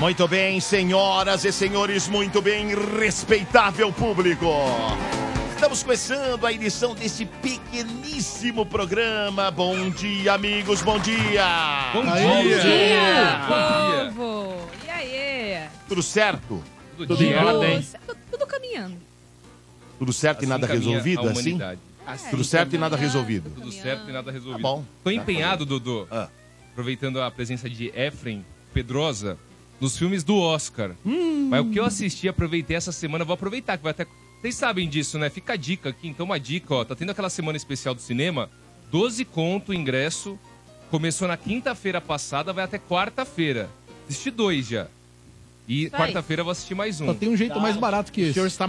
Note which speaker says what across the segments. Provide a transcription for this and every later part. Speaker 1: Muito bem, senhoras e senhores, muito bem, respeitável público. Estamos começando a edição deste pequeníssimo programa. Bom dia, amigos, bom dia.
Speaker 2: Bom dia!
Speaker 3: Bom dia, povo! E aí?
Speaker 1: Tudo certo?
Speaker 2: Tudo em ordem.
Speaker 3: Nossa, tu- Tudo caminhando.
Speaker 1: Tudo certo e nada
Speaker 2: Assim caminha
Speaker 1: resolvido,
Speaker 2: a
Speaker 1: assim?
Speaker 2: humanidade.
Speaker 1: Tudo certo e nada
Speaker 3: caminhando.
Speaker 1: resolvido.
Speaker 2: Tudo certo e nada resolvido.
Speaker 1: bom. Tá
Speaker 2: Tô empenhado, Dudu,
Speaker 1: Ah.
Speaker 2: aproveitando a presença de Efren Pedrosa, nos filmes do Oscar.
Speaker 1: Hum.
Speaker 2: Mas o que eu assisti, aproveitei essa semana, vou aproveitar que vai até... Vocês sabem disso, né? Fica a dica aqui, então uma dica, ó. Tá tendo aquela semana especial do cinema, 12 conto, ingresso, começou na quinta-feira passada, vai até quarta-feira. Assisti dois já. E
Speaker 3: aí.
Speaker 2: quarta-feira eu vou assistir mais um.
Speaker 4: Só tem um jeito mais barato que
Speaker 5: Hum. O senhor
Speaker 4: esse.
Speaker 5: está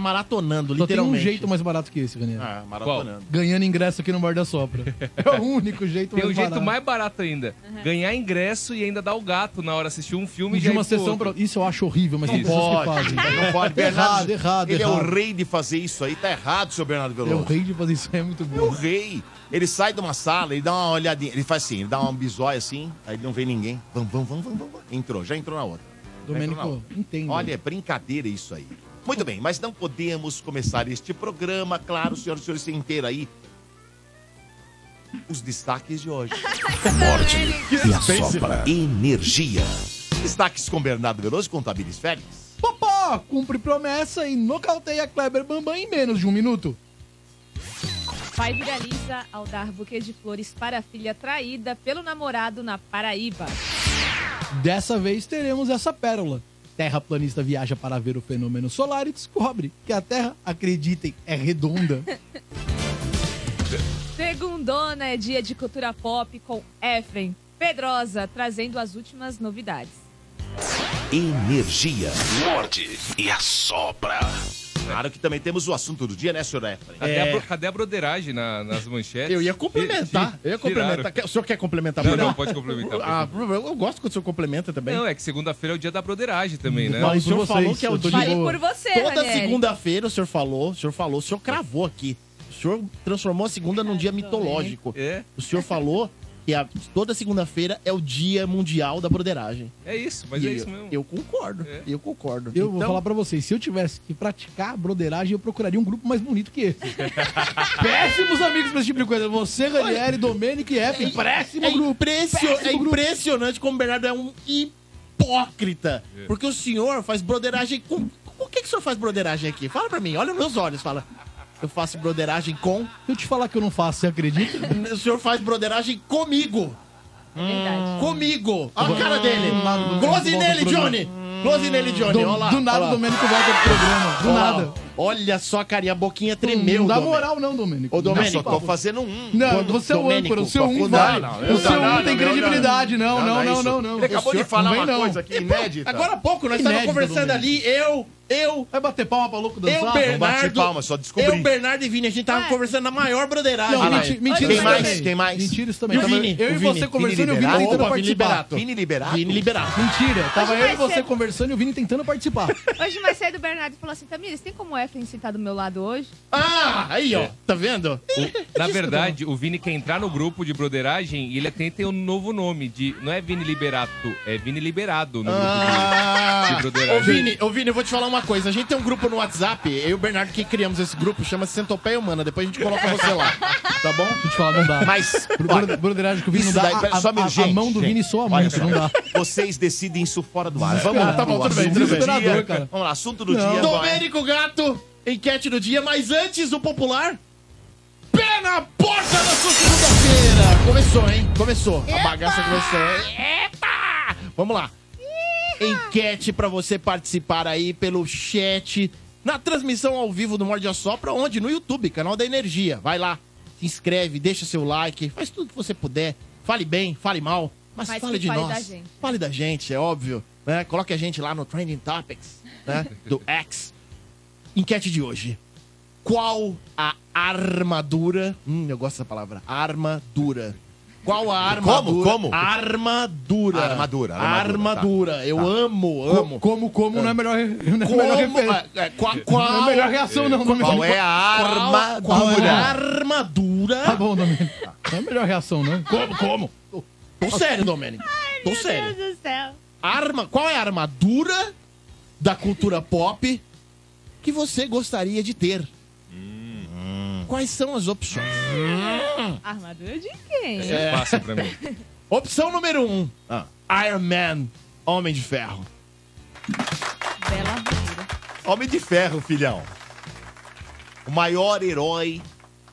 Speaker 4: Só
Speaker 5: maratonando,
Speaker 4: tem um
Speaker 5: literalmente.
Speaker 4: jeito mais barato que esse, Daniel.
Speaker 1: Ah, maratonando.
Speaker 4: Ganhando ingresso aqui no Bar da Sopra. É o único jeito
Speaker 2: Tem
Speaker 4: mais
Speaker 2: um jeito
Speaker 4: barato.
Speaker 2: mais barato ainda.
Speaker 3: Uhum.
Speaker 2: Ganhar ingresso e ainda dar o gato na hora de assistir um filme.
Speaker 4: De
Speaker 2: já
Speaker 4: uma
Speaker 2: ir pro
Speaker 4: sessão
Speaker 2: outro.
Speaker 4: pra... Isso eu acho horrível, mas tem
Speaker 2: Não
Speaker 4: pessoas que
Speaker 1: Pode,
Speaker 4: fazem.
Speaker 1: não pode.
Speaker 4: Errado, errado,
Speaker 1: ele é o
Speaker 4: errado.
Speaker 1: rei de fazer isso aí. Tá errado, seu Bernardo
Speaker 4: É o
Speaker 1: Veloso.
Speaker 4: rei de fazer isso, é muito
Speaker 1: É
Speaker 4: bom.
Speaker 1: o rei. Ele sai de uma sala, ele dá uma olhadinha. Ele faz assim, ele dá um bisóia assim, aí não vê ninguém. Vamos, vamos, vamos, vamos, vamos. Entrou, já entrou na outra.
Speaker 4: Domênico, entende.
Speaker 1: Olha, é brincadeira isso aí. Muito bem, mas não podemos começar este programa, claro, senhoras e senhores, sem ter aí os destaques de hoje.
Speaker 5: E a sopra.
Speaker 1: Energia. Destaques com Bernardo Veloso e com Tabilis Félix.
Speaker 4: Popó cumpre promessa e nocauteia Kleber Bambam em menos de um minuto.
Speaker 3: Pai viraliza ao dar buquê de flores para a filha traída pelo namorado na Paraíba.
Speaker 4: Dessa vez teremos essa pérola. Terraplanista viaja para ver o fenômeno solar e descobre que a Terra, acreditem, é redonda.
Speaker 3: Segundona é dia de cultura pop com Efren Pedrosa, trazendo as últimas novidades.
Speaker 1: Energia.
Speaker 5: Morde. E a sopra.
Speaker 1: Claro que também temos o assunto do dia, né, senhora Efraim?
Speaker 2: Cadê, a, bro- cadê a broderagem na- nas manchetes?
Speaker 5: É. Eu ia complementar.
Speaker 2: Ti- ti-
Speaker 5: Eu ia tá
Speaker 2: tiraram.
Speaker 5: complementar. Quer- O senhor quer complementar?
Speaker 2: Não,
Speaker 5: Bruno?
Speaker 2: não, pode complementar.
Speaker 5: Ah, Bruno, eu gosto quando o senhor complementa também.
Speaker 2: Não, é que segunda-feira é o dia da broderagem também, né?
Speaker 5: Não,
Speaker 4: Falo
Speaker 5: o senhor
Speaker 4: por
Speaker 5: falou que é o
Speaker 4: eu tô de
Speaker 5: dia-
Speaker 3: Fale
Speaker 4: boa.
Speaker 3: por você,
Speaker 5: Toda
Speaker 3: Ranieri.
Speaker 5: segunda-feira o senhor falou, o senhor falou, o senhor cravou aqui. O senhor transformou a segunda num dia mitológico.
Speaker 2: É,
Speaker 5: O senhor falou que a- toda segunda-feira é o dia mundial da broderagem.
Speaker 2: é isso, mas
Speaker 5: E
Speaker 2: é
Speaker 5: eu-
Speaker 2: isso mesmo.
Speaker 5: Eu concordo,
Speaker 2: É.
Speaker 5: eu concordo.
Speaker 4: Eu
Speaker 1: Então-
Speaker 4: vou falar pra vocês, se eu tivesse que praticar broderagem, eu procuraria um grupo mais bonito que esse. Péssimos amigos pra esse tipo de coisa. Você, Ranieri, Domênico e F, péssimo
Speaker 5: É,
Speaker 4: grupo.
Speaker 5: impression- é
Speaker 4: grupo.
Speaker 5: impressionante como o Bernardo é um hipócrita. Porque o senhor faz broderagem com. com O que, que o senhor faz broderagem aqui? Fala pra mim, olha nos meus olhos, fala. Eu faço broderagem com.
Speaker 4: Se eu te falar que eu não faço, você acredita?
Speaker 5: O senhor faz broderagem comigo.
Speaker 3: É Verdade.
Speaker 5: Comigo. Olha a cara dele. Close nele, Johnny. Close nele, Johnny. Olha lá.
Speaker 4: do, do nada o
Speaker 5: olha lá.
Speaker 4: Domênico volta pro programa. Do
Speaker 5: Olha lá.
Speaker 4: nada.
Speaker 5: Olha só, carinha, a boquinha tremeu.
Speaker 4: não dá
Speaker 5: Domênico.
Speaker 4: moral não, Domênico.
Speaker 5: Ô,
Speaker 1: Eu
Speaker 5: Domênico.
Speaker 1: só tô fazendo um.
Speaker 4: Não,
Speaker 5: Quando-
Speaker 4: você é o
Speaker 5: Domênico,
Speaker 4: âncora, o seu um
Speaker 5: quando-
Speaker 4: vale.
Speaker 5: Não,
Speaker 1: não,
Speaker 4: o seu
Speaker 1: não, não,
Speaker 4: um tem
Speaker 1: não, não,
Speaker 4: credibilidade, não, não,
Speaker 1: é
Speaker 4: não,
Speaker 1: isso.
Speaker 4: não, não.
Speaker 1: Ele acabou
Speaker 4: O senhor
Speaker 1: de falar
Speaker 4: não
Speaker 1: uma
Speaker 4: vem, não.
Speaker 1: coisa aqui inédita.
Speaker 5: Agora há pouco, nós
Speaker 4: Inédito,
Speaker 5: estávamos conversando ali, eu, eu,
Speaker 4: Vai bater palma pra louco dançar?
Speaker 5: eu,
Speaker 4: Vamos bater.
Speaker 5: Bernardo.
Speaker 1: palma, só descobri.
Speaker 5: Eu, Bernardo e Vini, a gente tava
Speaker 3: Ué.
Speaker 5: conversando na maior broderagem.
Speaker 4: Não,
Speaker 5: Olha lá.
Speaker 4: menti- mentiras
Speaker 1: Quem mais?
Speaker 4: também.
Speaker 1: Quem mais?
Speaker 4: Mentiras também.
Speaker 5: E o
Speaker 4: Tava
Speaker 5: Vini?
Speaker 4: Eu
Speaker 5: O
Speaker 4: e você
Speaker 5: Vini?
Speaker 4: conversando e o Vini
Speaker 1: Liberato?
Speaker 4: tentando
Speaker 5: Opa, Vini
Speaker 4: participar.
Speaker 5: Liberato.
Speaker 1: Vini Liberato.
Speaker 5: Vini Liberato.
Speaker 4: Mentira, tava
Speaker 3: Hoje
Speaker 4: eu
Speaker 3: vai
Speaker 4: e você
Speaker 3: ser-
Speaker 4: conversando e o Vini tentando participar.
Speaker 3: Hoje mais cedo o Bernardo falou assim, Tamires, tem como o Efren sentar do meu lado hoje?
Speaker 5: Ah, aí, ó. Tá vendo?
Speaker 2: É. Na verdade, o Vini quer entrar no grupo de broderagem e ele tem, tem um novo nome de. Não é Vini Liberato, é Vini Liberado no grupo de, de
Speaker 5: Ah. Ô,
Speaker 2: broderagem.
Speaker 5: Vini, ô, Vini, eu vou te falar uma coisa. A gente tem um grupo no WhatsApp, eu e o Bernardo que criamos esse grupo, chama-se Centopeia Humana. Depois a gente coloca você lá, tá bom?
Speaker 4: Deixa eu te falar, não dá.
Speaker 1: Mas,
Speaker 4: Brother- Broderagem que o Vini não
Speaker 1: Isso
Speaker 4: dá.
Speaker 1: daí,
Speaker 4: A,
Speaker 1: pera- só me-
Speaker 4: a- a
Speaker 1: gente,
Speaker 4: mão do Vini
Speaker 1: gente,
Speaker 4: soa
Speaker 1: olha
Speaker 4: muito,
Speaker 1: só.
Speaker 4: não dá.
Speaker 1: vocês decidem isso fora do ar. Vamos lá,
Speaker 4: Tá
Speaker 1: pro
Speaker 4: bom, tudo bem,
Speaker 1: assunto
Speaker 4: tudo bem.
Speaker 1: do dia.
Speaker 4: Desesperador, cara.
Speaker 1: Vamos lá, assunto do
Speaker 4: Não.
Speaker 1: dia. vai.
Speaker 5: Domênico Gato, enquete do dia, mas antes o popular. Pé na porta da sua segunda-feira! Começou, hein? Começou. A bagaça começou. Epa! Vamos lá. Enquete pra você participar aí pelo chat na transmissão ao vivo do Morde a Sopra, onde? No YouTube, canal da Energia. Vai lá, se inscreve, deixa seu like, faz tudo que você puder. Fale bem, fale mal, mas
Speaker 3: Mas
Speaker 5: fale
Speaker 3: que
Speaker 5: de
Speaker 3: fale
Speaker 5: nós.
Speaker 3: da gente.
Speaker 5: Fale da gente, é óbvio. Né? Coloque a gente lá no Trending Topics né? do X. Enquete de hoje. Qual a armadura... Hum, eu gosto dessa palavra. Armadura. Qual a armadura...
Speaker 1: Como?
Speaker 5: Armadura.
Speaker 1: Armadura, armadura,
Speaker 5: Armadura. Eu amo, amo.
Speaker 4: tá. Como, como, não é melhor, não é
Speaker 5: Como...
Speaker 4: melhor, refer-
Speaker 5: é, é, qua-
Speaker 4: não é
Speaker 5: qual...
Speaker 4: melhor reação, não. não é
Speaker 1: Qual
Speaker 4: melhor-
Speaker 1: é a armadura?
Speaker 5: Qual é a armadura?
Speaker 4: Tá bom, Domênico. Não é melhor reação, não. Como, como?
Speaker 5: Hum, Tô sério, Domênico. Tô sério.
Speaker 3: Meu Deus do céu.
Speaker 5: Arma, qual é a armadura da cultura pop que você gostaria de ter?
Speaker 1: Hum.
Speaker 5: Quais são as opções?
Speaker 4: Hum.
Speaker 3: Armadura de quem?
Speaker 2: Hum. É fácil pra mim.
Speaker 5: Opção número 1: um,
Speaker 1: Ah.
Speaker 5: Iron Man, Homem de Ferro.
Speaker 3: Bela armadura.
Speaker 1: Homem de ferro, filhão. O maior herói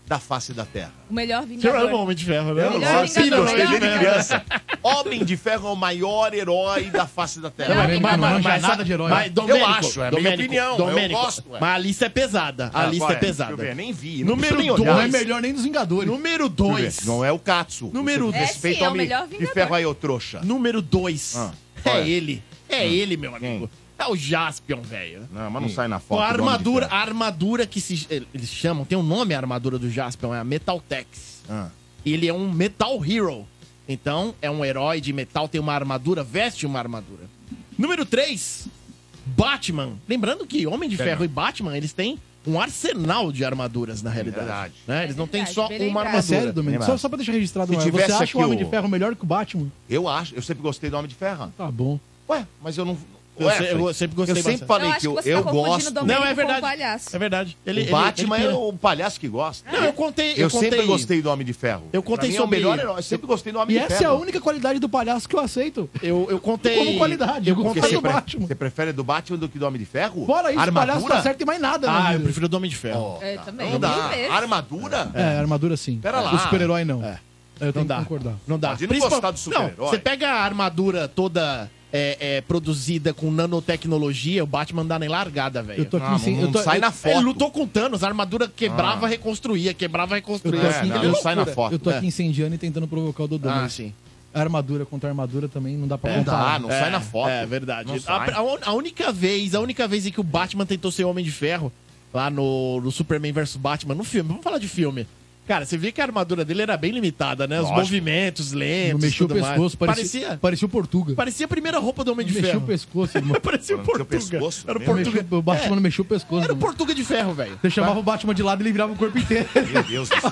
Speaker 1: da face da terra.
Speaker 3: O melhor
Speaker 5: Você ama o
Speaker 3: vingador.
Speaker 5: Homem de Ferro, né?
Speaker 3: Melhor
Speaker 4: É
Speaker 3: Nossa, vingador, filho, melhor
Speaker 5: é
Speaker 1: Desde
Speaker 3: vingador.
Speaker 1: criança. Homem de ferro é o maior herói da face da terra.
Speaker 4: Não, mas não manja nada de herói.
Speaker 5: mas, Domênico,
Speaker 1: acho, é minha
Speaker 5: Domênico,
Speaker 1: opinião, eu
Speaker 5: Domênico,
Speaker 1: gosto, ué.
Speaker 5: Mas a lista é pesada. A
Speaker 1: Ah,
Speaker 5: lista
Speaker 1: qual
Speaker 5: é
Speaker 1: Deixa eu
Speaker 5: pesada.
Speaker 1: ver, nem vi.
Speaker 5: Número
Speaker 1: preciso nem
Speaker 5: dois.
Speaker 4: Não
Speaker 1: olhar.
Speaker 4: é melhor nem dos Vingadores.
Speaker 5: Número
Speaker 1: Deixa eu ver,
Speaker 5: 2.
Speaker 1: Não é o Katsu.
Speaker 5: Número
Speaker 1: Você
Speaker 5: dois.
Speaker 1: Respeita
Speaker 3: Esse é o
Speaker 1: homem
Speaker 3: melhor
Speaker 1: de
Speaker 3: vingador.
Speaker 1: ferro aí, ô trouxa.
Speaker 5: Número 2.
Speaker 1: Ah, qual
Speaker 5: é,
Speaker 1: é?
Speaker 5: ele. É ele, meu amigo. É o Jaspion, velho.
Speaker 1: Não, mas não sai na
Speaker 5: Com
Speaker 1: foto.
Speaker 5: a
Speaker 1: do Homem de
Speaker 5: armadura,
Speaker 1: Ferro.
Speaker 5: a armadura que se, eles chamam, tem um nome a armadura do Jaspion, é a Metaltex.
Speaker 1: Ah.
Speaker 5: Ele é um Metal Hero. Então, é um herói de metal, tem uma armadura, veste uma armadura. Número 3, Batman. Lembrando que Homem de Ferro e Batman, eles têm um arsenal de armaduras, na realidade.
Speaker 1: É Verdade.
Speaker 5: né? Eles não têm
Speaker 3: Verdade,
Speaker 5: só
Speaker 3: bem
Speaker 5: uma
Speaker 3: lembrado.
Speaker 5: armadura.
Speaker 4: É sério, Domênico. Só, só pra deixar registrado,
Speaker 1: Se
Speaker 4: Maia,
Speaker 1: tivesse
Speaker 4: você
Speaker 1: aqui
Speaker 4: acha o Homem
Speaker 1: o-
Speaker 4: de Ferro melhor que o Batman?
Speaker 1: Eu acho, eu sempre gostei do Homem de Ferro.
Speaker 4: Tá bom.
Speaker 1: Ué, mas eu não.
Speaker 5: Eu
Speaker 1: Ué,
Speaker 5: se- eu sempre gostei
Speaker 1: Eu sempre
Speaker 5: bastante.
Speaker 1: falei
Speaker 3: Eu acho
Speaker 1: que eu,
Speaker 3: que você
Speaker 1: eu
Speaker 3: tá confundindo
Speaker 1: gosto.
Speaker 3: o
Speaker 1: O
Speaker 3: Domênico
Speaker 5: Não, é verdade.
Speaker 3: com o palhaço.
Speaker 5: É verdade. Ele, ele-
Speaker 1: Batman
Speaker 5: ele-
Speaker 1: é o palhaço que gosta.
Speaker 5: Não, eu contei.
Speaker 1: Eu, sempre
Speaker 5: contei-
Speaker 1: gostei do Homem de Ferro.
Speaker 5: Eu contei
Speaker 1: Pra mim
Speaker 5: sobre-
Speaker 1: É o melhor herói. Eu sempre gostei do Homem
Speaker 4: E
Speaker 1: de
Speaker 4: essa é a
Speaker 1: Ferro.
Speaker 4: única qualidade do palhaço que eu aceito.
Speaker 5: Eu, eu contei.
Speaker 4: Como qualidade,
Speaker 5: Eu
Speaker 4: eu
Speaker 5: contei.
Speaker 1: Porque você,
Speaker 4: do
Speaker 1: pre-
Speaker 4: Batman.
Speaker 1: você prefere do Batman do que do Homem de Ferro?
Speaker 4: Fora isso,
Speaker 1: armadura?
Speaker 4: o palhaço tá certo e mais nada, na
Speaker 5: Ah, eu
Speaker 4: vida.
Speaker 5: prefiro o Homem de Ferro.
Speaker 1: Ó,
Speaker 3: É,
Speaker 1: tá.
Speaker 3: também,
Speaker 1: Não dá.
Speaker 3: mil vezes.
Speaker 1: Armadura?
Speaker 4: É, armadura sim.
Speaker 1: Pera lá.
Speaker 4: O super-herói não.
Speaker 5: É.
Speaker 4: Eu
Speaker 5: Não
Speaker 4: tenho
Speaker 5: dá.
Speaker 4: que concordar.
Speaker 5: Não dá.
Speaker 1: Pode não
Speaker 5: Principal-
Speaker 1: gostar do super-herói.
Speaker 5: Não, Você pega a armadura toda é, é, produzida com nanotecnologia, o Batman dá nem largada,
Speaker 4: Eu
Speaker 5: velho.
Speaker 4: tô aqui
Speaker 1: Ah,
Speaker 4: sem.
Speaker 1: não
Speaker 4: Eu tô,
Speaker 1: sai na foto.
Speaker 5: Ele lutou com Thanos, a armadura quebrava, reconstruía, quebrava,
Speaker 4: eu tô
Speaker 5: reconstruía.
Speaker 1: É,
Speaker 4: aqui,
Speaker 1: não,
Speaker 4: eu-
Speaker 1: não sai na
Speaker 4: loucura.
Speaker 1: foto.
Speaker 4: Eu tô aqui
Speaker 5: É.
Speaker 4: incendiando e tentando provocar o Dodô.
Speaker 5: Ah,
Speaker 4: mas é
Speaker 5: sim.
Speaker 4: Armadura contra armadura também não dá pra
Speaker 1: Não dá,
Speaker 4: comparar.
Speaker 1: não
Speaker 5: É,
Speaker 1: sai na foto.
Speaker 5: É verdade.
Speaker 1: Não
Speaker 5: A,
Speaker 1: sai.
Speaker 5: a un- a única vez, a única vez em que o Batman tentou ser Homem de Ferro, lá no, no Superman vs Batman, no filme, vamos falar de filme. Cara, você vê que a armadura dele era bem limitada, né?
Speaker 1: Lógico.
Speaker 5: Os movimentos
Speaker 4: Não
Speaker 5: lentos.
Speaker 4: mexia o
Speaker 5: É, tudo mais.
Speaker 4: pescoço, parecia.
Speaker 5: Parecia,
Speaker 4: Parecia o Portuga.
Speaker 5: parecia a primeira roupa do Homem
Speaker 4: Não
Speaker 5: de
Speaker 4: mexia o
Speaker 5: Ferro.
Speaker 4: pescoço, irmão.
Speaker 5: parecia um o
Speaker 1: Falando do teu
Speaker 5: Portuga.
Speaker 1: pescoço,
Speaker 5: Era o
Speaker 1: mesmo?
Speaker 5: Portuga. É.
Speaker 4: Mexeu- O Batman não mexeu o pescoço.
Speaker 5: Era o
Speaker 4: não.
Speaker 5: Portuga de Ferro, velho. Tá?
Speaker 4: Você chamava o Batman de lado e ele virava o corpo inteiro.
Speaker 1: Meu Deus do céu.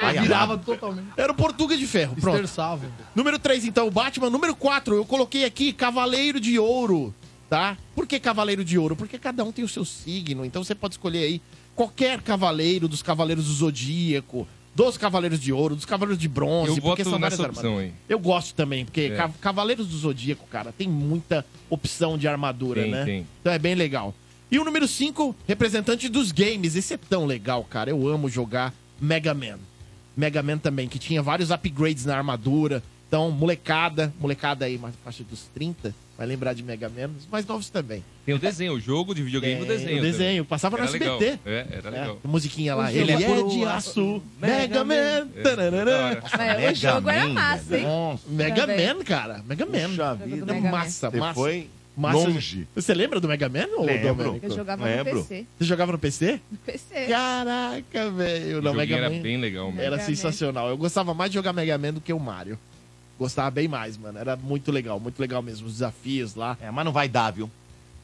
Speaker 1: Vai
Speaker 4: virava
Speaker 1: amado.
Speaker 4: totalmente.
Speaker 5: Era o Portuga de Ferro, pronto.
Speaker 4: Esterçava.
Speaker 5: Número 3, então, o Batman. Número 4, eu coloquei aqui Cavaleiro de Ouro, tá? Por que Cavaleiro de Ouro? Porque cada um tem o seu signo, então você pode escolher aí qualquer cavaleiro dos Cavaleiros do Zodíaco, dos Cavaleiros de Ouro, dos Cavaleiros de Bronze,
Speaker 2: Eu
Speaker 5: porque
Speaker 2: voto
Speaker 5: são várias
Speaker 2: nessa opção
Speaker 5: armaduras.
Speaker 2: aí.
Speaker 5: Eu gosto também, porque
Speaker 2: É.
Speaker 5: ca- Cavaleiros do Zodíaco, cara, tem muita opção de armadura,
Speaker 2: Tem,
Speaker 5: né?
Speaker 2: tem.
Speaker 5: Então é bem legal. E o número 5, representante dos games. Esse é tão legal, cara. Eu amo jogar Mega Man. Mega Man também, que tinha vários upgrades na armadura. Então, molecada, molecada aí, mais faixa dos 30, vai lembrar de Mega Man, os mais novos também.
Speaker 2: Tem o desenho, o jogo de videogame e o
Speaker 5: É,
Speaker 2: desenho.
Speaker 5: o desenho, passava no
Speaker 2: Era legal.
Speaker 5: SBT.
Speaker 2: É, era
Speaker 5: É,
Speaker 2: legal.
Speaker 5: musiquinha lá.
Speaker 4: O
Speaker 5: Ele
Speaker 4: jogo
Speaker 5: é
Speaker 4: era o-
Speaker 5: de aço, Mega Man.
Speaker 2: É, da
Speaker 5: tararara.
Speaker 2: hora.
Speaker 3: Mas o jogo era massa,
Speaker 1: velho.
Speaker 3: hein?
Speaker 1: Nossa,
Speaker 5: Mega
Speaker 3: Também.
Speaker 5: Man, cara. Mega Man.
Speaker 1: Puxa
Speaker 3: do
Speaker 1: vida.
Speaker 3: Mega Man.
Speaker 5: massa,
Speaker 1: Você
Speaker 5: massa.
Speaker 1: foi
Speaker 5: massa.
Speaker 1: longe.
Speaker 5: Você lembra do Mega Man, ô
Speaker 1: Lembro.
Speaker 5: Domênico?
Speaker 3: Eu jogava
Speaker 1: Lembro.
Speaker 3: no PC.
Speaker 5: Você jogava no PC?
Speaker 3: No PC.
Speaker 5: Caraca, velho.
Speaker 2: O
Speaker 5: Não,
Speaker 2: joguinho
Speaker 5: Mega
Speaker 2: era
Speaker 5: Man
Speaker 2: bem legal mesmo.
Speaker 5: era
Speaker 3: Mega Man.
Speaker 5: sensacional. Eu gostava mais de jogar Mega Man do que o Mario. Gostava bem mais, mano. Era muito legal, muito legal mesmo. Os desafios lá.
Speaker 1: É, mas não vai dar, viu?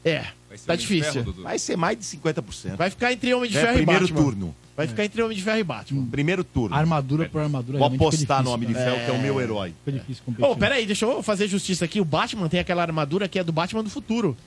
Speaker 5: É,
Speaker 2: Vai ser
Speaker 5: tá
Speaker 2: um
Speaker 5: difícil.
Speaker 2: inferno, Dudu.
Speaker 1: Vai ser mais de 50%.
Speaker 5: Vai ficar entre Homem de
Speaker 1: Já é
Speaker 5: Ferro e
Speaker 1: primeiro
Speaker 5: Batman.
Speaker 1: turno. Hum.
Speaker 5: Vai ficar entre Homem de Ferro e Batman.
Speaker 1: Primeiro turno.
Speaker 4: Armadura
Speaker 2: É.
Speaker 4: por armadura.
Speaker 1: Vou
Speaker 4: realmente fica
Speaker 1: apostar
Speaker 4: difícil,
Speaker 1: no
Speaker 4: né?
Speaker 1: Homem de
Speaker 4: cara.
Speaker 1: Ferro, que é o meu herói.
Speaker 4: Fica difícil competir.
Speaker 5: Ô, peraí, deixa eu fazer justiça aqui. O Batman tem aquela armadura que é do Batman do futuro.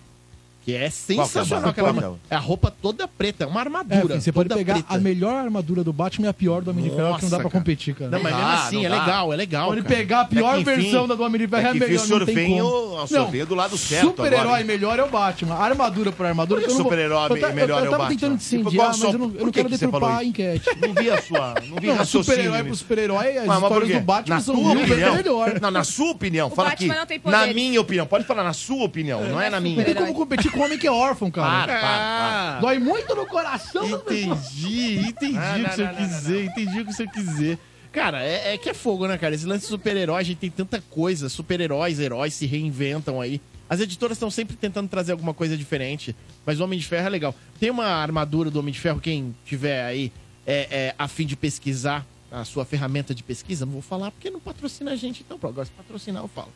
Speaker 5: Que é sensacional
Speaker 1: Qual que é a
Speaker 5: aquela
Speaker 1: armadura?
Speaker 5: armadura. É a roupa toda preta, é uma
Speaker 4: É,
Speaker 5: armadura.
Speaker 4: enfim, você pode
Speaker 5: toda
Speaker 4: pegar
Speaker 5: preta.
Speaker 4: a melhor armadura do Batman e a pior do Homem de Ferro, que não dá
Speaker 5: Nossa,
Speaker 4: pra
Speaker 5: cara.
Speaker 4: competir, cara.
Speaker 5: Não, mas mesmo
Speaker 1: dá,
Speaker 5: assim,
Speaker 1: não
Speaker 5: é
Speaker 1: dá.
Speaker 5: legal, é legal.
Speaker 4: Quando ele
Speaker 5: cara.
Speaker 4: pegar a pior
Speaker 1: que, enfim,
Speaker 4: versão da do Homem de Ferro, é,
Speaker 1: É
Speaker 4: a
Speaker 1: que
Speaker 4: melhor,
Speaker 1: fiz
Speaker 4: não tem
Speaker 1: sorvinho,
Speaker 4: como.
Speaker 1: o sorvinho do lado certo
Speaker 4: Super-herói
Speaker 1: agora.
Speaker 4: melhor é o Batman. Armadura por armadura.
Speaker 1: Por que
Speaker 4: eu não vou-
Speaker 1: super-herói
Speaker 4: eu ta- eu-
Speaker 1: melhor é o
Speaker 4: Eu tava
Speaker 1: Batman?
Speaker 4: tentando
Speaker 1: Tipo,
Speaker 4: incendiar,
Speaker 1: qual
Speaker 4: mas
Speaker 1: só-
Speaker 4: eu não, eu
Speaker 1: por
Speaker 4: não
Speaker 1: que
Speaker 4: quero
Speaker 1: que você
Speaker 4: deturpar
Speaker 1: falou
Speaker 4: a enquete.
Speaker 1: Não vi a sua. Não vi
Speaker 4: Não,
Speaker 1: raciocínio. né?
Speaker 4: super-herói pro
Speaker 1: nisso.
Speaker 4: super-herói, as
Speaker 1: Mas, mas por
Speaker 4: histórias
Speaker 1: quê?
Speaker 4: do Batman
Speaker 1: na
Speaker 4: são
Speaker 1: sua
Speaker 4: mil vezes
Speaker 1: opinião?
Speaker 4: melhor.
Speaker 1: Não, na sua opinião,
Speaker 3: O
Speaker 1: fala
Speaker 3: Batman
Speaker 1: aqui.
Speaker 3: não tem
Speaker 1: na
Speaker 3: poderes.
Speaker 1: minha opinião. Pode falar na sua opinião, não é na minha.
Speaker 4: Tem como competir com com homem que é órfão, cara.
Speaker 1: Para, para,
Speaker 5: Ah,
Speaker 4: Dói muito no coração das pessoas.
Speaker 5: entendi, entendi
Speaker 1: Ah,
Speaker 5: o que
Speaker 1: não,
Speaker 5: o senhor
Speaker 1: não, não, não,
Speaker 5: quiser, entendi o que o senhor quiser. Cara, é, é que é fogo, né, cara? Esse lance de super-herói, a gente tem tanta coisa. Super-heróis, heróis se reinventam aí. As editoras estão sempre tentando trazer alguma coisa diferente, mas o Homem de Ferro é legal. Tem uma armadura do Homem de Ferro, quem tiver aí é, é, a fim de pesquisar a sua ferramenta de pesquisa, não vou falar porque não patrocina a gente, então, pô, agora se patrocinar eu falo.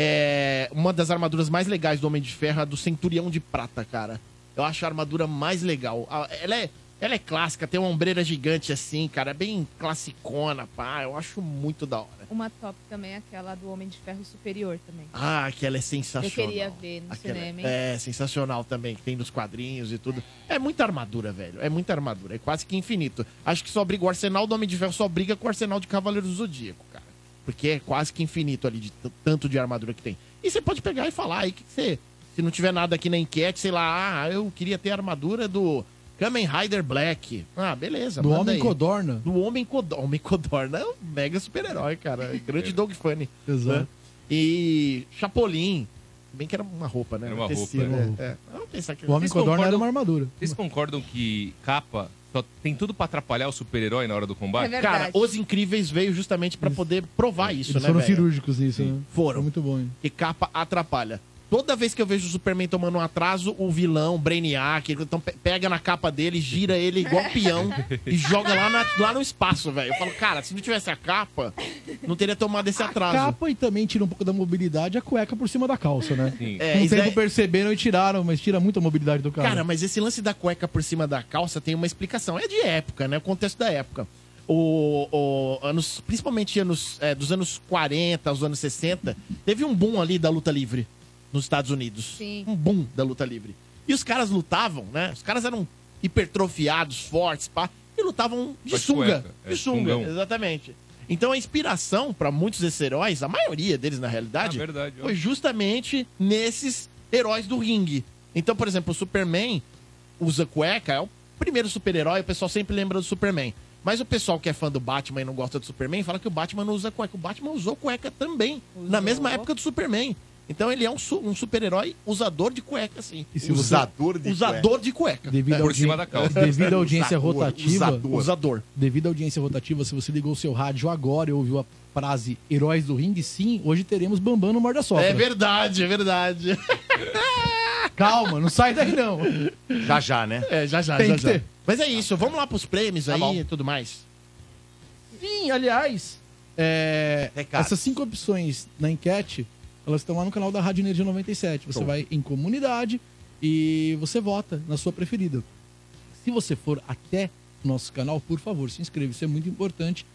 Speaker 5: É, uma das armaduras mais legais do Homem de Ferro é a do Centurião de Prata, cara. Eu acho a armadura mais legal. A- Ela é, ela é clássica, tem uma ombreira gigante assim, cara. É bem classicona, pá. Eu acho muito da hora.
Speaker 3: Uma top também é aquela do Homem de Ferro Superior também.
Speaker 5: Ah, aquela é sensacional.
Speaker 3: Eu queria ver no
Speaker 5: Aquela-
Speaker 3: cinema, hein?
Speaker 5: É, sensacional também, que tem nos quadrinhos e tudo. É muita armadura, velho. É muita armadura. É quase que infinito. Acho que só briga. O arsenal do Homem de Ferro só briga com o arsenal de Cavaleiro do Zodíaco, cara. Porque é quase que infinito ali, de t- tanto de armadura que tem. E você pode pegar e falar aí, que que você. Se não tiver nada aqui na enquete, sei lá, ah, eu queria ter a armadura do Kamen Rider Black. Ah, beleza.
Speaker 4: Do
Speaker 5: manda
Speaker 4: homem
Speaker 5: aí.
Speaker 4: codorna.
Speaker 5: Do Homem Codorna. Homem Codorna é um mega super-herói, cara. Grande Dog Funny.
Speaker 4: Exato.
Speaker 5: né? E Chapolin. Bem que era uma roupa, né?
Speaker 2: Era uma
Speaker 5: Tecido,
Speaker 2: roupa,
Speaker 4: né?
Speaker 5: É, é. Vamos pensar que...
Speaker 4: O homem
Speaker 2: Vocês
Speaker 4: codorna era
Speaker 2: concordam-
Speaker 4: uma armadura.
Speaker 2: Vocês concordam que capa só tem tudo pra atrapalhar o super-herói na hora do
Speaker 3: É
Speaker 2: combate?
Speaker 3: verdade.
Speaker 5: Cara, Os Incríveis veio justamente pra poder provar isso,
Speaker 4: Eles
Speaker 5: né,
Speaker 4: foram
Speaker 5: velho?
Speaker 4: cirúrgicos nisso, né? Foi
Speaker 5: Foram.
Speaker 4: muito bom, hein?
Speaker 5: Que capa atrapalha. Toda vez que eu vejo o Superman tomando um atraso, o vilão, o Brainiac, ele- então pe- pega na capa dele, gira ele igual um peão e joga lá, na- lá no espaço, velho. Eu falo, cara, se não tivesse a capa, não teria tomado esse atraso.
Speaker 4: Capa e também tira um pouco da mobilidade a cueca por cima da calça, né?
Speaker 2: Sim.
Speaker 5: É,
Speaker 4: Com o
Speaker 5: isso
Speaker 4: tempo
Speaker 5: é-
Speaker 4: perceberam e tiraram, mas tira muito a mobilidade do cara.
Speaker 5: Cara, mas esse lance da cueca por cima da calça tem uma explicação. É de época, né? O contexto da época. O, o- anos, principalmente anos, é, dos anos 40 aos anos 60, teve um boom ali da luta livre nos Estados Unidos.
Speaker 3: Sim.
Speaker 5: Um boom da luta livre. E os caras lutavam, né? Os caras eram hipertrofiados, fortes, pá, e lutavam de
Speaker 2: Mas de
Speaker 5: sunga.
Speaker 2: cueca, é,
Speaker 5: de sunga,
Speaker 2: sungão.
Speaker 5: exatamente. Então a inspiração pra muitos desses heróis, a maioria deles na realidade,
Speaker 2: Ah, verdade, ó.
Speaker 5: foi justamente nesses heróis do ringue. Então, por exemplo, o Superman usa cueca, é o primeiro super-herói, o pessoal sempre lembra do Superman. Mas o pessoal que é fã do Batman e não gosta do Superman fala que o Batman não usa cueca. O Batman usou cueca também, na
Speaker 3: Usou.
Speaker 5: mesma época do Superman. Então ele é um, su- um super-herói usador de cueca, assim.
Speaker 4: E se você-
Speaker 1: Usador de cueca.
Speaker 5: Usador de cueca.
Speaker 4: Devido à
Speaker 2: É, Por
Speaker 4: audi-
Speaker 2: cima da calça.
Speaker 4: Devido à audiência
Speaker 5: Usador,
Speaker 4: rotativa,
Speaker 5: Usador. usador.
Speaker 4: devido à audiência rotativa, se você ligou o seu rádio agora e ouviu a frase Heróis do Ringue, sim, hoje teremos Bambam no Morda Sopra.
Speaker 5: É verdade, é verdade.
Speaker 4: Calma, não sai daí não.
Speaker 1: Já já, né?
Speaker 5: É, já, já,
Speaker 4: Tem
Speaker 5: já,
Speaker 4: que
Speaker 5: já.
Speaker 4: ter.
Speaker 5: Mas é isso, vamos lá pros prêmios
Speaker 1: Tá bom.
Speaker 5: aí e tudo mais.
Speaker 4: Sim, aliás, é,
Speaker 1: Recado.
Speaker 4: essas cinco opções na enquete, elas estão lá no canal da Rádio Energia 97. Você vai em comunidade e você vota na sua preferida. Se você for até o nosso canal, por favor, se inscreva. Isso é muito importante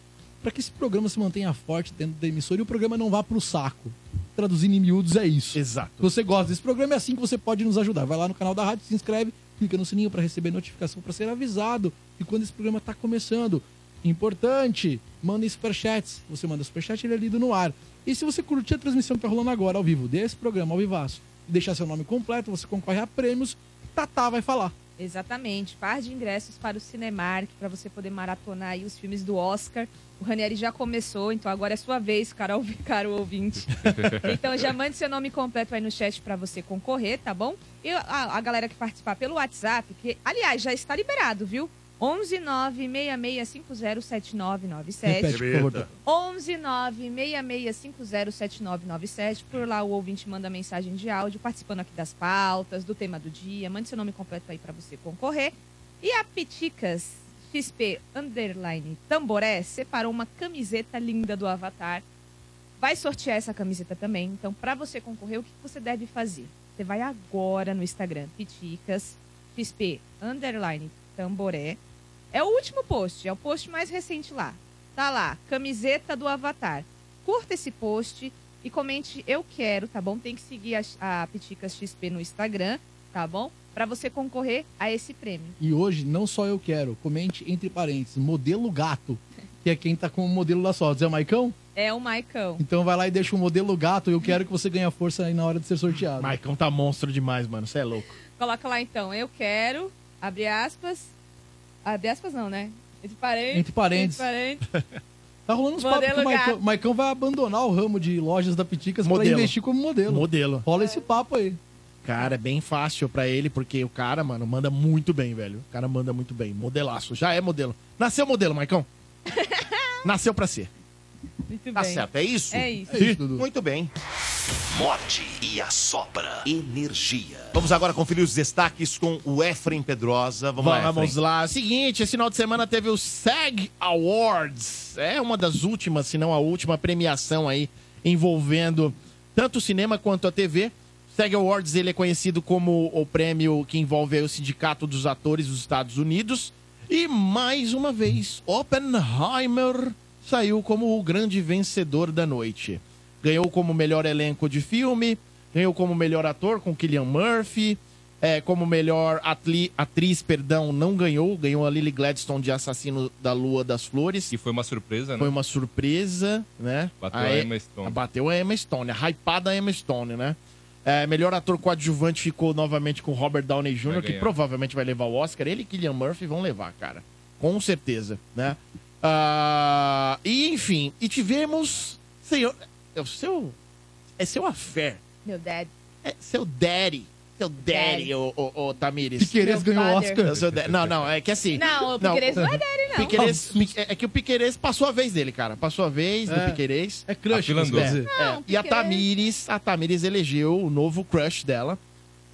Speaker 4: para que esse programa se mantenha forte dentro da emissora e o programa não vá para o saco. Traduzindo em miúdos é isso.
Speaker 5: Exato.
Speaker 4: Se você gosta desse programa, é assim que você pode nos ajudar. Vai lá no canal da rádio, se inscreve, clica no sininho para receber notificação, para ser avisado de quando esse programa tá começando. Importante, mandem superchats. Você manda superchat, ele é lido no ar. E se você curtir a transmissão que tá rolando agora, ao vivo, desse programa, ao vivaço, e deixar seu nome completo, você concorre a prêmios, Tatá vai falar.
Speaker 3: Exatamente. Par de ingressos para o Cinemark, para você poder maratonar aí os filmes do Oscar. O Ranieri já começou, então agora é sua vez, Carol, caro ouvinte. então já mande seu nome completo aí no chat para você concorrer, tá bom? E a, a galera que participar pelo WhatsApp, que, aliás, já está liberado, viu? 11 966507997.
Speaker 4: Repete, por favor. Tatá.
Speaker 3: 11966507997. Por lá o ouvinte manda mensagem de áudio, participando aqui das pautas, do tema do dia. Mande seu nome completo aí para você concorrer. E a Piticas XP Underline Tamboré separou uma camiseta linda do Avatar. Vai sortear essa camiseta também. Então, para você concorrer, o que você deve fazer? Você vai agora no Instagram, Piticas XP Underline Tamboré. É o último post, é o post mais recente lá. Tá lá, camiseta do Avatar. Curta esse post e comente eu quero, tá bom? Tem que seguir a, a Piticas XP no Instagram, tá bom? Pra você concorrer a esse prêmio.
Speaker 4: E hoje, não só eu quero, comente entre parênteses, modelo gato, que é quem tá com o modelo das fotos. É o Maicão?
Speaker 3: É o Maicão.
Speaker 4: Então vai lá e deixa o modelo gato, eu quero que você ganhe força aí na hora de ser sorteado.
Speaker 5: Maicão tá monstro demais, mano. Você é louco.
Speaker 3: Coloca lá então, eu quero, abre aspas. Abre aspas não, né? Entre parênteses.
Speaker 4: Entre parênteses.
Speaker 3: entre parênteses.
Speaker 4: Tá rolando uns papos que o
Speaker 3: Modelo
Speaker 4: Maicão,
Speaker 3: gato.
Speaker 4: Maicão vai abandonar o ramo de lojas da Piticas
Speaker 5: Modelo.
Speaker 4: pra investir como modelo.
Speaker 5: Modelo.
Speaker 4: Rola esse papo aí.
Speaker 5: Cara, é bem fácil pra ele, porque o cara, mano, manda muito bem, velho. O cara manda muito bem. Modelaço. Já é modelo. Nasceu modelo, Maicão. Nasceu pra ser.
Speaker 3: Muito
Speaker 1: Tá
Speaker 3: bem.
Speaker 1: certo, é isso?
Speaker 3: É isso.
Speaker 4: É isso, Dudu.
Speaker 1: Muito bem.
Speaker 6: Morte e a sopra. Energia.
Speaker 1: Vamos agora conferir os destaques com o Efren Pedrosa. Vamos, lá,
Speaker 5: Vamos
Speaker 1: Efren.
Speaker 5: lá. Seguinte, esse final de semana teve o SAG Awards. É uma das últimas, se não a última premiação aí envolvendo tanto o cinema quanto a TV. SAG Awards ele é conhecido como o prêmio que envolve aí o Sindicato dos Atores dos Estados Unidos. E mais uma vez, Oppenheimer saiu como o grande vencedor da noite. Ganhou como melhor elenco de filme, ganhou como melhor ator com Killian Murphy, é, como melhor atli- atriz, perdão, não ganhou. Ganhou a Lily Gladstone de Assassino da Lua das Flores.
Speaker 2: Que foi uma surpresa, né?
Speaker 5: Foi uma surpresa, né?
Speaker 2: Bateu
Speaker 5: Aí-
Speaker 2: a Emma Stone.
Speaker 5: Bateu a Emma Stone, a hypada Emma Stone, né? É, melhor ator coadjuvante ficou novamente com Robert Downey Jr.,
Speaker 2: Vai
Speaker 5: que
Speaker 2: ganhar.
Speaker 5: provavelmente vai levar o Oscar. Ele e Killian Murphy vão levar, cara. Com certeza, né? Ah, e, enfim, e tivemos... Senhor... É o seu... É seu affair.
Speaker 3: Meu dad.
Speaker 5: É seu daddy. Seu daddy,
Speaker 3: Daddy.
Speaker 5: ô, ô, ô Tamires.
Speaker 4: Piqueires
Speaker 3: Meu
Speaker 4: ganhou o
Speaker 3: father.
Speaker 5: Eu
Speaker 4: Oscar.
Speaker 5: sou de- Não, não, é que assim.
Speaker 3: Não, o Piqueires não é dele, não.
Speaker 5: Piqueires- Pique- é que o Piqueires passou a vez dele, cara. Passou a vez do
Speaker 4: É.
Speaker 5: Piqueires.
Speaker 4: É crush,
Speaker 2: Afilandou.
Speaker 4: você quer dizer.
Speaker 5: É,
Speaker 3: Não,
Speaker 5: E a
Speaker 3: Piqueires-
Speaker 5: Tamires, a Tamires elegeu o novo crush dela,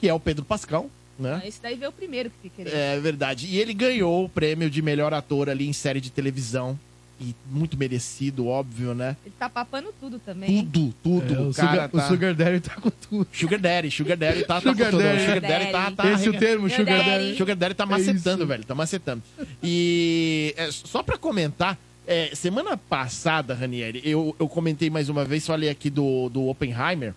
Speaker 5: que é o Pedro Pascal, né?
Speaker 3: Esse daí veio o primeiro que Piqueires.
Speaker 5: É verdade. E ele ganhou o prêmio de melhor ator ali em série de televisão. E muito merecido, óbvio, né?
Speaker 3: Ele tá papando tudo também. hein?
Speaker 5: Tudo, tudo.
Speaker 4: É,
Speaker 5: o
Speaker 4: o,
Speaker 5: cara
Speaker 4: sugar, o
Speaker 5: tá-
Speaker 4: Sugar Daddy tá com tudo.
Speaker 5: Sugar Daddy, Sugar Daddy tá, tá
Speaker 4: Sugar
Speaker 5: com tudo.
Speaker 4: Daddy.
Speaker 5: Sugar Daddy tá, tá
Speaker 4: Esse é o
Speaker 5: arregan-
Speaker 4: termo,
Speaker 3: Meu
Speaker 4: Sugar
Speaker 3: daddy.
Speaker 4: Daddy. É
Speaker 5: Sugar Daddy tá macetando,
Speaker 4: isso.
Speaker 5: velho. Tá macetando. E é, só pra comentar, é, semana passada, Ranieri, eu, eu comentei mais uma vez, falei aqui do, do Oppenheimer.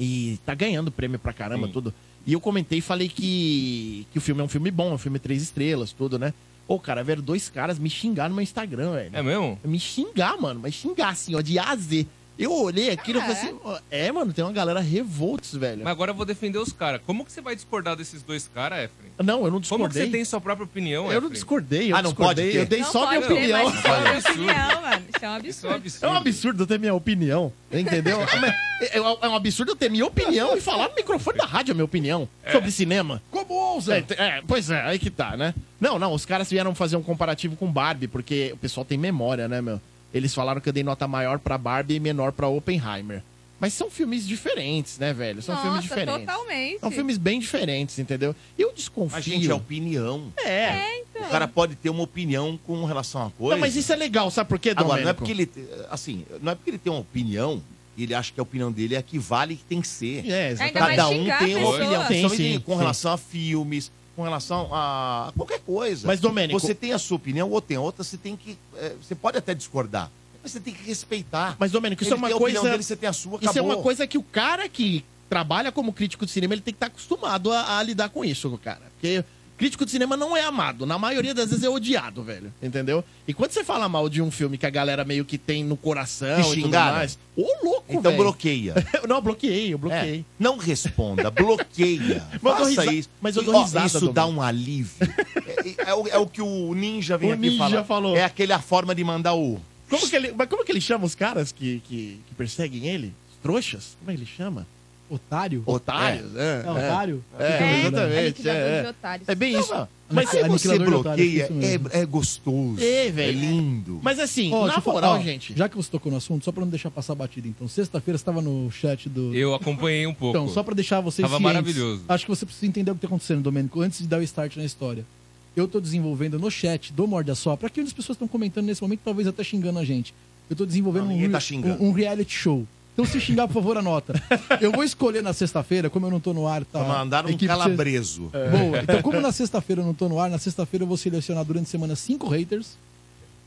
Speaker 5: E tá ganhando prêmio pra caramba,
Speaker 2: Sim.
Speaker 5: tudo. E eu comentei e falei que, que o filme é um filme bom, é um filme três estrelas, tudo, né? Ô, cara, velho, dois caras me xingaram no meu Instagram, velho
Speaker 2: É mesmo?
Speaker 5: me xingar, mano. Mas xingar, assim, ó, de A a Z. Eu olhei aquilo e falei assim, ó, é, mano, tem uma galera revoltos, velho.
Speaker 2: Mas agora eu vou defender os caras. Como que você vai discordar desses dois caras, Efren?
Speaker 5: Não, eu não
Speaker 2: Como que
Speaker 5: discordei.
Speaker 2: você tem um sua própria opinião,
Speaker 5: Eu não
Speaker 2: Efren?
Speaker 5: discordei, eu
Speaker 1: Ah, não
Speaker 5: discordei.
Speaker 1: pode ter.
Speaker 5: Eu dei
Speaker 3: Não
Speaker 5: só minha
Speaker 3: pode ter,
Speaker 5: opinião.
Speaker 3: mas isso é uma
Speaker 2: Olha, absurdo.
Speaker 3: opinião, mano. Isso é um
Speaker 2: Isso é um
Speaker 3: absurdo.
Speaker 2: absurdo.
Speaker 5: É um absurdo eu ter minha opinião, entendeu? Ah, mas é, é- é um absurdo eu ter minha opinião e falar no microfone da rádio a minha opinião
Speaker 1: É.
Speaker 5: sobre cinema.
Speaker 4: Como ousa?
Speaker 5: É, te- é, pois é, aí que tá, né? Não, não, os caras vieram fazer um comparativo com Barbie, porque o pessoal tem memória, né, meu? Eles falaram que eu dei nota maior pra Barbie e menor pra Oppenheimer. Mas são filmes diferentes, né, velho? São filmes
Speaker 3: Nossa,
Speaker 5: diferentes.
Speaker 3: totalmente.
Speaker 5: São filmes bem diferentes, entendeu? Eu desconfio.
Speaker 1: A gente é opinião.
Speaker 5: É.
Speaker 1: O cara pode ter uma opinião com relação a coisa.
Speaker 5: Não, mas isso é legal, sabe por quê,
Speaker 1: Agora, não é
Speaker 5: Domênico?
Speaker 1: porque ele. Assim, não é porque ele tem uma opinião e ele acha que a opinião dele é a que vale e que tem que ser.
Speaker 5: É,
Speaker 3: Ainda
Speaker 5: exatamente.
Speaker 3: mais
Speaker 1: Cada um
Speaker 3: xingar a
Speaker 1: tem uma
Speaker 3: pessoa.
Speaker 1: opinião.
Speaker 5: Tem,
Speaker 1: principalmente
Speaker 5: sim,
Speaker 1: com
Speaker 5: sim.
Speaker 1: relação a filmes, com relação a qualquer coisa.
Speaker 5: Mas, Domênico-
Speaker 1: Você tem a sua opinião, ou tem outra, você tem que. é, você pode até discordar, mas você tem que respeitar.
Speaker 5: Mas, Domênico, isso
Speaker 1: Ele
Speaker 5: é uma
Speaker 1: tem a opinião
Speaker 5: coisa.
Speaker 1: dele, você tem a sua,
Speaker 5: Isso é
Speaker 1: acabou.
Speaker 5: uma coisa que o cara que trabalha como crítico de cinema, ele tem que estar acostumado a, a lidar com isso, cara. Porque crítico de cinema não é amado. Na maioria das vezes é odiado, velho. Entendeu? E quando você fala mal de um filme que a galera meio que tem no coração
Speaker 1: E
Speaker 5: e tudo
Speaker 1: xingaram.
Speaker 5: mais. Ô, louco,
Speaker 1: Então
Speaker 5: velho.
Speaker 1: bloqueia.
Speaker 5: Não, eu bloqueei, eu
Speaker 1: É,
Speaker 5: bloqueei.
Speaker 1: não responda, bloqueia.
Speaker 5: Mas eu
Speaker 1: Faça
Speaker 5: dou risa-
Speaker 1: isso.
Speaker 5: mas eu
Speaker 1: E,
Speaker 5: dou
Speaker 1: ó,
Speaker 5: risada,
Speaker 1: Isso
Speaker 5: Domênico.
Speaker 1: dá um alívio. É, é- é o, é o que o ninja vem
Speaker 5: O
Speaker 1: aqui
Speaker 5: ninja
Speaker 1: falar.
Speaker 5: falou.
Speaker 1: É aquela forma de mandar o.
Speaker 5: Como que ele, mas como que ele chama os caras que, que, que perseguem ele? Os trouxas? Como é que ele chama?
Speaker 4: Otário?
Speaker 5: Otários? É,
Speaker 4: É, otário?
Speaker 5: É,
Speaker 3: É,
Speaker 5: exatamente.
Speaker 3: aniquilador
Speaker 5: É,
Speaker 3: de
Speaker 5: é.
Speaker 3: otários.
Speaker 5: É bem isso.
Speaker 1: Mas
Speaker 5: Mas,
Speaker 1: se você
Speaker 4: Aniquilador de otário,
Speaker 1: bloqueia,
Speaker 4: é isso
Speaker 1: é, é gostoso.
Speaker 5: É,
Speaker 1: é
Speaker 5: velho.
Speaker 1: lindo.
Speaker 5: mas assim,
Speaker 4: Ó, deixa
Speaker 5: na
Speaker 4: eu falar-
Speaker 5: moral,
Speaker 4: ó,
Speaker 5: gente.
Speaker 4: Já que você tocou no assunto, só pra não deixar passar batido, então. Sexta-feira você tava no chat do.
Speaker 2: Eu acompanhei um pouco.
Speaker 4: Então, só pra deixar vocês
Speaker 2: Tava
Speaker 4: cientes,
Speaker 2: maravilhoso.
Speaker 4: Acho que você precisa entender o que tá acontecendo, Domênico, antes de dar o start na história. Eu tô desenvolvendo no chat do Morde a Sopra, aqui onde as pessoas estão comentando nesse momento, talvez até xingando a gente. Eu tô desenvolvendo
Speaker 1: Não,
Speaker 4: um,
Speaker 1: ninguém
Speaker 4: re-
Speaker 1: tá xingando.
Speaker 4: um- um reality show. Então, se xingar, por favor, anota. Eu vou escolher na sexta-feira, como eu não tô no ar, tá?
Speaker 1: Mandaram um
Speaker 4: Equipe
Speaker 1: calabreso.
Speaker 2: É.
Speaker 5: É.
Speaker 4: Boa. Então, como na sexta-feira eu não tô no ar, na sexta-feira eu vou selecionar durante a semana cinco haters.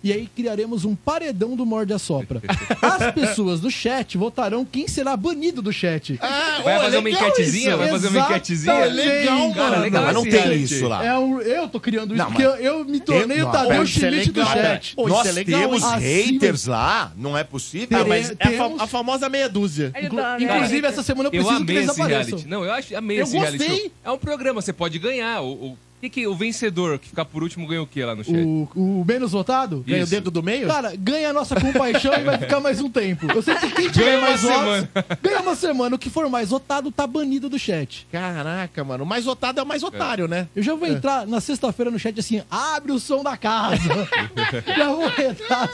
Speaker 4: E aí criaremos um paredão do Morde a Sopra. As pessoas do chat votarão quem será banido do chat.
Speaker 1: Ah,
Speaker 2: Vai fazer uma enquetezinha? Vai fazer uma
Speaker 4: Exatamente.
Speaker 2: enquetezinha?
Speaker 5: Legal,
Speaker 2: Cara,
Speaker 5: mano.
Speaker 2: legal
Speaker 1: Não, mas não
Speaker 2: esse
Speaker 1: tem
Speaker 2: reality.
Speaker 1: isso lá.
Speaker 4: É um- eu tô criando isso
Speaker 1: Não,
Speaker 4: porque eu, eu me tornei o
Speaker 1: Não,
Speaker 4: Tadeu
Speaker 5: isso é
Speaker 4: Schmidt do
Speaker 5: legal,
Speaker 4: chat.
Speaker 5: cara. Pô,
Speaker 1: Nós
Speaker 5: isso é legal,
Speaker 1: temos
Speaker 4: hein?
Speaker 1: haters lá, não é possível.
Speaker 5: Ah,
Speaker 4: Tere-
Speaker 5: mas é a, fa-
Speaker 4: temos-
Speaker 5: a famosa meia dúzia.
Speaker 3: Ele
Speaker 4: Inclu-
Speaker 3: tá, né?
Speaker 4: Inclusive, essa semana eu
Speaker 2: Eu
Speaker 4: preciso que
Speaker 2: amei
Speaker 4: eles
Speaker 2: esse
Speaker 4: apareçam.
Speaker 2: reality. Não, eu acho, amei
Speaker 5: Eu
Speaker 2: esse reality.
Speaker 5: gostei.
Speaker 2: show. É um programa, você pode ganhar. O, o que, que o vencedor que ficar por último ganha o que lá no chat?
Speaker 4: O, o menos votado?
Speaker 5: Ganha o
Speaker 2: Isso.
Speaker 5: dedo do meio?
Speaker 4: Cara, ganha a nossa compaixão e vai ficar mais um tempo. Eu sei que quem tiver
Speaker 2: Ganha
Speaker 4: mais
Speaker 2: uma
Speaker 4: votos,
Speaker 2: semana.
Speaker 4: ganha uma semana. O que for mais votado tá banido do chat.
Speaker 5: Caraca, mano. O mais votado é o mais otário, né?
Speaker 4: Eu já vou entrar na sexta-feira no chat assim, abre o som da casa. já vou entrar.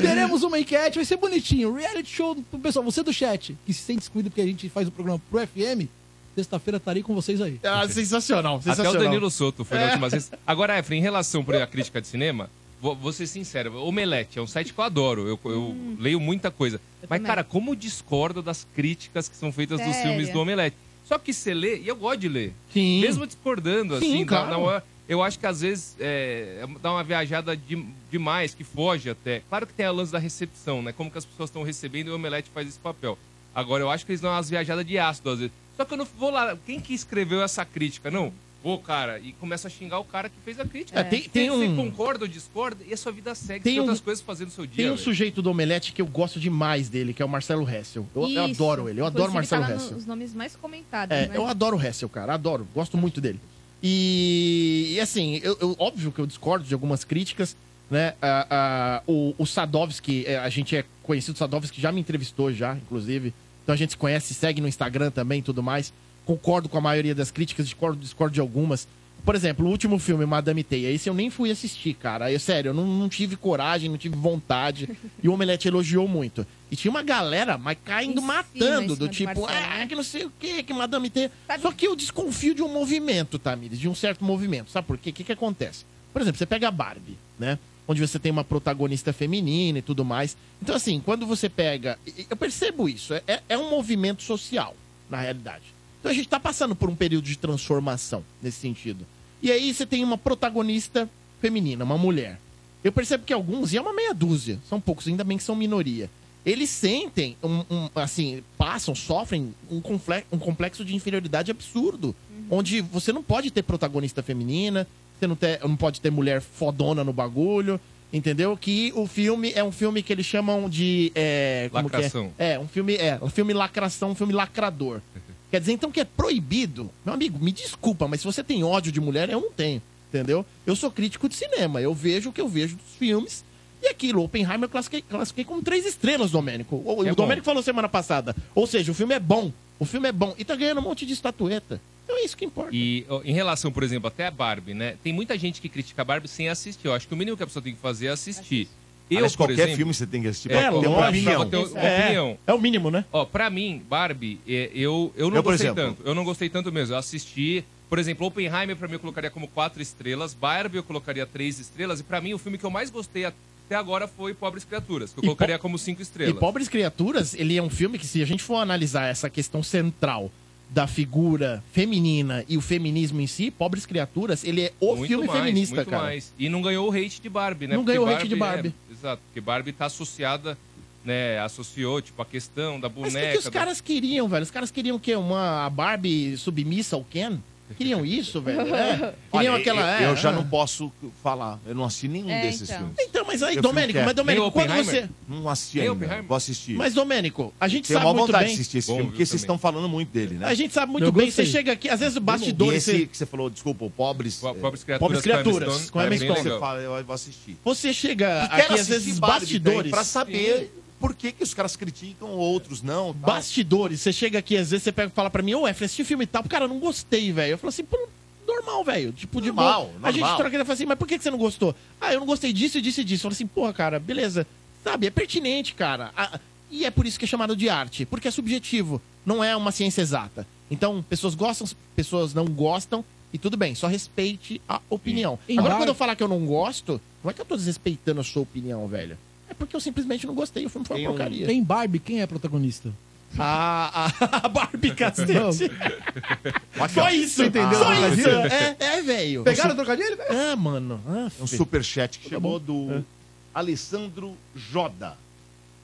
Speaker 4: Teremos uma enquete, vai ser bonitinho. Reality show pro pessoal, você do chat, que se sente excluído porque a gente faz o programa pro FM, sexta-feira estarei com vocês aí.
Speaker 5: Ah, sensacional,
Speaker 2: Até o
Speaker 5: sensacional.
Speaker 2: Danilo Soto foi na última vez. Agora, Efra, em relação por exemplo, à crítica de cinema, vou, vou ser sincero. Omelete é um site que eu adoro. Eu, eu leio muita coisa.
Speaker 3: Hum. Eu
Speaker 2: Mas,
Speaker 3: também.
Speaker 2: cara, como eu discordo das críticas que são feitas dos
Speaker 3: Sério?
Speaker 2: filmes do Omelete. Só que você lê, e eu gosto de ler.
Speaker 5: Sim.
Speaker 2: Mesmo discordando,
Speaker 5: Sim,
Speaker 2: assim, dá-
Speaker 5: claro.
Speaker 2: dá uma- eu acho que às vezes é, dá uma viajada de- demais, que foge até. Claro que tem a lance da recepção, né? Como que as pessoas estão recebendo e o Omelete faz esse papel. Agora, eu acho que eles dão umas viajadas de ácido às vezes. Só que eu não vou lá. Quem que escreveu essa crítica? Não. Vou, cara, e começa a xingar o cara que fez a crítica.
Speaker 5: É, tem-
Speaker 2: Você-
Speaker 5: tem
Speaker 2: você
Speaker 5: um-
Speaker 2: concorda ou discorda e a sua vida segue.
Speaker 5: Tem
Speaker 2: Tem, outras
Speaker 5: um-
Speaker 2: coisas fazendo o seu dia.
Speaker 5: Tem um
Speaker 2: velho.
Speaker 5: sujeito do Omelete que eu gosto demais dele, que é o Marcelo Hessel. Eu, eu
Speaker 3: Isso.
Speaker 5: adoro ele, eu adoro
Speaker 3: Inclusive,
Speaker 5: Marcelo
Speaker 3: tá lá no-
Speaker 5: Hessel.
Speaker 3: Os nomes mais comentados,
Speaker 5: É,
Speaker 3: né?
Speaker 5: eu adoro o Hessel, cara, adoro, gosto muito dele. E, e assim, eu, eu- óbvio que eu discordo de algumas críticas, né? Ah, ah, o, o Sadovski, é, a gente é conhecido, o Sadovski já me entrevistou já, inclusive. Então a gente se conhece, segue no Instagram também e tudo mais. Concordo com a maioria das críticas, discordo, discordo de algumas. Por exemplo, o último filme, Madame Teia, esse eu nem fui assistir, cara. Eu, sério, eu não, não tive coragem, não tive vontade. E o Omelete elogiou muito. E tinha uma galera, mas caindo,
Speaker 3: Em cima, em
Speaker 5: Tá matando,
Speaker 3: cima
Speaker 5: do
Speaker 3: do
Speaker 5: tipo,
Speaker 3: Marcelo,
Speaker 5: ah,
Speaker 3: né?
Speaker 5: que não sei o que, que Madame T.
Speaker 3: Sabe-
Speaker 5: Só que eu desconfio de um movimento, Tamires, de um certo movimento. Sabe por quê? O que, que acontece? Por exemplo, você pega a Barbie, né? Onde você tem uma protagonista feminina e tudo mais. Então, assim, quando você pega. e- e Eu percebo isso, é- é, é um movimento social, na realidade. Então a gente tá passando por um período de transformação nesse sentido. E aí você tem uma protagonista feminina, uma mulher. Eu percebo que alguns, e é uma meia dúzia, são poucos, ainda bem que são minoria. Eles sentem, um, um- assim, passam, sofrem um, comple- um complexo de inferioridade absurdo. Onde você não pode ter protagonista feminina, você não, ter- não pode ter mulher fodona no bagulho, entendeu? Que o filme é um filme que eles chamam de. É, como que é?
Speaker 2: Lacração.
Speaker 5: É, um filme, é, um filme lacração, um filme lacrador. Quer dizer, então, que é proibido. Meu amigo, me desculpa, mas se você tem ódio de mulher, eu não tenho, entendeu? Eu sou crítico de cinema, eu vejo o que eu vejo dos filmes. E aquilo, Oppenheimer eu classifiquei, classifiquei como três estrelas, Domênico. O,
Speaker 2: É
Speaker 5: o
Speaker 2: bom.
Speaker 5: Domênico falou semana passada. Ou seja, o filme é bom. O filme é bom. E tá ganhando um monte de estatueta. Então é isso que importa.
Speaker 2: E ó, em relação, por exemplo, até a Barbie, né? Tem muita gente que critica a Barbie sem assistir. Eu acho que o mínimo que a pessoa tem que fazer é assistir. Eu,
Speaker 1: Aliás,
Speaker 2: por
Speaker 1: qualquer
Speaker 2: exemplo,
Speaker 1: filme você tem que assistir
Speaker 2: É,
Speaker 1: pra ter
Speaker 2: lógico,
Speaker 1: uma opinião.
Speaker 2: pra ter uma
Speaker 5: É,
Speaker 2: opinião.
Speaker 5: é o mínimo, né?
Speaker 2: Ó, pra mim, Barbie, é, eu, eu não
Speaker 1: Eu, por
Speaker 2: gostei
Speaker 1: exemplo.
Speaker 2: tanto. Eu não gostei tanto mesmo. Eu assisti, por exemplo, Oppenheimer pra mim eu colocaria como quatro estrelas, Barbie eu colocaria três estrelas, e pra mim o filme que eu mais gostei até agora foi Pobres Criaturas, que eu
Speaker 5: E po-
Speaker 2: colocaria como cinco
Speaker 5: E
Speaker 2: estrelas.
Speaker 5: Pobres Criaturas, ele é um filme que, se a gente for analisar essa questão central da figura feminina e o feminismo em si, Pobres Criaturas, ele é o filme feminista,
Speaker 2: muito
Speaker 5: cara.
Speaker 2: mais. E não ganhou o hate de Barbie, né?
Speaker 5: Não
Speaker 2: Porque
Speaker 5: ganhou o hate de Barbie.
Speaker 2: é, exato, porque Barbie tá associada, né? Associou, tipo, a questão da
Speaker 5: Mas o
Speaker 2: boneca.
Speaker 5: que, que os
Speaker 2: da-
Speaker 5: caras queriam, velho? Os caras queriam o quê? Uma a Barbie submissa ao Ken? Queriam isso, velho? É. Queriam
Speaker 1: Olha,
Speaker 5: aquela.
Speaker 1: eu,
Speaker 5: é,
Speaker 1: eu já
Speaker 5: é.
Speaker 1: não posso falar. Eu não assisti nenhum
Speaker 3: É,
Speaker 1: desses
Speaker 3: então.
Speaker 1: filmes.
Speaker 5: Então, mas aí,
Speaker 1: Eu
Speaker 5: Domênico,
Speaker 1: fico
Speaker 5: mas
Speaker 1: quieto.
Speaker 5: Domênico,
Speaker 2: Nem
Speaker 5: quando
Speaker 2: Oppenheimer?
Speaker 5: você.
Speaker 1: Não assisti
Speaker 2: Nem
Speaker 1: ainda.
Speaker 2: Oppenheimer?
Speaker 1: Vou assistir.
Speaker 5: Mas, Domênico, a gente
Speaker 1: Tenho
Speaker 5: sabe
Speaker 1: uma
Speaker 5: muito
Speaker 1: vontade de
Speaker 5: bem.
Speaker 1: assistir esse
Speaker 2: Bom,
Speaker 1: filme,
Speaker 2: viu,
Speaker 1: porque vocês
Speaker 2: também.
Speaker 1: estão falando muito dele, né?
Speaker 5: A gente sabe muito
Speaker 4: Eu
Speaker 5: bem.
Speaker 4: gostei.
Speaker 5: Você chega aqui, às vezes o
Speaker 1: E
Speaker 5: bastidor.
Speaker 1: esse que você falou, desculpa, o Pobres...
Speaker 2: Po- Pobres
Speaker 1: é,
Speaker 2: Criaturas.
Speaker 5: Pobres Criaturas, com
Speaker 2: é
Speaker 5: Emma
Speaker 2: bem
Speaker 5: Stone.
Speaker 2: legal.
Speaker 1: Você fala, eu vou assistir.
Speaker 5: Você chega
Speaker 1: E
Speaker 5: aqui,
Speaker 1: quero
Speaker 5: às
Speaker 1: assistir
Speaker 5: vezes,
Speaker 1: Barbie também,
Speaker 5: bastidores.
Speaker 1: Pra saber por que, que os caras criticam, outros não. tal.
Speaker 5: Bastidores, você chega aqui, às vezes você pega e fala pra mim, ô, Efra, assisti filme e tal, cara, eu não gostei, velho. Eu falo assim, pô, normal, velho. Tipo, de
Speaker 1: Normal,
Speaker 5: boa. A
Speaker 1: normal.
Speaker 5: gente troca ele e fala assim, mas por que que você não gostou? Ah, eu não gostei disso e disso e disso. Eu falo assim, porra, cara, beleza. Sabe, é pertinente, cara. Ah, e é por isso que é chamado de arte, porque é subjetivo, não é uma ciência exata. Então, pessoas gostam, pessoas não gostam, e tudo bem, só respeite a opinião.
Speaker 4: Em
Speaker 5: Agora,
Speaker 4: bar-
Speaker 5: quando eu falar que eu não gosto, não é que eu tô desrespeitando a sua opinião, velho. É porque eu simplesmente não gostei, o filme foi uma
Speaker 1: Tem um-
Speaker 5: porcaria. Ah,
Speaker 4: Tem Barbie, quem é protagonista?
Speaker 5: A, a, a Barbie, cacete.
Speaker 1: Olha,
Speaker 5: Só isso, entendeu? Só isso. É, é velho.
Speaker 4: Pegaram o trocadilho, velho?
Speaker 5: Ah, mano. Ah,
Speaker 1: É um
Speaker 5: fe-
Speaker 1: superchat que chegou do
Speaker 2: É.
Speaker 1: Alessandro Joda.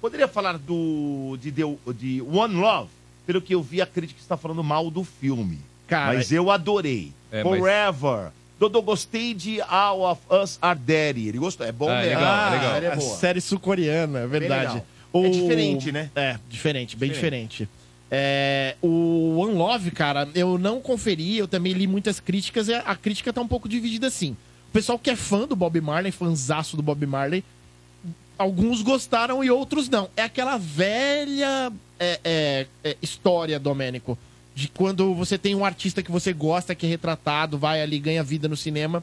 Speaker 1: Poderia falar do de, Deu- de One Love? Pelo que eu vi, a crítica está falando mal do filme.
Speaker 5: Cara,
Speaker 1: mas eu adorei.
Speaker 2: É, mas-
Speaker 1: Forever. Dodô, gostei de All of Us Are Daddy. Ele gostou. É bom
Speaker 2: Ah,
Speaker 1: mesmo.
Speaker 2: legal,
Speaker 1: A
Speaker 2: legal.
Speaker 1: série é
Speaker 5: a
Speaker 1: boa.
Speaker 5: série sul-coreana, é verdade.
Speaker 1: legal. É diferente, né?
Speaker 5: É, diferente, bem diferente. É, o One Love, cara, eu não conferi, eu também li muitas críticas, e a- a crítica tá um pouco dividida assim. O pessoal que é fã do Bob Marley, fanzaço do Bob Marley, alguns gostaram e outros não. É aquela velha é, é, é, história, Domênico, de quando você tem um artista que você gosta, que é retratado, vai ali, ganha vida no cinema.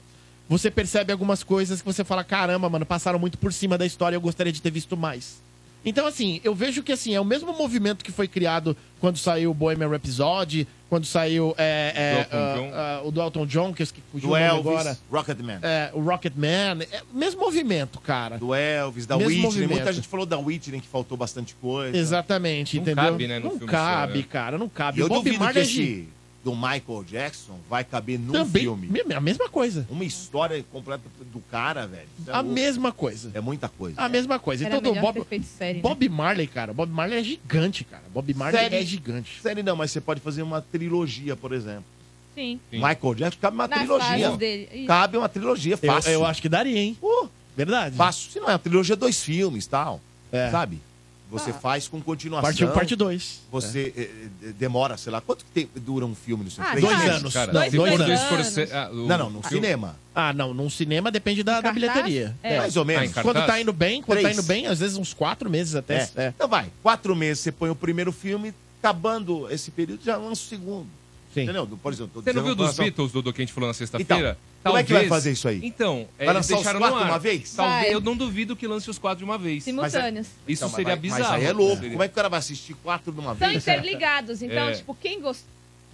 Speaker 5: Você percebe algumas coisas que você fala: caramba, mano, passaram muito por cima da história, eu gostaria de ter visto mais. Então, assim, eu vejo que assim, é o mesmo movimento que foi criado quando saiu o Bohemian Rhapsody, quando saiu é, é,
Speaker 2: Do Elton John.
Speaker 5: ah, ah, o do Elton John, que eu esqueci fugiu
Speaker 1: Do
Speaker 5: o nome
Speaker 1: Elvis,
Speaker 5: agora.
Speaker 1: Rocketman.
Speaker 5: É, o Rocketman. É, mesmo movimento, cara.
Speaker 1: Do Elvis, da
Speaker 5: Mesmo
Speaker 1: Whitney.
Speaker 5: movimento.
Speaker 1: Muita gente falou da Whitney que faltou bastante coisa.
Speaker 5: Exatamente,
Speaker 2: Não
Speaker 5: entendeu?
Speaker 2: cabe, né, no
Speaker 5: não
Speaker 2: filme
Speaker 5: cabe,
Speaker 2: só, é.
Speaker 5: cara, não
Speaker 1: E
Speaker 5: cabe.
Speaker 1: eu
Speaker 5: O Bob
Speaker 1: duvido
Speaker 5: Marley é
Speaker 1: que esse do Michael Jackson vai caber num
Speaker 5: também
Speaker 1: filme.
Speaker 5: me- a mesma coisa.
Speaker 1: Uma história completa do cara, velho. Isso é
Speaker 5: A
Speaker 1: louco.
Speaker 5: mesma coisa.
Speaker 1: É muita coisa.
Speaker 5: A mesma coisa.
Speaker 3: Era
Speaker 5: Então, do
Speaker 3: melhor
Speaker 5: Bob,
Speaker 3: ter feito série, né?
Speaker 5: Bob Marley, cara, Bob Marley é gigante, cara. Bob Marley
Speaker 1: Série.
Speaker 5: é gigante.
Speaker 1: Série não, mas você pode fazer uma trilogia, por exemplo.
Speaker 3: Sim.
Speaker 2: Sim.
Speaker 1: Michael Jackson cabe uma
Speaker 3: Nas
Speaker 1: trilogia.
Speaker 3: fases dele. Isso.
Speaker 1: Cabe uma trilogia
Speaker 5: Eu,
Speaker 1: fácil.
Speaker 5: eu acho que daria, hein?
Speaker 1: Uh,
Speaker 5: Verdade.
Speaker 1: fácil. Se não é uma trilogia, dois filmes tal.
Speaker 5: É.
Speaker 1: Sabe?
Speaker 3: Tá.
Speaker 1: Você faz com continuação.
Speaker 5: Parte 1, parte 2.
Speaker 1: Você eh, eh, demora, sei lá, quanto que tempo dura um filme no seu
Speaker 3: Ah,
Speaker 1: Três
Speaker 5: Dois
Speaker 1: meses?
Speaker 5: anos.
Speaker 2: Cara,
Speaker 5: não,
Speaker 2: se
Speaker 5: dois
Speaker 2: for do
Speaker 5: anos.
Speaker 2: Scorsese... ah, o-
Speaker 1: Não, não, no
Speaker 2: o filme-
Speaker 1: cinema.
Speaker 5: Ah, não. Num cinema depende da, da
Speaker 3: Cartaz?
Speaker 5: bilheteria.
Speaker 3: É.
Speaker 1: Mais ou menos.
Speaker 2: Ah, em cartaz?
Speaker 5: Quando tá indo bem, quando
Speaker 1: Três.
Speaker 5: tá indo bem, às vezes uns quatro meses até.
Speaker 1: É.
Speaker 5: É.
Speaker 1: Então vai, quatro meses você põe o primeiro filme, acabando esse período, já lança o segundo.
Speaker 5: Sim.
Speaker 1: Entendeu? Por exemplo, tô
Speaker 2: Você não
Speaker 1: dizendo
Speaker 2: viu
Speaker 1: com
Speaker 2: dos
Speaker 1: relação-
Speaker 2: Beatles, Dudu, que a gente falou na sexta-feira?
Speaker 1: Então, como é que vai fazer isso aí?
Speaker 2: Então, é, eles
Speaker 1: Vai lançar os
Speaker 2: deixaram
Speaker 1: quatro
Speaker 2: no ar.
Speaker 1: uma vez?
Speaker 2: Talvez,
Speaker 3: Vai.
Speaker 2: eu não duvido que lance os quatro de uma vez. é-
Speaker 3: Simultâneos.
Speaker 2: Isso
Speaker 1: Então, mas
Speaker 2: seria
Speaker 1: vai-
Speaker 2: bizarro.
Speaker 1: Mas aí é louco.
Speaker 2: Seria.
Speaker 1: Como é que o cara vai assistir quatro de uma
Speaker 3: São
Speaker 1: vez?
Speaker 3: interligados. Então,
Speaker 2: É.
Speaker 3: tipo, quem gostou.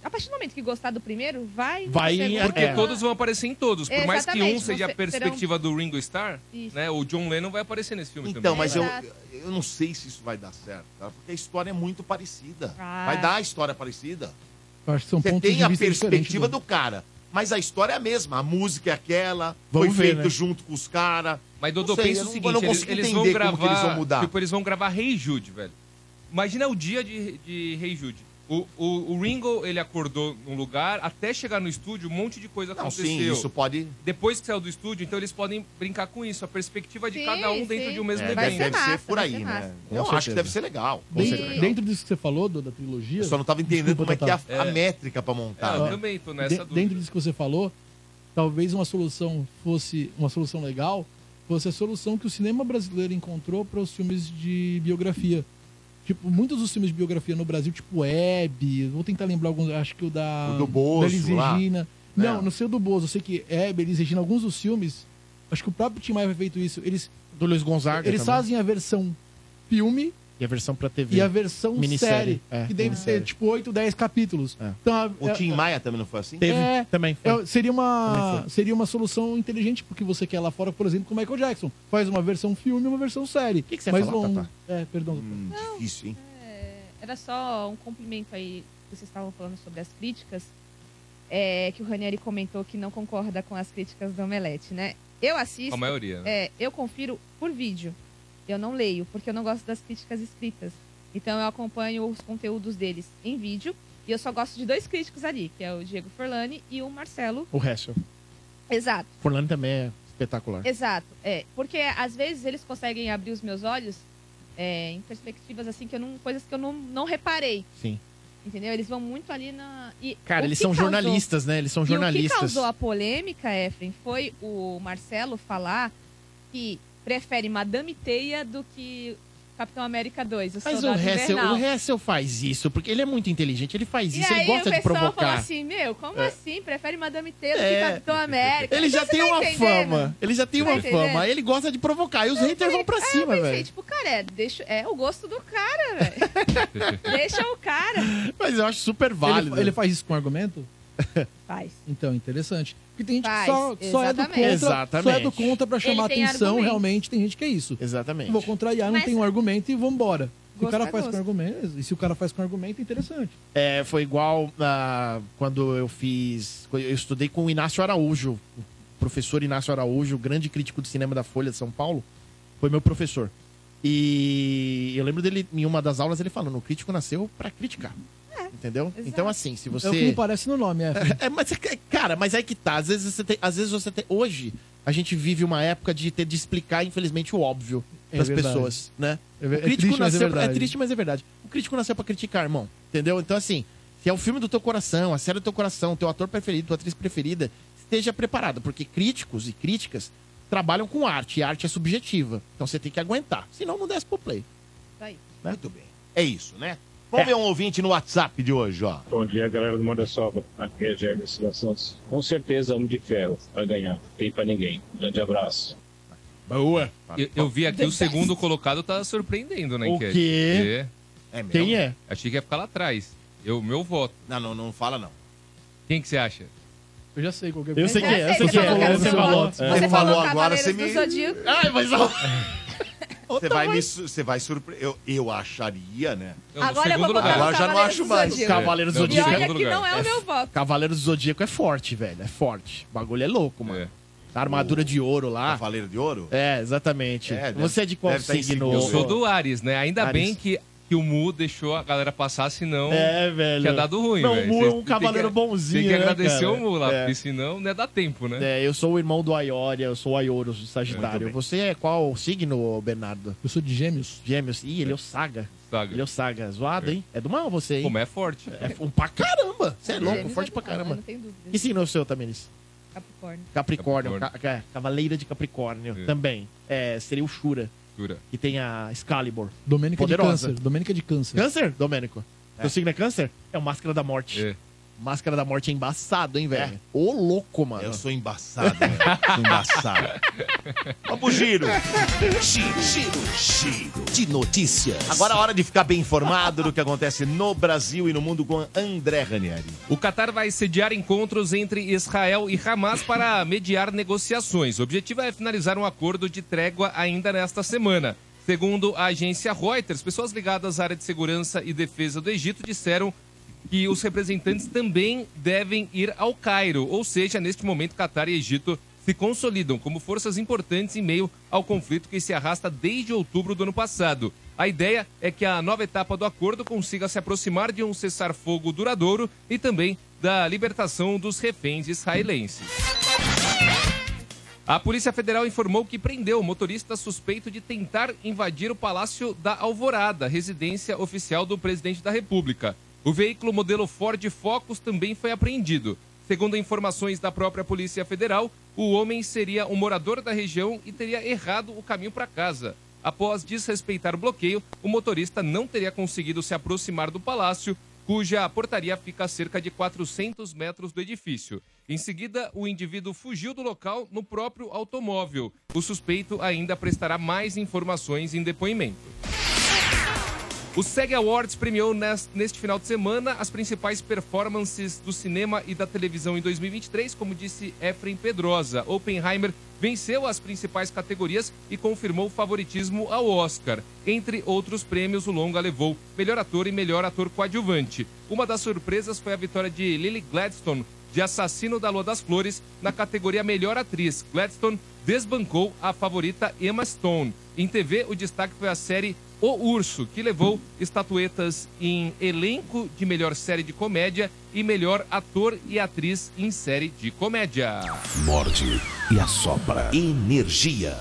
Speaker 3: A partir do momento que gostar do primeiro, vai. é. no
Speaker 5: Vai-
Speaker 3: segundo.
Speaker 5: Porque
Speaker 2: Porque todos vão aparecer em todos. Por mais que um
Speaker 3: um Exatamente,
Speaker 2: seja a
Speaker 3: você-
Speaker 2: perspectiva do Ringo Starr,
Speaker 3: Isso.
Speaker 2: né, o John Lennon vai aparecer nesse filme
Speaker 1: Então,
Speaker 2: também.
Speaker 1: mas eu,
Speaker 3: Exato.
Speaker 1: eu não sei se isso vai dar certo, tá? porque a história é muito parecida.
Speaker 3: Ah.
Speaker 1: Vai dar a história parecida.
Speaker 4: Eu acho que são
Speaker 1: Você
Speaker 4: pontos
Speaker 1: tem
Speaker 4: de
Speaker 1: a
Speaker 4: vista
Speaker 1: perspectiva
Speaker 2: né?
Speaker 4: diferentes,
Speaker 1: do cara, mas a história é a mesma. A música é aquela,
Speaker 5: Vamos
Speaker 1: foi
Speaker 5: ver,
Speaker 1: feito
Speaker 5: né?
Speaker 1: junto com os caras.
Speaker 2: Mas, Dodô,
Speaker 1: sei,
Speaker 2: pensa
Speaker 1: eu
Speaker 2: o
Speaker 1: não- eu
Speaker 2: seguinte,
Speaker 1: não
Speaker 2: eles,
Speaker 1: consigo
Speaker 2: eles
Speaker 1: entender
Speaker 2: vão
Speaker 1: como que
Speaker 2: gravar...
Speaker 1: eles vão mudar.
Speaker 2: Tipo, eles vão gravar Rei Jude, velho. Imagina o dia de, de Rei Jude. O, o, o Ringo, ele acordou num lugar, até chegar no estúdio, um monte de coisa
Speaker 1: Não,
Speaker 2: aconteceu.
Speaker 1: sim, isso pode.
Speaker 2: Depois que saiu do estúdio, então eles podem brincar com isso. A perspectiva de
Speaker 3: Sim,
Speaker 2: cada um dentro
Speaker 3: sim.
Speaker 2: de um mesmo
Speaker 1: É,
Speaker 3: Vai
Speaker 1: deve
Speaker 2: evento.
Speaker 3: ser massa,
Speaker 1: por
Speaker 3: vai
Speaker 1: aí,
Speaker 3: ser
Speaker 1: né?
Speaker 3: massa.
Speaker 5: Com
Speaker 1: Eu acho que
Speaker 5: certeza.
Speaker 1: deve ser legal. com
Speaker 4: Dentro,
Speaker 1: certeza.
Speaker 3: certeza.
Speaker 4: dentro disso que você falou, do- da trilogia.
Speaker 1: Eu só não tava entendendo
Speaker 4: Desculpa,
Speaker 1: como é que é a,
Speaker 2: Tatá.
Speaker 1: a
Speaker 2: É.
Speaker 1: métrica pra
Speaker 2: É,
Speaker 1: montar.
Speaker 2: eu
Speaker 1: né?
Speaker 2: também
Speaker 4: Tá.
Speaker 2: tô
Speaker 4: de-
Speaker 2: nessa dúvida.
Speaker 4: dentro disso que você falou, talvez uma solução fosse uma solução legal, fosse a solução que o cinema brasileiro encontrou para os filmes de biografia. Tipo, muitos dos filmes de biografia no Brasil, tipo Hebe, vou tentar lembrar alguns, acho que o da
Speaker 1: O do Bozo,
Speaker 4: da Elis
Speaker 1: lá.
Speaker 4: Regina.
Speaker 1: É.
Speaker 4: Não, não sei o do Bozo, eu sei que Hebe, Elis Regina, alguns dos filmes, acho que o próprio Tim Maia foi feito isso, eles
Speaker 5: Do Luiz Gonzaga.
Speaker 4: eles
Speaker 5: também.
Speaker 4: fazem a versão filme
Speaker 5: E a versão pra TV.
Speaker 4: e a versão
Speaker 5: Minissérie,
Speaker 4: série,
Speaker 5: é,
Speaker 4: que deve
Speaker 5: minissérie.
Speaker 4: ter tipo 8, 10 capítulos.
Speaker 5: É.
Speaker 4: Então, a-
Speaker 1: O
Speaker 4: a-
Speaker 1: Tim Maia também não foi assim?
Speaker 5: Teve
Speaker 4: É,
Speaker 5: também. foi.
Speaker 4: É, seria,
Speaker 5: Também
Speaker 4: uma,
Speaker 5: foi.
Speaker 4: seria uma solução inteligente porque você quer lá fora, por exemplo, com o Michael Jackson. Faz uma versão filme e uma versão série. O
Speaker 5: que que você ia
Speaker 4: mais
Speaker 5: falar,
Speaker 4: longo.
Speaker 5: Tatá?
Speaker 4: É, perdão.
Speaker 1: Hum, difícil, hein?
Speaker 3: É, Era só um cumprimento aí que vocês estavam falando sobre as críticas. É, que o Ranieri comentou que não concorda com as críticas do Omelete, né? Eu assisto.
Speaker 2: A maioria, né?
Speaker 3: É, eu confiro por vídeo. Eu não leio, porque eu não gosto das críticas escritas. Então eu acompanho os conteúdos deles em vídeo. E eu só gosto de dois críticos ali, que é o Diego Forlani e o Marcelo.
Speaker 5: O resto.
Speaker 3: Exato.
Speaker 5: Forlani também é espetacular.
Speaker 3: Exato, é. Porque às vezes eles conseguem abrir os meus olhos é, em perspectivas assim que eu não. coisas que eu não, não reparei.
Speaker 5: Sim.
Speaker 3: Entendeu? Eles vão muito ali na. E
Speaker 5: Cara,
Speaker 3: o
Speaker 5: eles
Speaker 3: que
Speaker 5: são
Speaker 3: causou-
Speaker 5: jornalistas, né? Eles são
Speaker 3: E o que
Speaker 5: jornalistas.
Speaker 3: causou a polêmica, Efren, foi o Marcelo falar que prefere Madame Teia do que Capitão América 2. O
Speaker 5: Mas o
Speaker 3: Soldado
Speaker 5: Hessel,
Speaker 3: Invernal.
Speaker 5: o Hessel faz isso, porque ele é muito inteligente, ele faz
Speaker 3: E
Speaker 5: isso, ele
Speaker 3: aí
Speaker 5: gosta
Speaker 3: o
Speaker 5: de
Speaker 3: pessoal falou
Speaker 5: provocar.
Speaker 3: assim, meu, como assim? Prefere Madame Teia do
Speaker 5: É.
Speaker 3: que Capitão América?
Speaker 5: Ele já
Speaker 3: Então,
Speaker 5: tem
Speaker 3: você tá
Speaker 5: uma
Speaker 3: entendendo?
Speaker 5: fama. Ele já tem
Speaker 3: Você
Speaker 5: uma
Speaker 3: tá
Speaker 5: fama.
Speaker 3: entendendo?
Speaker 5: Ele gosta de provocar. E os haters vão pra
Speaker 3: Aí eu
Speaker 5: cima,
Speaker 3: pensei,
Speaker 5: velho.
Speaker 3: tipo, cara, é, deixa, é o gosto do cara, velho. deixa o cara.
Speaker 5: Mas eu acho super válido.
Speaker 4: Ele, ele faz isso com argumento?
Speaker 3: Faz.
Speaker 4: Então, interessante. Porque tem gente
Speaker 3: Faz,
Speaker 4: que só, só é do
Speaker 3: exatamente.
Speaker 4: contra. Só é
Speaker 5: Exatamente.
Speaker 4: do contra pra chamar
Speaker 3: Ele tem
Speaker 4: atenção,
Speaker 3: argumento.
Speaker 4: realmente. Tem gente que é isso.
Speaker 5: Exatamente.
Speaker 4: Vou contrariar, não
Speaker 3: Mas-
Speaker 4: tem um argumento e vambora. Se o
Speaker 3: Gosto
Speaker 4: cara
Speaker 3: é
Speaker 4: faz com
Speaker 3: gosto.
Speaker 4: argumento. E se o cara faz com argumento, é interessante.
Speaker 5: É, foi igual ah, quando eu fiz. Eu estudei com o Inácio Araújo, o professor Inácio Araújo, grande crítico de cinema da Folha de São Paulo, foi meu professor. E eu lembro dele, em uma das aulas, ele falando: o crítico nasceu pra criticar. entendeu?
Speaker 3: exato.
Speaker 5: Então, assim, se
Speaker 4: É o que
Speaker 5: você.
Speaker 4: me parece no nome, é.
Speaker 5: É, mas, é que- cara, mas aí que tá. Às vezes você tem. Às vezes você tem. Hoje, a gente vive uma época de ter de explicar, infelizmente, o óbvio
Speaker 4: É
Speaker 5: pras
Speaker 4: verdade.
Speaker 5: pessoas, né?
Speaker 4: É ver-
Speaker 5: o
Speaker 4: é
Speaker 5: crítico
Speaker 4: triste, mas é
Speaker 5: nasceu. É,
Speaker 4: verdade.
Speaker 5: triste, mas é verdade. O O crítico nasceu pra criticar, irmão. Entendeu? Então, assim, se é o filme do teu coração, a série do teu coração, teu ator preferido, tua atriz preferida, esteja preparado, porque críticos e críticas trabalham com arte, e arte é subjetiva. Então você tem que aguentar. Senão não desce pro play. né?
Speaker 3: Tá aí.
Speaker 1: Muito bem. É isso, né? Vamos
Speaker 2: É.
Speaker 1: ver um ouvinte no WhatsApp de hoje, ó.
Speaker 7: Bom dia, galera do Manda Sobra. Aqui é Jair Silva Santos. Com certeza, Homem de Ferro vai ganhar. Tem pra ninguém. Grande abraço.
Speaker 5: Boa.
Speaker 2: Eu, eu vi aqui o segundo colocado tá surpreendendo na
Speaker 5: O
Speaker 2: enquete.
Speaker 5: quê?
Speaker 1: É mesmo?
Speaker 5: Quem é?
Speaker 2: É. Achei que ia ficar lá atrás. Eu, meu voto.
Speaker 1: Não, não, não fala não.
Speaker 2: Quem que você acha?
Speaker 4: Eu já sei qual que é.
Speaker 5: Eu sei
Speaker 3: Já
Speaker 5: quem é, eu sei
Speaker 3: você
Speaker 5: quem
Speaker 3: falou
Speaker 5: é.
Speaker 3: Cavaleiros
Speaker 5: Você
Speaker 3: do
Speaker 5: falou.
Speaker 3: Zodíaco. Você
Speaker 1: Você
Speaker 3: falou
Speaker 1: falou agora,
Speaker 3: Cavaleiros
Speaker 1: você
Speaker 3: do
Speaker 1: me-
Speaker 3: Zodíaco.
Speaker 5: Ai, mas...
Speaker 1: Você vai, me su- você vai surpreender. Eu, eu acharia, né?
Speaker 2: Eu, no
Speaker 3: Agora eu vou
Speaker 2: segundo
Speaker 3: botar
Speaker 2: lugar.
Speaker 1: Agora
Speaker 3: no
Speaker 1: já não
Speaker 3: Cavaleiros
Speaker 1: acho
Speaker 3: do
Speaker 1: mais.
Speaker 3: Zodíaco.
Speaker 5: Cavaleiros do
Speaker 2: Não,
Speaker 3: E
Speaker 2: Zodíaco.
Speaker 3: olha
Speaker 2: Segundo
Speaker 3: que
Speaker 2: lugar.
Speaker 3: não é o meu voto.
Speaker 5: Cavaleiro do Zodíaco é forte, velho. É forte. O bagulho é louco, mano.
Speaker 2: É.
Speaker 5: A armadura de ouro lá.
Speaker 1: Cavaleiro de Ouro?
Speaker 5: É, exatamente.
Speaker 1: É, deve-
Speaker 5: Você é de qual
Speaker 1: deve tá em
Speaker 5: signo?
Speaker 1: signo.
Speaker 2: Eu sou do Ares, né? Ainda
Speaker 5: Ares.
Speaker 2: bem que, que o Mu deixou a galera passar, senão
Speaker 5: É, velho.
Speaker 2: tinha dado ruim.
Speaker 5: Não, o
Speaker 2: velho.
Speaker 5: Mu é
Speaker 2: Cês-
Speaker 5: um
Speaker 2: tem
Speaker 5: cavaleiro
Speaker 2: que,
Speaker 5: bonzinho,
Speaker 2: Tem que
Speaker 5: né,
Speaker 2: agradecer
Speaker 5: cara?
Speaker 2: o Mu lá,
Speaker 5: É.
Speaker 2: porque senão não é dar tempo, né?
Speaker 5: É, eu sou o irmão do Aioria, eu sou o Aioros de
Speaker 1: Muito
Speaker 5: Sagitário.
Speaker 1: bem.
Speaker 5: Você é qual signo, Bernardo?
Speaker 4: Eu sou de gêmeos.
Speaker 5: Gêmeos. Ih, ele é o Saga.
Speaker 2: Saga.
Speaker 5: Ele é o Saga. Zoado, hein? É do mal você, hein?
Speaker 2: Como é forte.
Speaker 5: É um pra caramba. Você é louco,
Speaker 3: Gêmeos
Speaker 5: forte
Speaker 3: é
Speaker 5: pra
Speaker 3: do mal,
Speaker 5: caramba.
Speaker 3: Não tem dúvida.
Speaker 5: Que signo é o seu também, Liz?
Speaker 3: Capricórnio.
Speaker 5: Capricórnio.
Speaker 2: Capricórnio.
Speaker 5: ca- é, Cavaleira de Capricórnio
Speaker 2: É.
Speaker 5: também. É, seria o Shura,
Speaker 2: Dura.
Speaker 5: que tem a Excalibur.
Speaker 4: Domênica
Speaker 5: Poderosa.
Speaker 4: de câncer. Domênica de câncer.
Speaker 5: Câncer, Domênico? Seu signo é câncer? É o Máscara da Morte.
Speaker 2: É.
Speaker 5: Máscara da Morte é embaçado, hein, velho? Ô, louco, mano.
Speaker 1: Eu sou embaçado, né? Sou embaçado. Vamos pro giro.
Speaker 6: Giro, giro, giro de notícias.
Speaker 1: Agora é hora de ficar bem informado do que acontece no Brasil e no mundo com André Ranieri.
Speaker 2: O Catar vai sediar encontros entre Israel e Hamas para mediar negociações. O objetivo é finalizar um acordo de trégua ainda nesta semana. Segundo a agência Reuters, pessoas ligadas à área de segurança e defesa do Egito disseram que os representantes também devem ir ao Cairo, ou seja, neste momento Catar e Egito se consolidam como forças importantes em meio ao conflito que se arrasta desde outubro do ano passado. A ideia é que a nova etapa do acordo consiga se aproximar de um cessar-fogo duradouro e também da libertação dos reféns israelenses. A Polícia Federal informou que prendeu o motorista suspeito de tentar invadir o Palácio da Alvorada, residência oficial do presidente da República. O veículo modelo Ford Focus também foi apreendido. Segundo informações da própria Polícia Federal, o homem seria um morador da região e teria errado o caminho para casa. Após desrespeitar o bloqueio, o motorista não teria conseguido se aproximar do palácio, cuja portaria fica a cerca de 400 metros do edifício. Em seguida, o indivíduo fugiu do local no próprio automóvel. O suspeito ainda prestará mais informações em depoimento. O SEG Awards premiou nes- neste final de semana as principais performances do cinema e da televisão em 2023, como disse Efren Pedrosa. Oppenheimer venceu as principais categorias e confirmou o favoritismo ao Oscar. Entre outros prêmios, o longa levou melhor ator e melhor ator coadjuvante. Uma das surpresas foi a vitória de Lily Gladstone de Assassino da Lua das Flores na categoria Melhor Atriz. Gladstone desbancou a favorita Emma Stone. Em TV, o destaque foi a série O Urso, que levou estatuetas em elenco de melhor série de comédia e melhor ator e atriz em série de comédia.
Speaker 6: Morde e assopra. Energia.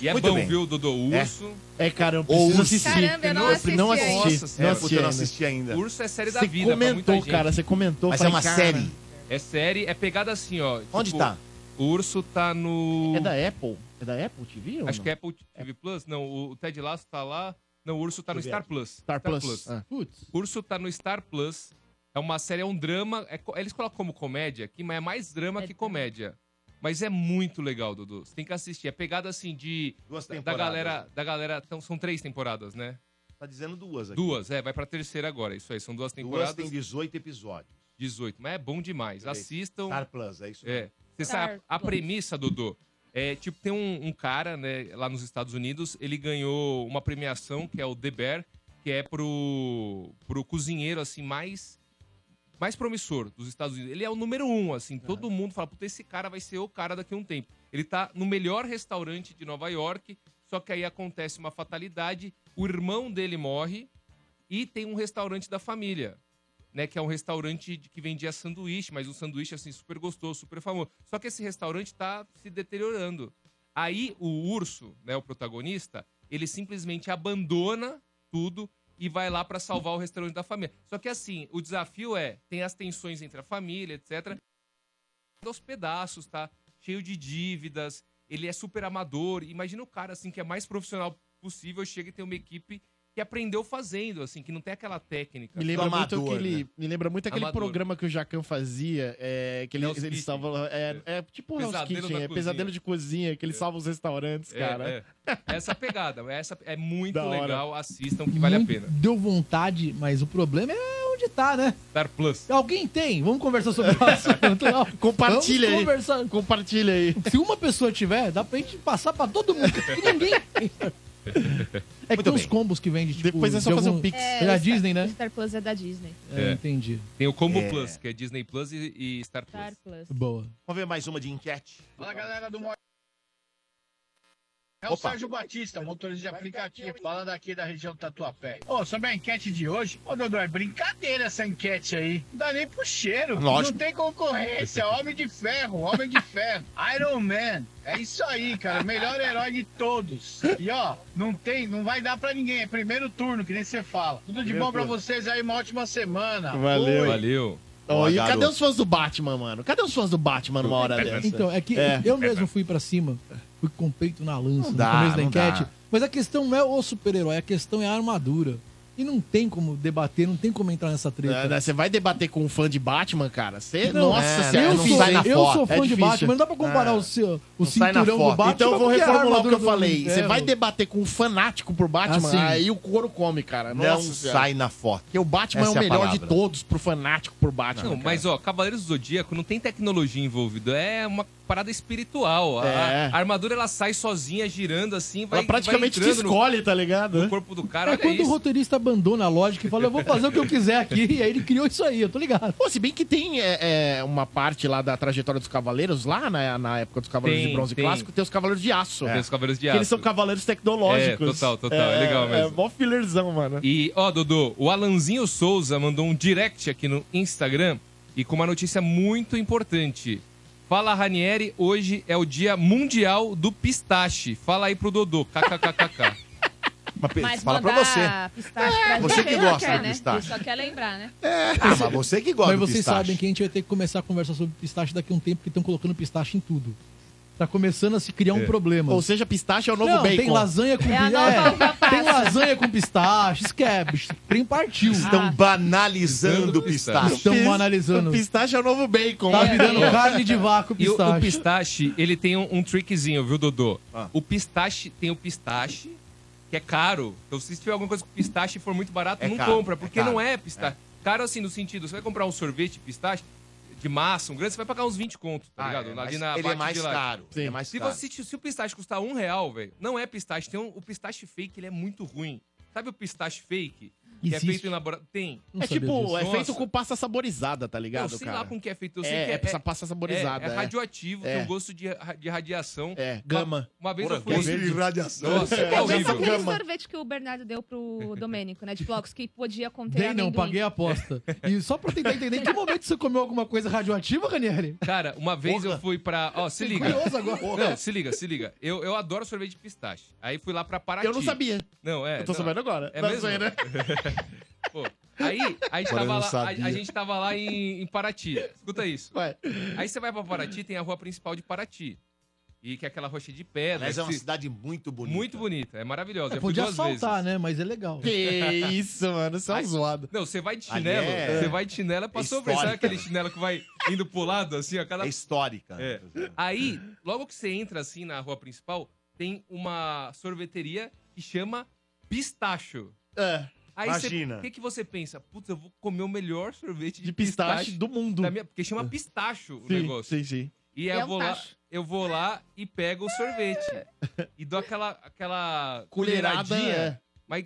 Speaker 2: E é
Speaker 1: Muito
Speaker 2: bom,
Speaker 1: bem.
Speaker 2: viu, Dudu? O
Speaker 1: É.
Speaker 2: Urso.
Speaker 5: É, cara, eu preciso
Speaker 1: Ou-
Speaker 5: assistir.
Speaker 3: Caramba, eu não
Speaker 5: Nossa, não
Speaker 3: assisti
Speaker 5: assisti.
Speaker 2: ainda.
Speaker 1: É,
Speaker 5: Não
Speaker 1: porque eu não
Speaker 5: ainda.
Speaker 1: assisti ainda.
Speaker 2: Urso é série da
Speaker 5: Você
Speaker 2: vida pra muita
Speaker 5: comentou,
Speaker 2: gente.
Speaker 5: cara, você comentou.
Speaker 1: Mas é
Speaker 5: falei,
Speaker 1: uma
Speaker 5: cara,
Speaker 1: série.
Speaker 2: É série, é pegada assim, ó.
Speaker 1: Onde
Speaker 2: tipo,
Speaker 1: tá?
Speaker 2: O Urso tá no...
Speaker 5: É da Apple? É da Apple TV? ou
Speaker 2: Acho
Speaker 5: não?
Speaker 2: que é Apple TV Plus. Não, o o Ted Lasso tá lá. Não, o Urso tá no
Speaker 5: Deixa eu
Speaker 2: Star
Speaker 5: ver
Speaker 2: Plus.
Speaker 5: Star Plus. Ah.
Speaker 4: Putz.
Speaker 2: O Urso tá no Star Plus. É uma série, é um drama. é co- eles colocam como comédia aqui, mas é mais drama
Speaker 3: É
Speaker 2: que
Speaker 3: drama.
Speaker 2: comédia. Mas é muito legal, Dudu. Você tem que assistir. É pegada assim de.
Speaker 1: Duas
Speaker 2: da- Da
Speaker 1: temporadas.
Speaker 2: galera. Da galera então, são três temporadas, né?
Speaker 1: Tá dizendo duas aqui.
Speaker 2: Duas, é, vai pra terceira agora. Isso aí, são duas
Speaker 1: Duas
Speaker 2: temporadas,
Speaker 1: tem 18 episódios.
Speaker 2: 18. Mas é bom demais.
Speaker 1: Peraí.
Speaker 2: Assistam.
Speaker 1: Star Plus, é isso?
Speaker 2: É. Você
Speaker 3: Star
Speaker 2: sabe, a a
Speaker 3: Plus.
Speaker 2: premissa, Dudu, é tipo, tem um, um cara, né, lá nos Estados Unidos, ele ganhou uma premiação que é o The Bear, que é pro, pro cozinheiro, assim, mais, mais promissor dos Estados Unidos. Ele é o número um, assim, todo mundo fala, puta, esse cara vai ser o cara daqui a um tempo. Ele tá no melhor restaurante de Nova York, só que aí acontece uma fatalidade, o irmão dele morre e tem um restaurante da família né, que é um restaurante de- que vendia sanduíche, mas um sanduíche assim super gostoso, super famoso. Só que esse restaurante tá se deteriorando. Aí o urso, né, o protagonista, ele simplesmente abandona tudo e vai lá pra salvar o restaurante da família. Só que assim, o desafio é, tem as tensões entre a família, etc. Aos pedaços, tá? Cheio de dívidas, ele é super amador. Imagina o cara, assim, que é mais profissional possível, chega e tem uma equipe que aprendeu fazendo, assim, que não tem aquela técnica.
Speaker 5: Me lembra,
Speaker 1: Amador,
Speaker 5: muito aquele,
Speaker 1: né?
Speaker 5: me lembra muito aquele
Speaker 2: Amador.
Speaker 5: programa que o Jacan fazia, é, que ele,
Speaker 2: Hell's
Speaker 5: eles
Speaker 2: Kitchen.
Speaker 5: salvam. É, é tipo Hell's
Speaker 2: Pesadelo
Speaker 5: Kitchen,
Speaker 2: da
Speaker 5: é pesadelo
Speaker 2: cozinha.
Speaker 5: de cozinha, que eles salvam os restaurantes,
Speaker 2: É,
Speaker 5: cara.
Speaker 2: é. Essa pegada, essa é muito
Speaker 5: Da hora.
Speaker 2: legal, assistam que vale a
Speaker 4: Muito
Speaker 2: pena.
Speaker 4: Deu vontade, mas o problema é onde tá, né?
Speaker 2: Star Plus.
Speaker 4: Alguém tem? Vamos conversar sobre o assunto. Não.
Speaker 5: Compartilha
Speaker 4: Vamos
Speaker 5: aí.
Speaker 4: conversar.
Speaker 5: Compartilha aí.
Speaker 4: Se uma pessoa tiver, dá pra gente passar pra todo mundo, que ninguém tem. É que tem uns combos que vende, tipo...
Speaker 5: Depois é só
Speaker 4: de
Speaker 5: fazer
Speaker 4: algum-
Speaker 5: um pix.
Speaker 3: Hum, É,
Speaker 4: É da
Speaker 3: o Star-
Speaker 4: Disney, né?
Speaker 3: O Star Plus é da Disney.
Speaker 4: É,
Speaker 2: É.
Speaker 4: entendi.
Speaker 2: Tem o Combo
Speaker 1: É.
Speaker 2: Plus, que é Disney Plus e, e Star Plus.
Speaker 3: Star Plus.
Speaker 4: Boa.
Speaker 1: Vamos ver mais uma de enquete.
Speaker 8: Fala galera do Mo... É o
Speaker 1: Opa.
Speaker 8: Sérgio Batista, motorista de aplicativo, fala daqui da região do Tatuapé. Ô, sobre a enquete de hoje, ô Dodô, é brincadeira essa enquete aí. Não dá é nem pro
Speaker 2: É
Speaker 8: cheiro. Não
Speaker 1: Lógico.
Speaker 8: tem concorrência, é homem de ferro, homem de ferro. Iron Man, é isso aí, cara, o melhor herói de todos. E ó, não tem, não vai dar pra ninguém, é primeiro turno, que nem você fala. Tudo de
Speaker 5: Primeiro
Speaker 8: bom pra
Speaker 5: turno.
Speaker 8: vocês aí, uma ótima semana.
Speaker 5: Valeu.
Speaker 2: Valeu.
Speaker 5: Tá, Ó,
Speaker 1: Boa,
Speaker 5: e
Speaker 1: garoto.
Speaker 5: cadê os fãs do Batman, mano? Cadê os fãs do Batman numa hora dessa?
Speaker 4: Então, é que
Speaker 5: É.
Speaker 4: eu mesmo fui pra cima, fui com o peito na lança
Speaker 5: Não
Speaker 4: no
Speaker 5: dá,
Speaker 4: começo da
Speaker 5: não
Speaker 4: enquete.
Speaker 5: dá.
Speaker 4: Mas a questão não é o super-herói, a questão é a armadura. E não tem como debater, não tem como entrar nessa treta.
Speaker 5: É, né, Você vai debater com um fã de Batman, cara? Você,
Speaker 4: Não,
Speaker 5: nossa,
Speaker 4: é,
Speaker 5: você
Speaker 4: eu,
Speaker 5: não
Speaker 4: sou,
Speaker 5: sai na
Speaker 4: eu
Speaker 5: foto.
Speaker 4: sou
Speaker 5: É
Speaker 4: fã de
Speaker 5: difícil.
Speaker 4: Batman, não dá pra comparar
Speaker 5: Ah.
Speaker 4: o, seu, o
Speaker 5: Não sai na
Speaker 4: cinturão do
Speaker 5: foto.
Speaker 4: Batman.
Speaker 5: Então eu vou
Speaker 4: com a
Speaker 5: reformular o que
Speaker 4: armadura
Speaker 5: eu
Speaker 4: do
Speaker 5: falei.
Speaker 4: Homem de
Speaker 5: Você vai
Speaker 4: Ferro.
Speaker 5: debater com um fanático pro Batman,
Speaker 4: Ah, sim.
Speaker 5: aí o couro come, cara.
Speaker 1: Não
Speaker 5: Nossa Senhora.
Speaker 1: sai na foto.
Speaker 5: Porque o Batman
Speaker 1: Essa
Speaker 5: é
Speaker 1: é
Speaker 5: o
Speaker 1: a
Speaker 5: melhor de
Speaker 1: palavra.
Speaker 5: todos pro fanático por Batman.
Speaker 2: Não,
Speaker 5: cara.
Speaker 2: mas ó, Cavaleiros do Zodíaco não tem tecnologia envolvida, é uma parada espiritual. A,
Speaker 5: É.
Speaker 2: a armadura ela sai sozinha, girando assim, vai,
Speaker 5: Ela praticamente
Speaker 2: vai
Speaker 5: te
Speaker 2: entrando no-
Speaker 5: escolhe, tá ligado?
Speaker 2: no corpo do cara.
Speaker 4: É
Speaker 2: Olha
Speaker 4: quando o
Speaker 2: isso.
Speaker 4: roteirista abandona a lógica e fala, eu vou fazer o que eu quiser aqui, e aí ele criou isso aí, eu tô ligado.
Speaker 5: Pô, se bem que tem é, é, uma parte lá da trajetória dos cavaleiros, lá na, na época dos cavaleiros
Speaker 2: Tem,
Speaker 5: de bronze
Speaker 2: tem.
Speaker 5: clássico, tem os cavaleiros de aço.
Speaker 2: Tem os Cavaleiros de
Speaker 5: Que
Speaker 2: Aço.
Speaker 5: eles são cavaleiros tecnológicos.
Speaker 2: É, total, total, é legal
Speaker 5: É
Speaker 2: mesmo.
Speaker 5: mó fillerzão, mano.
Speaker 2: E, ó, Dodô, o Alanzinho Souza mandou um direct aqui no Instagram e com uma notícia muito importante. Fala, Ranieri, hoje é o dia mundial do pistache. Fala aí pro Dodô, kkkk.
Speaker 1: Mas,
Speaker 3: Mas
Speaker 1: fala pra
Speaker 3: mandar
Speaker 1: você.
Speaker 3: pistache pra
Speaker 1: Você
Speaker 3: gente,
Speaker 1: que
Speaker 3: ele não
Speaker 1: gosta
Speaker 3: quer,
Speaker 1: de
Speaker 3: né?
Speaker 1: pistache.
Speaker 3: Ele só quer lembrar, né?
Speaker 1: Ah, mas você que gosta
Speaker 4: Mas
Speaker 1: do
Speaker 4: vocês
Speaker 1: pistache.
Speaker 4: sabem que a gente vai ter que começar a conversar sobre pistache daqui a um tempo, porque estão colocando pistache em tudo. Tá começando a se criar um problema.
Speaker 5: Ou seja, pistache é o novo
Speaker 4: Não,
Speaker 5: bacon.
Speaker 4: tem lasanha com
Speaker 3: É a
Speaker 4: pi-
Speaker 3: nova
Speaker 4: é,
Speaker 3: uva passa.
Speaker 4: Tem lasanha com pistache, esquebes. Trem partiu.
Speaker 1: Estão
Speaker 3: Ah.
Speaker 1: banalizando o pistache.
Speaker 4: Estamos
Speaker 5: Pis-
Speaker 4: analisando.
Speaker 5: O pistache é o novo bacon.
Speaker 4: Tá
Speaker 5: né?
Speaker 4: virando carne de vácuo
Speaker 2: E o, o
Speaker 4: pistache.
Speaker 2: pistache, ele tem um, um trickzinho, viu, Dodô?
Speaker 1: Ah.
Speaker 2: O pistache tem o pistache, que é caro. Então, se tiver alguma coisa com pistache e for muito barato,
Speaker 1: É
Speaker 2: não
Speaker 1: caro,
Speaker 2: compra,
Speaker 1: é
Speaker 2: porque
Speaker 1: caro.
Speaker 2: não é pistache. Caro assim, no sentido, você vai comprar um sorvete de pistache, de massa, um grande, você vai pagar uns 20 conto, tá
Speaker 1: Ah,
Speaker 2: ligado?
Speaker 1: é,
Speaker 2: Ali
Speaker 1: mas
Speaker 2: na
Speaker 1: ele é
Speaker 2: parte
Speaker 1: mais
Speaker 2: de lá.
Speaker 1: caro. ele é mais
Speaker 2: Se,
Speaker 1: caro.
Speaker 2: você, se o pistache custar um real, velho, não é pistache. Tem um- o pistache fake, ele é muito ruim. Sabe o pistache fake? Que é
Speaker 4: Existe?
Speaker 2: feito em laboratório. Tem.
Speaker 4: Não
Speaker 5: É
Speaker 4: sabia
Speaker 5: tipo,
Speaker 4: disso.
Speaker 5: é
Speaker 2: Nossa.
Speaker 5: feito com pasta saborizada, tá
Speaker 2: Eu
Speaker 5: ligado,
Speaker 2: sei
Speaker 5: cara?
Speaker 2: lá com que é feito. Eu sei
Speaker 5: É,
Speaker 2: que
Speaker 5: é,
Speaker 2: é,
Speaker 5: essa pasta
Speaker 2: é,
Speaker 5: saborizada.
Speaker 2: é radioativo,
Speaker 5: É.
Speaker 2: tem um gosto de, ra- de radiação.
Speaker 5: É, gama.
Speaker 2: Uma, uma vez eu fui.
Speaker 1: Gosto de radiação.
Speaker 2: Nossa, é
Speaker 3: É o mesmo
Speaker 2: horrível.
Speaker 5: Gama.
Speaker 3: aquele sorvete que o Bernardo deu pro Domênico, né? De flocos, que podia conter
Speaker 4: Dei não,
Speaker 3: amendoim.
Speaker 4: paguei a aposta. E só pra tentar entender, em que momento você comeu alguma coisa radioativa, Ranieri?
Speaker 2: Cara, uma vez eu fui pra. Ó, se liga.
Speaker 4: Curioso agora.
Speaker 2: Não, se liga, se liga. Eu, eu adoro sorvete de pistache. Aí fui lá pra Paraty.
Speaker 5: Eu não sabia.
Speaker 2: Não, é.
Speaker 5: Eu tô
Speaker 2: não.
Speaker 5: sabendo né? agora.
Speaker 2: É
Speaker 5: Não,
Speaker 2: mesmo?
Speaker 5: zoeira.
Speaker 2: Pô, aí a gente,
Speaker 1: Agora eu
Speaker 2: tava
Speaker 1: não
Speaker 2: lá, a,
Speaker 1: sabia.
Speaker 2: a gente tava lá em, em Paraty. Escuta isso.
Speaker 5: Ué.
Speaker 2: Aí você vai pra Paraty, tem a rua principal de Paraty. E que é aquela rocha de pedra.
Speaker 1: Mas é uma
Speaker 2: que se-
Speaker 1: cidade muito bonita.
Speaker 2: muito bonita, é maravilhosa. Eu fui
Speaker 4: Podia
Speaker 2: duas
Speaker 4: assaltar,
Speaker 2: vezes.
Speaker 4: né? Mas é legal.
Speaker 5: Que isso, mano. Você é um
Speaker 2: Ai.
Speaker 5: zoado.
Speaker 2: Não, você vai de
Speaker 1: Ali
Speaker 2: chinelo,
Speaker 1: é-
Speaker 2: você vai de chinelo é pra
Speaker 1: é
Speaker 2: sobreviver. Sabe
Speaker 1: histórica.
Speaker 2: aquele chinelo que vai indo pro lado, assim, ó, cada
Speaker 1: É histórica.
Speaker 2: É.
Speaker 1: né?
Speaker 2: Aí, logo que você entra assim na rua principal, tem uma sorveteria que chama Pistacho.
Speaker 5: É,
Speaker 2: Aí
Speaker 1: Imagina.
Speaker 2: O que, que você pensa? Putz, eu vou comer o melhor sorvete de,
Speaker 5: de pistache do mundo. É.
Speaker 2: da minha- Porque chama pistacho é o
Speaker 5: Sim,
Speaker 2: negócio.
Speaker 5: sim, sim.
Speaker 2: E aí
Speaker 3: É
Speaker 2: eu
Speaker 3: um
Speaker 2: vou, lá,
Speaker 3: tacho.
Speaker 2: eu vou lá e pego o sorvete. e dou aquela, aquela
Speaker 5: Colherada
Speaker 2: colheradinha,
Speaker 5: é
Speaker 2: mas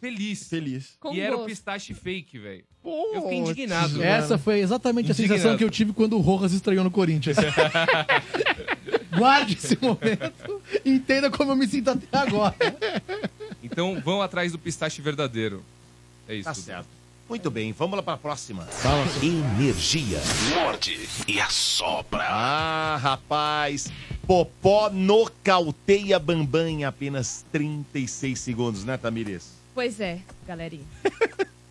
Speaker 2: feliz.
Speaker 5: feliz.
Speaker 3: Com
Speaker 2: E era o
Speaker 3: gosto.
Speaker 2: pistache fake, velho.
Speaker 5: Pô,
Speaker 2: Eu fiquei indignado. né?
Speaker 4: Essa foi exatamente a
Speaker 2: Indignado.
Speaker 4: sensação que eu tive quando o Rojas estreou no Corinthians. Guarde esse momento e entenda como eu me sinto até agora.
Speaker 2: Então vão atrás do pistache verdadeiro. É isso.
Speaker 1: Tá certo. Muito bem, vamos lá pra próxima.
Speaker 6: Energia. Morde e assopra.
Speaker 1: Ah, rapaz. Popó nocauteia Bambam em apenas 36 segundos, né, Tamires?
Speaker 3: Pois é, galerinha.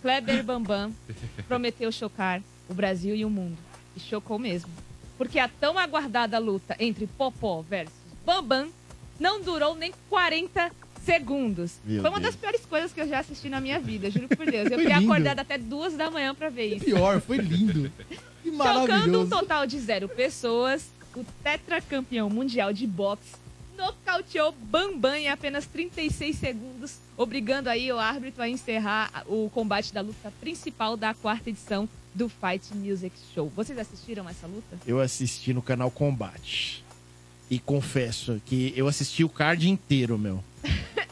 Speaker 3: Kleber Bambam prometeu chocar o Brasil e o mundo. E chocou mesmo. Porque a tão aguardada luta entre Popó versus Bambam não durou nem 40 segundos.
Speaker 5: Meu
Speaker 3: Foi uma
Speaker 5: Deus.
Speaker 3: das piores coisas que eu já assisti na minha vida, juro por Deus. Eu
Speaker 4: Foi
Speaker 3: fiquei
Speaker 4: lindo. É
Speaker 3: acordada até duas da manhã pra ver isso.
Speaker 4: Pior, foi lindo. Que
Speaker 3: Tocando um
Speaker 4: maravilhoso.
Speaker 3: total de zero pessoas, o tetracampeão mundial de boxe nocauteou Bambam em apenas 36 segundos, obrigando aí o árbitro a encerrar a- o combate da luta principal da quarta edição do Fight Music Show. Vocês assistiram essa luta?
Speaker 5: Eu assisti no canal Combate. E confesso que eu assisti o card inteiro, meu.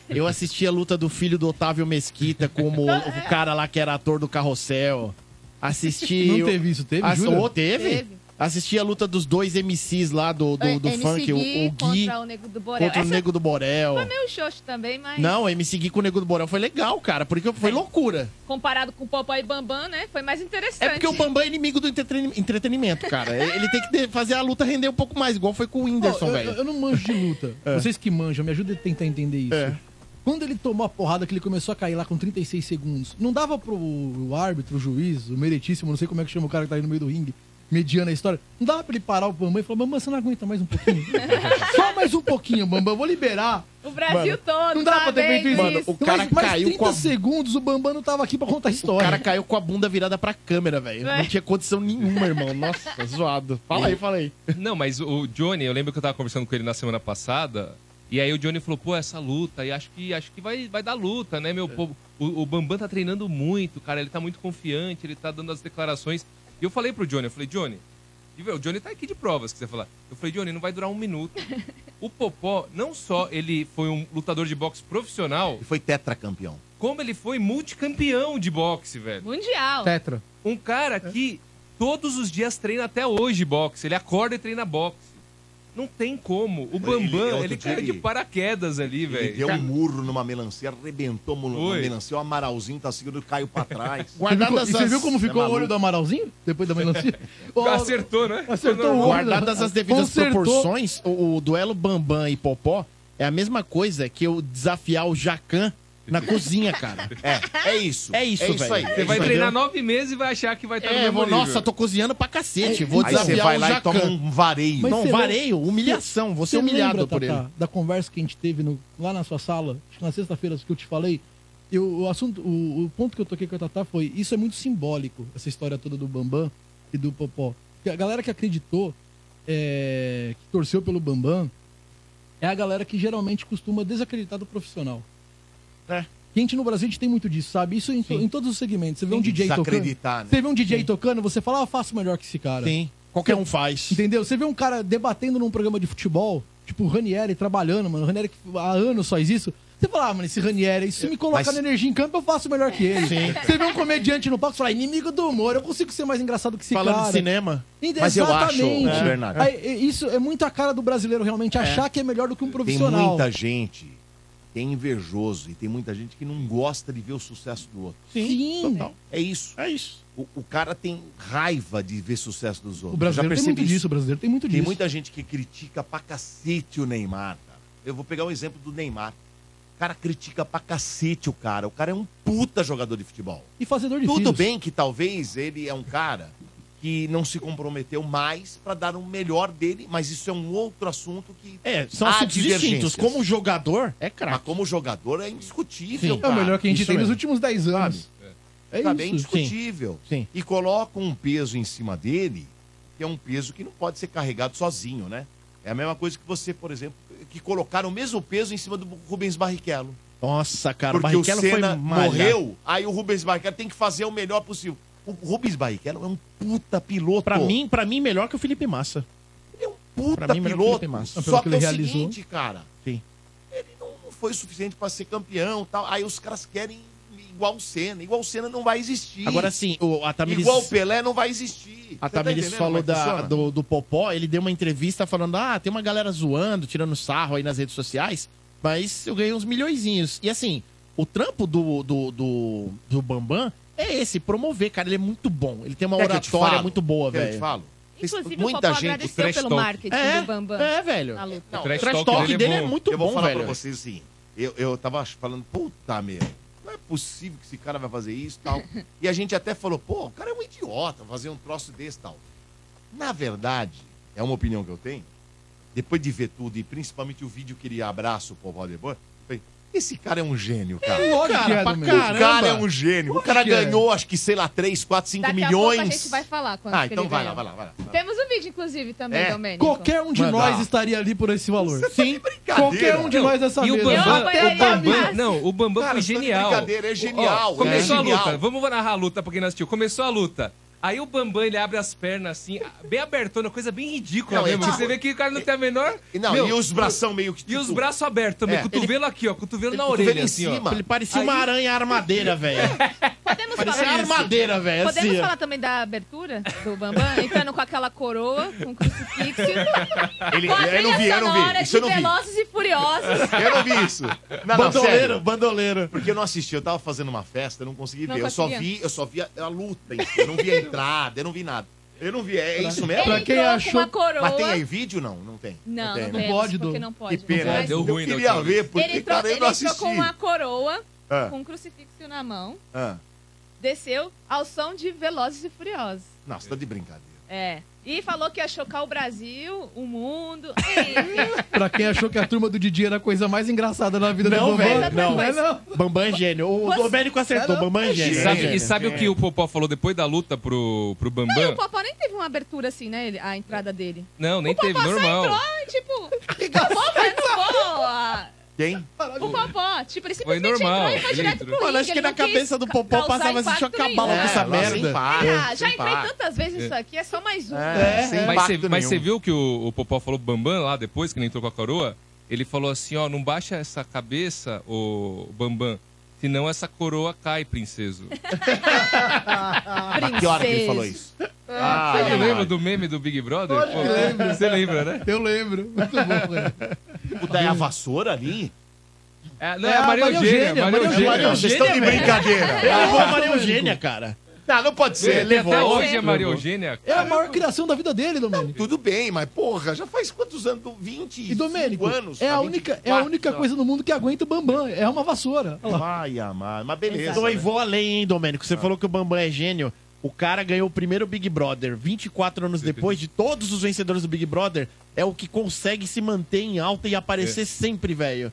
Speaker 5: Eu assisti a luta do filho do Otávio Mesquita como o cara lá que era ator do Carrossel. Assisti...
Speaker 4: Não teve isso, teve,
Speaker 5: Ass-
Speaker 4: jura?
Speaker 5: Oh, teve?
Speaker 3: Teve.
Speaker 5: Assisti a luta dos dois MCs lá do, do, do
Speaker 3: É,
Speaker 5: funk, o,
Speaker 3: Gui
Speaker 5: o Gui
Speaker 3: contra o Nego do Borel.
Speaker 5: contra o
Speaker 3: Essa
Speaker 5: Nego do Borel.
Speaker 3: foi meio xoxo também, mas
Speaker 5: Não, MC Gui com o Nego do Borel foi legal, cara, porque foi loucura.
Speaker 3: comparado com o Popó e Bambam, né? Foi mais interessante.
Speaker 5: É porque o Bambam é inimigo do entreten- entretenimento, cara. Ele tem que ter- fazer a luta render um pouco mais, igual foi com o
Speaker 4: Ó,
Speaker 5: Whindersson,
Speaker 4: eu,
Speaker 5: velho.
Speaker 4: eu- eu não manjo de luta. Vocês que manjam, me ajudem a tentar entender isso.
Speaker 5: É.
Speaker 4: Quando ele tomou a porrada que ele começou a cair lá com 36 segundos, não dava pro árbitro, o juiz, o meritíssimo, não sei como é que chama o cara que tá ali no meio do ringue, mediando a história, não dava pra ele parar o Bambam e falar, Bambam, você não aguenta mais um pouquinho? Só mais um pouquinho, Bambam, vou liberar.
Speaker 3: O Brasil todo.
Speaker 4: Não dá pra ter
Speaker 3: parabéns,
Speaker 4: feito isso. Então,
Speaker 5: Mano,
Speaker 3: Luiz.
Speaker 5: o cara
Speaker 4: mais, mais
Speaker 5: caiu
Speaker 4: 30
Speaker 5: com a-
Speaker 4: segundos, o Bambam não tava aqui pra contar a
Speaker 5: O
Speaker 4: história.
Speaker 5: cara caiu com a bunda virada pra câmera, velho.
Speaker 3: É.
Speaker 5: Não tinha condição nenhuma, irmão. Nossa, zoado. Fala aí, fala aí.
Speaker 2: Não, mas o Johnny, eu lembro que eu tava conversando com ele na semana passada, e aí o Johnny falou, pô, essa luta, e acho que, acho que vai, vai dar luta, né,
Speaker 5: É.
Speaker 2: meu povo? O, o Bambam tá treinando muito, cara, ele tá muito confiante, ele tá dando as declarações. E eu falei pro Johnny, eu falei, Johnny, de ver- o Johnny tá aqui de provas, que você falar. Eu falei, Johnny, não vai durar um minuto. O Popó, não só ele foi um lutador de boxe profissional,
Speaker 1: E foi tetracampeão.
Speaker 2: como ele foi multicampeão de boxe, velho.
Speaker 3: Mundial.
Speaker 4: Tetra.
Speaker 2: Um cara que todos os dias treina até hoje boxe. Ele acorda e treina boxe. Não tem como. O Bambam,
Speaker 5: é
Speaker 1: outro
Speaker 2: ele,
Speaker 1: dia
Speaker 2: caiu
Speaker 1: ele-
Speaker 2: de paraquedas ali,
Speaker 1: Ele
Speaker 2: velho.
Speaker 1: deu um murro numa melancia, arrebentou uma
Speaker 2: Foi.
Speaker 1: melancia, o amaralzinho tá seguindo, caiu pra trás.
Speaker 4: Você viu, co-
Speaker 5: Guardadas
Speaker 4: e você
Speaker 5: as-
Speaker 4: viu como ficou
Speaker 1: É
Speaker 4: o olho
Speaker 1: maluco.
Speaker 4: do Amaralzinho? Depois da melancia? Ó,
Speaker 2: Acertou, né?
Speaker 4: Acertou o olho.
Speaker 5: Guardadas as devidas
Speaker 4: Consertou.
Speaker 5: proporções, o, o duelo Bambam e Popó é a mesma coisa que eu desafiar o Jacan na cozinha, cara.
Speaker 1: É, é isso.
Speaker 5: É isso, velho.
Speaker 1: aí.
Speaker 2: Você vai treinar nove meses e vai achar que vai estar no
Speaker 5: É, eu
Speaker 2: mesmo
Speaker 5: vou,
Speaker 2: nível.
Speaker 5: nossa, tô cozinhando pra cacete. Vou
Speaker 1: Aí você
Speaker 5: desafiar
Speaker 1: vai
Speaker 5: o
Speaker 1: lá e
Speaker 5: Jacan.
Speaker 1: toma um vareio.
Speaker 4: Mas-
Speaker 5: Não,
Speaker 4: Você
Speaker 5: vareio, humilhação. Você
Speaker 4: Você
Speaker 5: é humilhado
Speaker 4: lembra,
Speaker 5: por
Speaker 4: Tatá,
Speaker 5: ele.
Speaker 4: da conversa que a gente teve no- lá na sua sala, acho que na sexta-feira que eu te falei, eu, o assunto, o, o ponto que eu toquei com a Tatá foi, isso é muito simbólico, essa história toda do Bambam e do Popó. Porque a galera que acreditou, é, que torceu pelo Bambam, é a galera que geralmente costuma desacreditar do profissional.
Speaker 5: É.
Speaker 4: E a gente no Brasil a gente tem muito disso, sabe? Isso em, to- em todos os segmentos. Você vê um DJ tocando.
Speaker 1: Desacreditar, né?
Speaker 4: Você vê um DJ tocando, você fala, ah, eu faço melhor que esse cara.
Speaker 5: Sim, qualquer um faz.
Speaker 4: Entendeu? Você vê um cara debatendo num programa de futebol, tipo o Ranieri trabalhando, mano. O Ranieri que há anos faz isso. Você fala, ah, mano, esse Ranieri, se me colocar
Speaker 1: Mas-
Speaker 4: na energia em campo, eu faço melhor que ele. Você vê um comediante no palco e fala, inimigo do humor, eu consigo ser mais engraçado que esse
Speaker 5: Falando
Speaker 4: cara.
Speaker 5: de cinema,
Speaker 4: Ent-
Speaker 1: Mas eu acho,
Speaker 4: Exatamente.
Speaker 1: né, Bernardo?
Speaker 4: Aí, e- isso é muito a cara do brasileiro realmente achar que é melhor do que um
Speaker 1: Tem
Speaker 4: profissional.
Speaker 1: muita gente que é invejoso e tem muita gente que não gosta de ver o sucesso do outro.
Speaker 4: Sim.
Speaker 5: Total.
Speaker 1: É isso.
Speaker 5: é isso.
Speaker 1: O, o cara tem raiva de ver sucesso dos
Speaker 4: O
Speaker 1: outros. Já
Speaker 4: brasileiro tem
Speaker 1: percebi
Speaker 4: muito
Speaker 1: isso.
Speaker 4: disso, o brasileiro tem muito
Speaker 1: Tem
Speaker 4: disso.
Speaker 1: muita gente que critica pra cacete o Neymar, cara. Eu vou pegar o exemplo do Neymar. O cara critica pra cacete o cara. O cara é um puta jogador de futebol.
Speaker 4: E fazedor de
Speaker 1: Tudo
Speaker 4: filhos.
Speaker 1: bem que talvez ele é um cara que não se comprometeu mais pra dar o melhor dele, mas isso é um outro assunto que.
Speaker 5: É, são
Speaker 1: Há
Speaker 5: assuntos distintos.
Speaker 1: divergências.
Speaker 5: Como jogador, é
Speaker 1: Mas
Speaker 5: craque.
Speaker 1: como jogador é indiscutível.
Speaker 5: Sim.
Speaker 4: É o
Speaker 1: cara.
Speaker 4: melhor que a gente
Speaker 5: Isso
Speaker 4: tem nos
Speaker 5: mesmo.
Speaker 4: últimos 10 anos. É,
Speaker 1: Sabe, é
Speaker 4: isso.
Speaker 1: indiscutível.
Speaker 5: Sim.
Speaker 1: E coloca um peso em cima dele, que é um peso que não pode ser carregado sozinho, né? É a mesma coisa que você, por exemplo, que colocaram o mesmo peso em cima do Rubens Barrichello.
Speaker 5: Nossa, cara,
Speaker 1: porque o
Speaker 5: Barrichello foi
Speaker 1: Senna
Speaker 5: malhar.
Speaker 1: morreu, aí o Rubens Barrichello tem que fazer o melhor possível. O Rubens Barrichello é um puta piloto.
Speaker 5: Pra mim, pra mim, melhor que o Felipe Massa.
Speaker 1: ele é um puta
Speaker 5: pra mim, melhor que o
Speaker 1: piloto.
Speaker 5: Felipe Massa.
Speaker 1: Só
Speaker 4: Pelo
Speaker 1: que,
Speaker 4: que
Speaker 1: é o
Speaker 4: ele realizou.
Speaker 1: seguinte, cara.
Speaker 5: Sim.
Speaker 1: Ele não foi o suficiente pra ser campeão, tal. Aí os caras querem igual o Senna, igual o Senna não vai existir.
Speaker 5: Agora sim, o, a Tamiris,
Speaker 1: Igual o Pelé não vai existir.
Speaker 5: Tá a
Speaker 1: Você tá
Speaker 5: Tamiris
Speaker 1: entendendo
Speaker 5: falou
Speaker 1: como é que
Speaker 5: da,
Speaker 1: funciona?
Speaker 5: do, do Popó, ele deu uma entrevista falando, ah, tem uma galera zoando, tirando sarro aí nas redes sociais, mas eu ganhei uns milhõezinhos. E assim, o trampo do, do, do, do Bambam é esse, promover, cara, ele é muito bom. Ele tem uma
Speaker 1: Quer que eu te
Speaker 5: oratória
Speaker 1: falo?
Speaker 5: muito boa,
Speaker 1: Quer que Eu te
Speaker 5: velho.
Speaker 1: falo.
Speaker 3: Inclusive, o
Speaker 1: Muita
Speaker 3: Popó
Speaker 1: gente
Speaker 3: agradeceu
Speaker 2: trash
Speaker 3: pelo
Speaker 2: talk.
Speaker 3: marketing
Speaker 5: É,
Speaker 3: do Bambam Tá
Speaker 5: é, velho.
Speaker 3: na luta.
Speaker 1: Não,
Speaker 2: O trash
Speaker 5: O trash
Speaker 2: talk
Speaker 5: talk
Speaker 2: dele é
Speaker 5: dele é
Speaker 2: bom.
Speaker 5: muito
Speaker 1: eu vou
Speaker 5: bom,
Speaker 1: falar
Speaker 5: velho.
Speaker 1: pra vocês assim. Eu, eu tava falando, puta, meu. Não é possível que esse cara vai fazer isso tal. E a gente até falou, pô, o cara é um idiota fazer um troço desse tal. Na verdade, é uma opinião que eu tenho, depois de ver tudo e principalmente o vídeo que ele abraça o povo Aldebor, falei, esse cara é um gênio, cara.
Speaker 4: lógico que é,
Speaker 1: pra
Speaker 4: Domingos.
Speaker 1: caramba. o cara é um gênio. O
Speaker 4: Lógico
Speaker 1: cara
Speaker 4: que é.
Speaker 1: ganhou, acho que, sei lá, 3, 4, 5
Speaker 3: Daqui
Speaker 1: milhões.
Speaker 3: a pouco a gente vai falar quanto
Speaker 1: ah,
Speaker 3: que
Speaker 1: então
Speaker 3: ele
Speaker 1: vai lá,
Speaker 3: ganhou.
Speaker 1: vai lá, vai lá.
Speaker 3: Temos um vídeo, inclusive, também,
Speaker 1: É,
Speaker 3: Domênico.
Speaker 4: Qualquer um de
Speaker 1: Manda.
Speaker 3: Tá.
Speaker 4: nós estaria ali por esse valor. Sim,
Speaker 1: brincadeira.
Speaker 4: qualquer um de nós dessa
Speaker 2: E o
Speaker 4: mesa.
Speaker 2: Bambam,
Speaker 3: apanharia
Speaker 2: o Bambam,
Speaker 3: mais.
Speaker 2: não, o Bambam
Speaker 1: é
Speaker 2: foi
Speaker 1: Cara, isso tá de
Speaker 2: genial.
Speaker 1: brincadeira, é genial,
Speaker 2: Ó, começou
Speaker 1: é
Speaker 2: a luta,
Speaker 1: genial.
Speaker 2: vamos narrar a luta pra quem não assistiu. Começou a luta. Aí o Bambam, ele abre as pernas assim, bem abertona, coisa bem ridícula
Speaker 1: Não, é
Speaker 2: mesmo.
Speaker 1: tipo-
Speaker 2: Você vê que o cara não tem a menor...
Speaker 1: E Não,
Speaker 2: Meu,
Speaker 1: e os bração meio que.
Speaker 2: e os braços abertos também,
Speaker 1: É,
Speaker 2: cotovelo aqui, ó, cotovelo na
Speaker 1: cotovelo
Speaker 2: orelha,
Speaker 1: em
Speaker 2: assim, ó.
Speaker 1: cima.
Speaker 5: Ele parecia uma aranha armadeira, velho.
Speaker 3: Podemos
Speaker 5: Parecia
Speaker 3: falar
Speaker 5: armadeira, velho.
Speaker 3: Podemos
Speaker 5: assim, ó.
Speaker 3: falar também da abertura do Bambam, entrando com aquela coroa, com o crucifixo.
Speaker 1: Ele,
Speaker 3: com a
Speaker 1: eu não vi,
Speaker 3: trilha
Speaker 1: eu não
Speaker 3: sonora
Speaker 1: vi. Isso eu
Speaker 3: de
Speaker 1: não vi.
Speaker 3: Velozes e Furiosos.
Speaker 1: Eu não vi isso. Não, não,
Speaker 5: Bandoleiro,
Speaker 1: sério.
Speaker 5: bandoleiro.
Speaker 1: Porque eu não assisti, eu tava fazendo uma festa, eu não consegui
Speaker 3: Não
Speaker 1: ver. Eu só
Speaker 3: conseguia.
Speaker 1: vi, eu só vi a, a luta, em si, eu não vi a entrada, eu não vi nada. Eu não vi, é, é isso mesmo?
Speaker 3: Ele
Speaker 4: Pra quem
Speaker 3: entrou com
Speaker 4: achou-
Speaker 3: uma coroa.
Speaker 1: Mas tem aí vídeo? Não, não tem.
Speaker 3: Não, não,
Speaker 1: tem.
Speaker 3: temos,
Speaker 4: pode,
Speaker 3: porque
Speaker 4: Dom.
Speaker 3: não pode.
Speaker 1: Que pena.
Speaker 3: Mas
Speaker 2: Deu
Speaker 1: eu
Speaker 2: ruim da
Speaker 1: queria
Speaker 2: última
Speaker 1: ver, É, porque,
Speaker 3: ele entrou,
Speaker 1: cara, eu
Speaker 3: ele
Speaker 1: não
Speaker 3: entrou
Speaker 1: assisti.
Speaker 3: com uma coroa,
Speaker 1: Ah,
Speaker 3: com um crucifixo na mão,
Speaker 1: ah.
Speaker 3: desceu ao som de Velozes e Furiosos.
Speaker 1: Não, você tá de brincadeira.
Speaker 3: É. E falou que ia chocar o Brasil, o mundo. Enfim,
Speaker 4: Pra quem achou que a turma do Didi era a coisa mais engraçada na vida
Speaker 5: Não,
Speaker 4: do
Speaker 5: velho,
Speaker 4: Bambam,
Speaker 5: não.
Speaker 4: não é não.
Speaker 5: Bambam é gênio. O
Speaker 3: Você-
Speaker 5: Domênico
Speaker 2: assim.
Speaker 5: acertou.
Speaker 4: Era-
Speaker 5: Bambam é gênio.
Speaker 2: E
Speaker 5: é
Speaker 2: sabe,
Speaker 5: gênio.
Speaker 2: e sabe o que o Popó falou depois da luta pro, pro
Speaker 3: Então, o
Speaker 2: Bambam?
Speaker 3: Popó nem teve uma abertura assim, né? ele- a entrada dele.
Speaker 2: Não, nem
Speaker 3: o Popó
Speaker 2: teve,
Speaker 3: só entrou
Speaker 2: normal.
Speaker 3: e, tipo, eu vou, mas não vou. ah,
Speaker 1: Quem?
Speaker 3: O Popó, tipo, ele simplesmente
Speaker 2: Foi normal,
Speaker 3: entrou e foi
Speaker 2: ele
Speaker 3: direto
Speaker 2: entrou.
Speaker 3: pro
Speaker 5: Mano,
Speaker 3: ringue,
Speaker 5: acho que
Speaker 3: ele
Speaker 5: na
Speaker 3: não quis
Speaker 5: cabeça do
Speaker 3: ca-
Speaker 5: Popó
Speaker 3: causar
Speaker 5: passava assim, deixa eu
Speaker 3: impacto
Speaker 5: acabar logo
Speaker 3: nenhum.
Speaker 5: com essa
Speaker 1: lá,
Speaker 5: merda.
Speaker 1: Sem par,
Speaker 3: Ah, já
Speaker 1: sem
Speaker 3: entrei
Speaker 1: par.
Speaker 3: tantas vezes isso aqui, é só mais um.
Speaker 1: É, sem
Speaker 2: Mas
Speaker 1: impacto
Speaker 2: você, mas você
Speaker 1: nenhum.
Speaker 2: viu que o, o Popó falou pro Bambam lá depois, que ele entrou com a coroa? Ele falou assim, ó, não baixa essa cabeça, ô Bambam, senão essa coroa cai, princeso.
Speaker 1: Ah, Mas que hora que ele falou isso? Ah,
Speaker 2: Você não lembra do meme do Big Brother? Pô, Você lembra, né?
Speaker 4: Eu lembro. Muito bom, velho.
Speaker 1: Puta, é a vassoura ali?
Speaker 2: É, não,
Speaker 4: É
Speaker 2: é, a
Speaker 4: a
Speaker 2: Maria
Speaker 4: Maria
Speaker 2: Eugênia.
Speaker 4: Eugênia,
Speaker 2: Maria
Speaker 4: Maria
Speaker 2: Eugênia. É
Speaker 1: Não, vocês estão de brincadeira.
Speaker 5: Eu vou a Maria Eugênia, cara.
Speaker 1: Não, não pode ser.
Speaker 2: Tem Até
Speaker 1: Levou.
Speaker 2: hoje a Maria Eugênia.
Speaker 4: É a maior criação da vida dele, Domênico.
Speaker 1: Tudo bem, mas porra, já faz quantos anos? Do 20
Speaker 4: E Domênico,
Speaker 1: anos?
Speaker 4: é,
Speaker 1: tá?
Speaker 4: a única, é a
Speaker 1: 24,
Speaker 4: única
Speaker 1: sei lá.
Speaker 4: coisa no mundo que aguenta o Bambam. É uma vassoura. Olha lá.
Speaker 1: Vai, amar. Mas beleza.
Speaker 5: Então
Speaker 1: né?
Speaker 5: eu vou além, hein, Domênico. Você falou que o Bambam é gênio. O cara ganhou o primeiro Big Brother. 24 anos depois de todos os vencedores do Big Brother, é o que consegue se manter em alta e aparecer
Speaker 2: É.
Speaker 5: sempre, velho.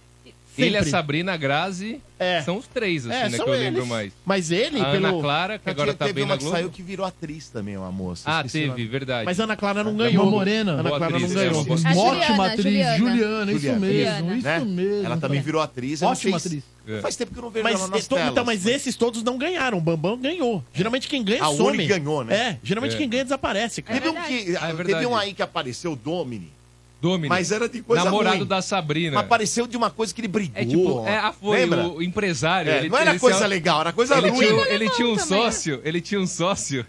Speaker 2: Ele, a
Speaker 5: Sempre.
Speaker 2: Sabrina, a Grazi,
Speaker 5: É.
Speaker 2: são os três, assim,
Speaker 5: É,
Speaker 2: né,
Speaker 5: são
Speaker 2: que eu lembro
Speaker 5: eles.
Speaker 2: mais.
Speaker 5: Mas ele,
Speaker 2: A Ana
Speaker 5: pelo...
Speaker 2: Clara, que
Speaker 1: Mas
Speaker 2: agora
Speaker 1: tinha-
Speaker 2: tá
Speaker 1: teve
Speaker 2: bem
Speaker 1: uma
Speaker 2: na
Speaker 1: que saiu
Speaker 2: Globo.
Speaker 1: é que virou atriz também, uma moça.
Speaker 2: Ah,
Speaker 1: esqueci o nome.
Speaker 2: teve, verdade.
Speaker 5: Mas Ana Clara não
Speaker 4: É uma
Speaker 5: ganhou.
Speaker 4: morena.
Speaker 5: Ana
Speaker 2: Boa
Speaker 5: Clara não
Speaker 2: atriz, é,
Speaker 5: ganhou.
Speaker 2: uma boa atriz.
Speaker 3: A Juliana,
Speaker 4: Ótima
Speaker 3: a
Speaker 4: atriz.
Speaker 3: Juliana.
Speaker 4: Juliana, isso
Speaker 1: Juliana.
Speaker 4: mesmo. Isso
Speaker 1: Né?
Speaker 4: mesmo.
Speaker 1: Ela também virou atriz. eu não
Speaker 4: Ótima
Speaker 1: sei se-
Speaker 4: atriz.
Speaker 2: É.
Speaker 1: Faz tempo que eu não vejo
Speaker 5: Mas,
Speaker 1: ela nas
Speaker 5: então,
Speaker 1: telas.
Speaker 5: então, mas esses todos não ganharam. O Bambam ganhou. Geralmente quem ganha
Speaker 1: A
Speaker 5: some.
Speaker 1: Uni ganhou, né?
Speaker 5: É, geralmente
Speaker 2: É.
Speaker 5: quem ganha desaparece, cara.
Speaker 1: Teve, um
Speaker 3: verdade.
Speaker 1: que,
Speaker 2: Ah, é
Speaker 1: teve
Speaker 2: verdade.
Speaker 1: um aí que apareceu, o Domini,
Speaker 2: Domini,
Speaker 1: mas era de coisa
Speaker 2: namorado
Speaker 1: ruim.
Speaker 2: da Sabrina.
Speaker 1: Apareceu de uma coisa que ele brigou.
Speaker 2: É tipo, é, ah, foi
Speaker 1: Lembra?
Speaker 2: o empresário.
Speaker 1: É,
Speaker 2: ele-
Speaker 1: não era
Speaker 2: ele se
Speaker 1: coisa
Speaker 2: au-
Speaker 1: legal, era coisa
Speaker 2: Ele
Speaker 1: ruim.
Speaker 2: tinha, ele tinha um
Speaker 3: Alemão também, né?
Speaker 2: sócio, ele tinha um sócio,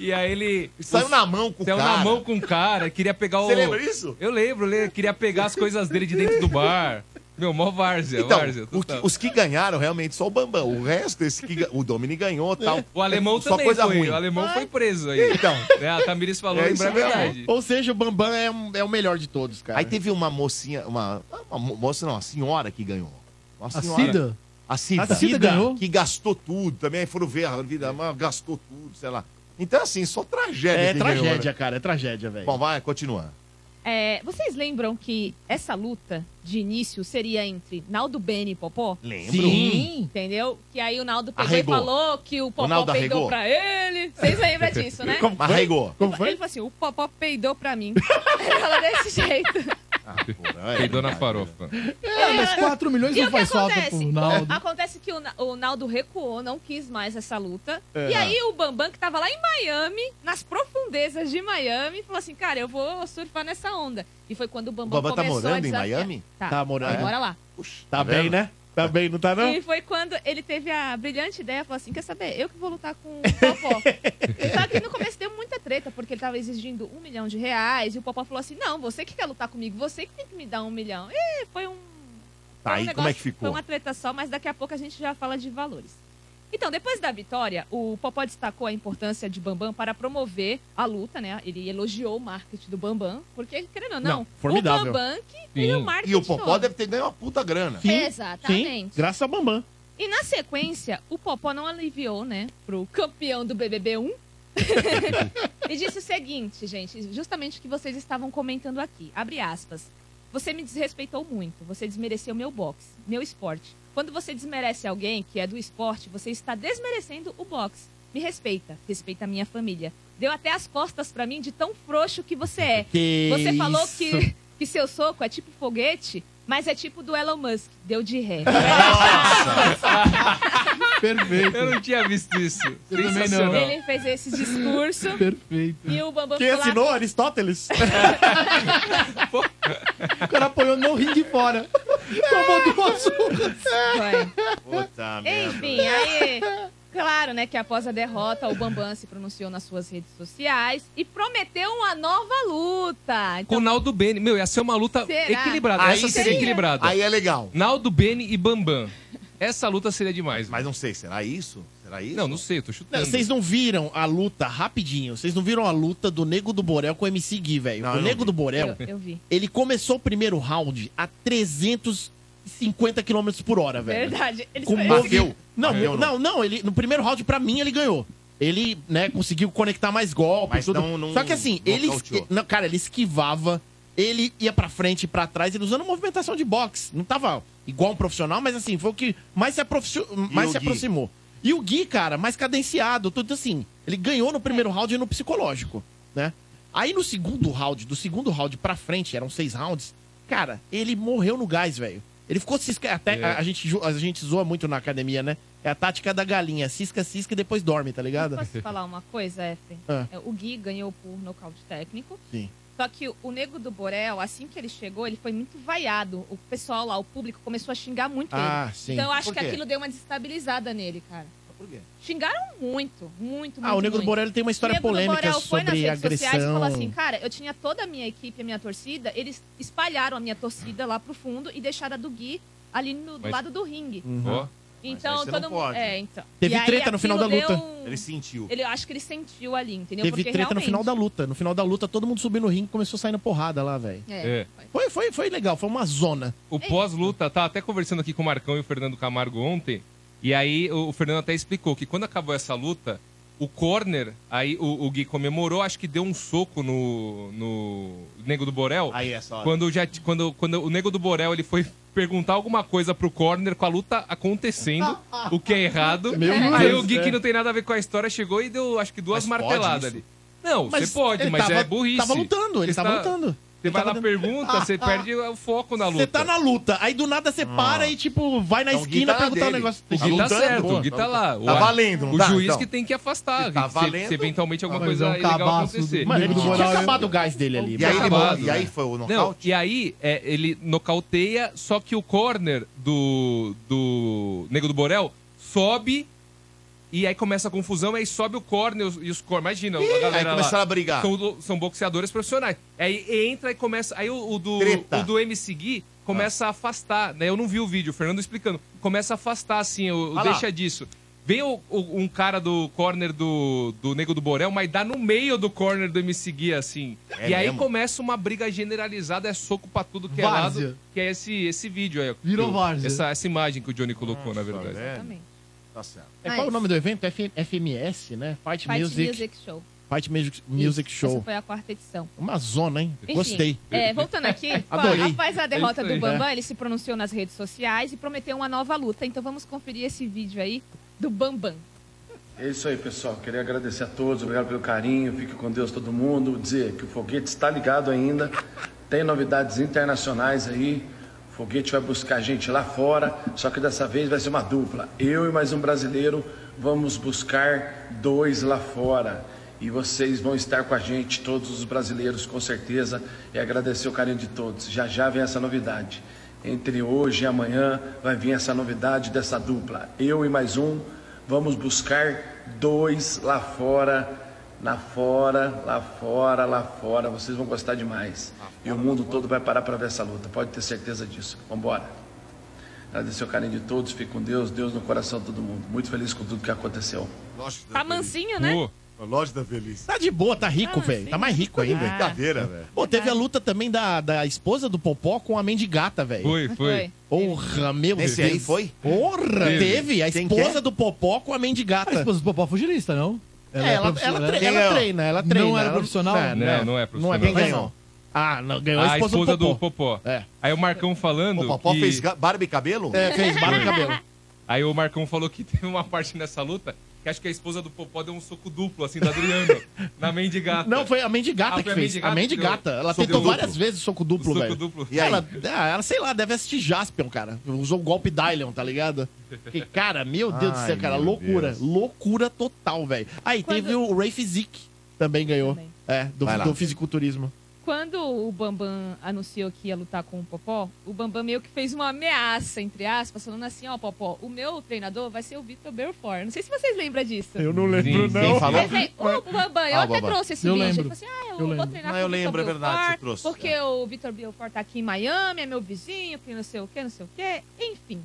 Speaker 2: e aí ele
Speaker 1: Saiu na mão com o
Speaker 2: saiu
Speaker 1: cara.
Speaker 2: na mão com o cara, queria pegar o...
Speaker 1: Você lembra disso?
Speaker 2: Eu lembro, ele queria pegar as coisas dele de dentro do bar. Meu, mó várzea,
Speaker 1: Então,
Speaker 2: várzea.
Speaker 1: o que-
Speaker 2: total.
Speaker 1: os que ganharam realmente só o Bambam. O resto, esse que, ga- o Domini ganhou e tal.
Speaker 2: É. O alemão
Speaker 1: só
Speaker 2: também
Speaker 1: coisa
Speaker 2: foi,
Speaker 1: ruim.
Speaker 2: o alemão foi preso aí.
Speaker 1: Então.
Speaker 2: Né, a Tamiris falou, né,
Speaker 1: É
Speaker 2: lembra a
Speaker 1: isso mesmo.
Speaker 2: verdade.
Speaker 5: Ou seja, o Bambam é, um- é o melhor de todos, cara.
Speaker 1: Aí teve uma mocinha, uma, uma mo- moça não, uma senhora que ganhou. Uma
Speaker 4: A
Speaker 1: senhora.
Speaker 4: Cida.
Speaker 1: A Cida.
Speaker 4: A Cida ganhou?
Speaker 1: Que gastou tudo também. Aí foram ver a vida, mas gastou tudo, sei lá. Então, assim, só tragédia.
Speaker 5: É
Speaker 1: que ganhou,
Speaker 5: tragédia,
Speaker 1: né?
Speaker 5: cara. É tragédia, velho.
Speaker 1: Bom, vai, continua.
Speaker 3: É, vocês lembram que essa luta de início seria entre Naldo Bene e Popó?
Speaker 1: Lembro.
Speaker 5: Sim.
Speaker 3: Entendeu? Que aí o Naldo pegou
Speaker 1: Arregou.
Speaker 3: e falou que o Popó
Speaker 1: Naldo arregou.
Speaker 3: peidou pra ele. Vocês lembram disso, né?
Speaker 1: Mas arregou.
Speaker 5: Como foi?
Speaker 3: Ele falou assim: o Popó peidou pra mim. Ele falou desse jeito.
Speaker 1: Ah, porra, é
Speaker 2: Peidou na
Speaker 1: verdade.
Speaker 2: farofa.
Speaker 4: É, mas 4 milhões
Speaker 3: E
Speaker 4: não
Speaker 3: o que
Speaker 4: faz falta pro
Speaker 3: acontece?
Speaker 4: Naldo.
Speaker 3: Acontece que o, Na- o Naldo recuou, não quis mais essa luta.
Speaker 4: É.
Speaker 3: E aí o Bambam, que tava lá em Miami, nas profundezas de Miami, falou assim: cara, eu vou surfar nessa onda. E foi quando o
Speaker 1: O
Speaker 3: Bambam,
Speaker 1: Bambam tá
Speaker 3: começou a
Speaker 1: morando em
Speaker 3: desafiar.
Speaker 1: Miami?
Speaker 3: Tá,
Speaker 5: Tá
Speaker 3: tá
Speaker 5: morando.
Speaker 3: morando.
Speaker 4: é?
Speaker 3: Bora lá.
Speaker 1: Puxa,
Speaker 5: Tá bem,
Speaker 1: vendo?
Speaker 5: né? Tá bem, não tá não?
Speaker 3: E foi quando ele teve a brilhante ideia, falou assim, quer saber, eu que vou lutar com o Popó. Só que no começo deu muita treta, porque ele tava exigindo um milhão de reais, e o Popó falou assim, não, você que quer lutar comigo, você que tem que me dar um milhão. E foi um...
Speaker 1: Tá,
Speaker 3: foi um
Speaker 1: aí como é que ficou?
Speaker 3: Foi uma treta só, mas daqui a pouco a gente já fala de valores. Então, depois da vitória, o Popó destacou a importância de Bambam para promover a luta, né? Ele elogiou o marketing do Bambam, porque, querendo ou não,
Speaker 5: Não, formidável.
Speaker 3: o Bambam que fez o
Speaker 2: Sim.
Speaker 3: marketing
Speaker 1: E o Popó
Speaker 3: todo.
Speaker 1: deve ter ganho uma puta grana.
Speaker 5: Sim,
Speaker 3: Exatamente.
Speaker 5: Sim, graças a Bambam.
Speaker 3: E na sequência, o Popó não aliviou, né, pro campeão do BBB1. e disse o seguinte, gente, justamente o que vocês estavam comentando aqui. Abre aspas. Você me desrespeitou muito, você desmereceu meu boxe, meu esporte. Quando você desmerece alguém que é do esporte, você está desmerecendo o boxe. Me respeita, respeita a minha família. Deu até as costas pra mim de tão frouxo que você é.
Speaker 5: Que
Speaker 3: Você falou
Speaker 5: isso.
Speaker 3: que, que seu soco é tipo foguete, mas é tipo do Elon Musk. Deu de ré.
Speaker 4: Perfeito.
Speaker 2: Eu não tinha visto isso.
Speaker 4: também não.
Speaker 2: Sensacional.
Speaker 3: Ele fez esse discurso
Speaker 4: Perfeito.
Speaker 3: e o Bambam
Speaker 5: Quem
Speaker 3: ficou lá-
Speaker 5: assinou? Aristóteles?
Speaker 4: O cara apoiou no rim de fora.
Speaker 5: É.
Speaker 4: Tomou duas surras.
Speaker 3: "Ah, Foi.
Speaker 4: Ah,
Speaker 1: Puta
Speaker 3: Enfim, aí... Claro, né, que após a derrota, o Bambam se pronunciou nas suas redes sociais e prometeu uma nova luta.
Speaker 2: Com o
Speaker 3: Então,
Speaker 2: Naldo Bene. Meu, ia ser uma luta
Speaker 3: Será?
Speaker 2: equilibrada.
Speaker 1: Aí
Speaker 2: Essa seria
Speaker 1: sim.
Speaker 2: equilibrada.
Speaker 5: Aí é legal.
Speaker 2: Naldo Bene e Bambam. Essa luta seria demais.
Speaker 1: Mas não sei, será isso? Será isso?
Speaker 2: Não, não sei, eu tô
Speaker 5: Não,
Speaker 2: chutando.
Speaker 5: Vocês não viram a luta, rapidinho, vocês não viram a luta do Nego do Borel com o MC Gui, velho.
Speaker 1: Não,
Speaker 5: O
Speaker 1: eu Ah, não
Speaker 5: Nego
Speaker 1: vi.
Speaker 5: do Borel,
Speaker 3: eu, eu vi.
Speaker 5: ele começou o primeiro round a 350 km por hora, velho.
Speaker 3: Verdade. Eles
Speaker 5: Com
Speaker 3: eles-
Speaker 1: Bateu.
Speaker 5: Não,
Speaker 1: Bateu,
Speaker 5: não, não, ele, no primeiro round, pra mim, ele ganhou. Ele, né, conseguiu conectar mais golpes.
Speaker 1: Mas
Speaker 5: tudo.
Speaker 1: não- não-
Speaker 5: Só que assim,
Speaker 1: não
Speaker 5: ele.
Speaker 1: nocauteou.
Speaker 5: não, cara, ele esquivava, ele ia pra frente e pra trás, ele usando movimentação de boxe. Não tava igual um profissional, mas assim, foi o que mais se, aprofici- mais
Speaker 1: o
Speaker 5: se
Speaker 1: Gui?
Speaker 5: aproximou. E o Gui, cara, mais cadenciado, tudo assim. Ele ganhou no primeiro
Speaker 3: É.
Speaker 5: round e no psicológico, né? Aí no segundo round, do segundo round pra frente, eram seis rounds, cara, ele morreu no gás, velho. Ele ficou cisca. Até
Speaker 2: É.
Speaker 5: a, a gente, jo- a gente zoa muito na academia, né? É a tática da galinha. Cisca, cisca e depois dorme, tá ligado?
Speaker 3: Posso falar uma coisa, Efren?
Speaker 5: Ah.
Speaker 3: É, O Gui ganhou por nocaute técnico.
Speaker 5: Sim.
Speaker 3: Só que o- o Nego do Borel, assim que ele chegou, ele foi muito vaiado. O pessoal lá, o público, começou a xingar muito ele.
Speaker 5: Ah, sim.
Speaker 3: Então eu acho
Speaker 1: Por
Speaker 3: que
Speaker 1: quê?
Speaker 3: aquilo deu uma destabilizada nele, cara.
Speaker 1: Por quê?
Speaker 3: Xingaram muito, muito, muito.
Speaker 5: Ah, o Nego do
Speaker 3: muito.
Speaker 5: Borel tem uma história
Speaker 3: Nego do
Speaker 5: polêmica
Speaker 3: Borel foi nas
Speaker 5: sobre
Speaker 3: redes sociais e
Speaker 5: agressão.
Speaker 3: falou assim, cara, eu tinha toda a minha equipe, a minha torcida, eles espalharam a minha torcida lá pro fundo e deixaram a do Gui ali no, do
Speaker 2: Mas-
Speaker 3: lado do ringue.
Speaker 5: Uhum.
Speaker 2: Ó,
Speaker 3: Então,
Speaker 1: aí você não
Speaker 3: todo
Speaker 1: pode.
Speaker 3: É, então.
Speaker 5: Teve
Speaker 3: E aí
Speaker 5: treta no final da
Speaker 3: aquilo deu
Speaker 5: luta.
Speaker 3: um-
Speaker 1: Ele sentiu.
Speaker 3: Ele, eu acho que ele sentiu ali, entendeu?
Speaker 5: Teve
Speaker 3: Porque
Speaker 5: treta no
Speaker 3: realmente-
Speaker 5: final da luta. No final da luta, todo mundo subiu no ringue e começou a sair na porrada lá, velho.
Speaker 3: É.
Speaker 2: É.
Speaker 5: Foi, foi, foi legal, foi uma zona.
Speaker 1: É,
Speaker 2: O pós-luta, tá até conversando aqui com o Marcão e o Fernando Camargo ontem. E aí o o Fernando até explicou que quando acabou essa luta, o corner, aí o, o Gui comemorou, acho que deu um soco no, no Nego do Borel.
Speaker 5: é
Speaker 1: Aí essa hora.
Speaker 2: Quando, já, t- quando, quando o Nego do Borel ele foi perguntar alguma coisa pro corner com a luta acontecendo, o que é errado.
Speaker 5: Meu
Speaker 2: aí
Speaker 5: Deus,
Speaker 2: o Gui,
Speaker 5: é.
Speaker 2: que não tem nada a ver com a história, chegou e deu acho que duas
Speaker 1: Mas pode
Speaker 2: marteladas
Speaker 1: isso?
Speaker 2: ali. Não, você pode,
Speaker 5: ele
Speaker 2: mas
Speaker 5: tava-
Speaker 2: é burrice.
Speaker 5: Tava lutando, ele
Speaker 2: Você
Speaker 5: tava
Speaker 2: tá-
Speaker 5: lutando.
Speaker 2: Você vai lá,
Speaker 5: tava dentro-
Speaker 2: pergunta, você perde o foco na luta.
Speaker 5: Você tá na luta, aí do nada você para e, tipo, vai na
Speaker 1: Ah. Então, o Gui
Speaker 5: esquina
Speaker 1: tá
Speaker 5: perguntar o
Speaker 1: dele.
Speaker 5: negócio.
Speaker 2: O Gui tá
Speaker 1: lutando,
Speaker 2: certo,
Speaker 1: boa,
Speaker 2: o Gui
Speaker 1: tá
Speaker 2: tá lá. O,
Speaker 1: Tá valendo, não
Speaker 2: o
Speaker 1: tá?
Speaker 2: juiz
Speaker 1: Então.
Speaker 2: que tem que afastar.
Speaker 1: Se tá
Speaker 2: se- se,
Speaker 1: valendo-
Speaker 2: eventualmente alguma
Speaker 4: Ah, mas
Speaker 2: coisa
Speaker 4: é um
Speaker 2: legal
Speaker 4: cabaço do-
Speaker 2: acontecer.
Speaker 5: Mano, ele
Speaker 4: Nego do
Speaker 5: tinha
Speaker 4: Borel,
Speaker 5: acabado o gás dele ali.
Speaker 1: E aí, ele
Speaker 2: Acabado,
Speaker 1: mo- e aí
Speaker 2: né?
Speaker 1: foi o
Speaker 2: Não,
Speaker 1: nocaute?
Speaker 2: e aí é, ele nocauteia, só que o corner do, do Nego do Borel sobe e aí começa a confusão, aí sobe o corner os- e os cor. Imagina, a galera
Speaker 1: aí
Speaker 2: lá.
Speaker 1: começaram a brigar.
Speaker 2: São, são boxeadores profissionais. Aí entra e começa. Aí o, o do,
Speaker 1: Treta. Ah.
Speaker 2: o do MC Gui começa a afastar, né? Eu não vi o vídeo, o Fernando explicando. Começa a afastar, assim, o, o
Speaker 1: Ah lá.
Speaker 2: deixa disso. Vem o- o- um cara do corner do, do Nego do Borel, mas dá no meio do corner do MC Gui, assim.
Speaker 1: É
Speaker 2: e aí
Speaker 1: mesmo?
Speaker 2: começa uma briga generalizada, é soco pra tudo que é
Speaker 4: Várzea.
Speaker 2: lado. Que é esse, esse vídeo aí. ó.
Speaker 4: Virou
Speaker 2: Que-
Speaker 4: várzea.
Speaker 2: Essa, essa imagem que o Johnny colocou, na verdade.
Speaker 1: velho.
Speaker 3: Exatamente.
Speaker 1: Tá certo.
Speaker 5: É, qual o nome do evento? F- FMS, né? Fight,
Speaker 3: Fight
Speaker 5: Music,
Speaker 3: Music, Show.
Speaker 5: Fight Music, Music
Speaker 3: Isso, Essa
Speaker 5: Show.
Speaker 3: foi a quarta edição.
Speaker 5: Uma zona, hein?
Speaker 3: Enfim,
Speaker 5: Gostei.
Speaker 3: é, voltando aqui, ó,
Speaker 5: Adorei.
Speaker 3: após a derrota
Speaker 2: É isso
Speaker 3: do
Speaker 2: aí.
Speaker 3: Bambam, ele se pronunciou nas redes sociais e prometeu uma nova luta. Então vamos conferir esse vídeo aí do Bambam.
Speaker 9: É isso aí, pessoal. Queria agradecer a todos, obrigado pelo carinho. Fique com Deus todo mundo. Dizer que o foguete está ligado ainda. Tem novidades internacionais aí. O foguete vai buscar gente lá fora, só que dessa vez vai ser uma dupla. Eu e mais um brasileiro vamos buscar dois lá fora. E vocês vão estar com a gente, todos os brasileiros, com certeza. E agradecer o carinho de todos. Já já vem essa novidade. Entre hoje e amanhã vai vir essa novidade dessa dupla. Eu e mais um Vamos buscar dois lá fora, lá fora, lá fora, lá fora. Vocês vão gostar demais. E o mundo todo vai parar para ver essa luta. Pode ter certeza disso. Vamos embora. Agradecer o carinho de todos. Fique com Deus. Deus no coração de todo mundo. Muito feliz com tudo que aconteceu.
Speaker 1: Lógico que
Speaker 3: Tá mansinho, né?
Speaker 2: Pô,
Speaker 1: Loja da Feliz.
Speaker 5: Tá de boa, tá rico,
Speaker 3: Ah,
Speaker 5: velho. Tá mais rico ainda.
Speaker 1: Brincadeira, velho.
Speaker 5: Pô, teve a luta também da, da esposa do Popó com a mendigata, velho.
Speaker 1: Foi, foi. Foi.
Speaker 5: Porra, meu
Speaker 1: Esse
Speaker 5: Deus.
Speaker 1: aí foi?
Speaker 5: Porra,
Speaker 1: Teve.
Speaker 5: teve. A
Speaker 1: Quem que é?
Speaker 5: esposa do Popó com a mendigata.
Speaker 4: A esposa do Popó é fugirista, não?
Speaker 5: É, ela,
Speaker 4: profissional,
Speaker 5: ela, tre-
Speaker 4: né?
Speaker 5: ela treina, ela treina.
Speaker 4: Não era
Speaker 5: ela-
Speaker 4: profissional?
Speaker 1: né?
Speaker 2: Não, não é profissional.
Speaker 5: Não é quem
Speaker 2: Quem
Speaker 5: ganhou.
Speaker 2: ganhou?
Speaker 5: Ah, não, ganhou a
Speaker 2: a
Speaker 5: esposa,
Speaker 2: esposa
Speaker 5: do
Speaker 2: do
Speaker 5: Popó.
Speaker 2: Popó.
Speaker 5: É.
Speaker 2: Aí o Marcão falando.
Speaker 1: O Popó
Speaker 2: que-
Speaker 1: fez ga- barba e cabelo?
Speaker 5: É, fez barba e cabelo.
Speaker 2: Aí o Marcão falou que teve uma parte nessa luta que acho que a esposa do Popó deu um soco duplo, assim, do Adriano, na mendigata.
Speaker 5: Não, foi a mendigata
Speaker 2: Ah,
Speaker 5: que
Speaker 2: foi a
Speaker 5: fez.
Speaker 2: mendigata
Speaker 5: a
Speaker 2: que
Speaker 5: mendigata.
Speaker 2: deu
Speaker 5: Ela
Speaker 2: soco
Speaker 5: tentou
Speaker 2: duplo.
Speaker 5: várias vezes o soco
Speaker 2: O
Speaker 5: duplo,
Speaker 2: soco
Speaker 5: velho.
Speaker 2: duplo.
Speaker 1: E aí?
Speaker 5: Ela, ah, ela, sei lá, deve assistir Jaspion, cara. Usou o golpe Dylion, tá ligado? Que, cara, meu Deus do
Speaker 1: Ai,
Speaker 5: céu, cara.
Speaker 1: meu
Speaker 5: Loucura.
Speaker 1: Deus.
Speaker 5: Loucura total, velho. Aí
Speaker 3: Quando-
Speaker 5: teve o Ray Physique, também ganhou.
Speaker 3: Também.
Speaker 5: É, do,
Speaker 1: Vai lá.
Speaker 5: do fisiculturismo.
Speaker 3: Quando o Bambam anunciou que ia lutar com o Popó, o Bambam meio que fez uma ameaça, entre aspas, falando assim, ó, Popó, o meu treinador vai ser o Vitor Belfort. Não sei se vocês lembram disso.
Speaker 5: não
Speaker 2: lembro, não.
Speaker 1: Quem falou?
Speaker 3: Mas, aí, o Bambam, eu
Speaker 1: Ah, o
Speaker 3: até
Speaker 1: Bambam.
Speaker 3: trouxe esse
Speaker 4: Eu
Speaker 3: vídeo.
Speaker 4: lembro.
Speaker 3: Ele falou assim, ah, eu,
Speaker 4: Eu
Speaker 3: vou
Speaker 4: lembro.
Speaker 3: treinar
Speaker 1: Ah,
Speaker 3: com
Speaker 1: eu
Speaker 3: o Vitor
Speaker 1: lembro, é verdade,
Speaker 3: Belfort,
Speaker 1: você trouxe, é.
Speaker 3: Porque o Vitor Belfort tá aqui em Miami, é meu vizinho, que não sei o que, não sei o que. Enfim,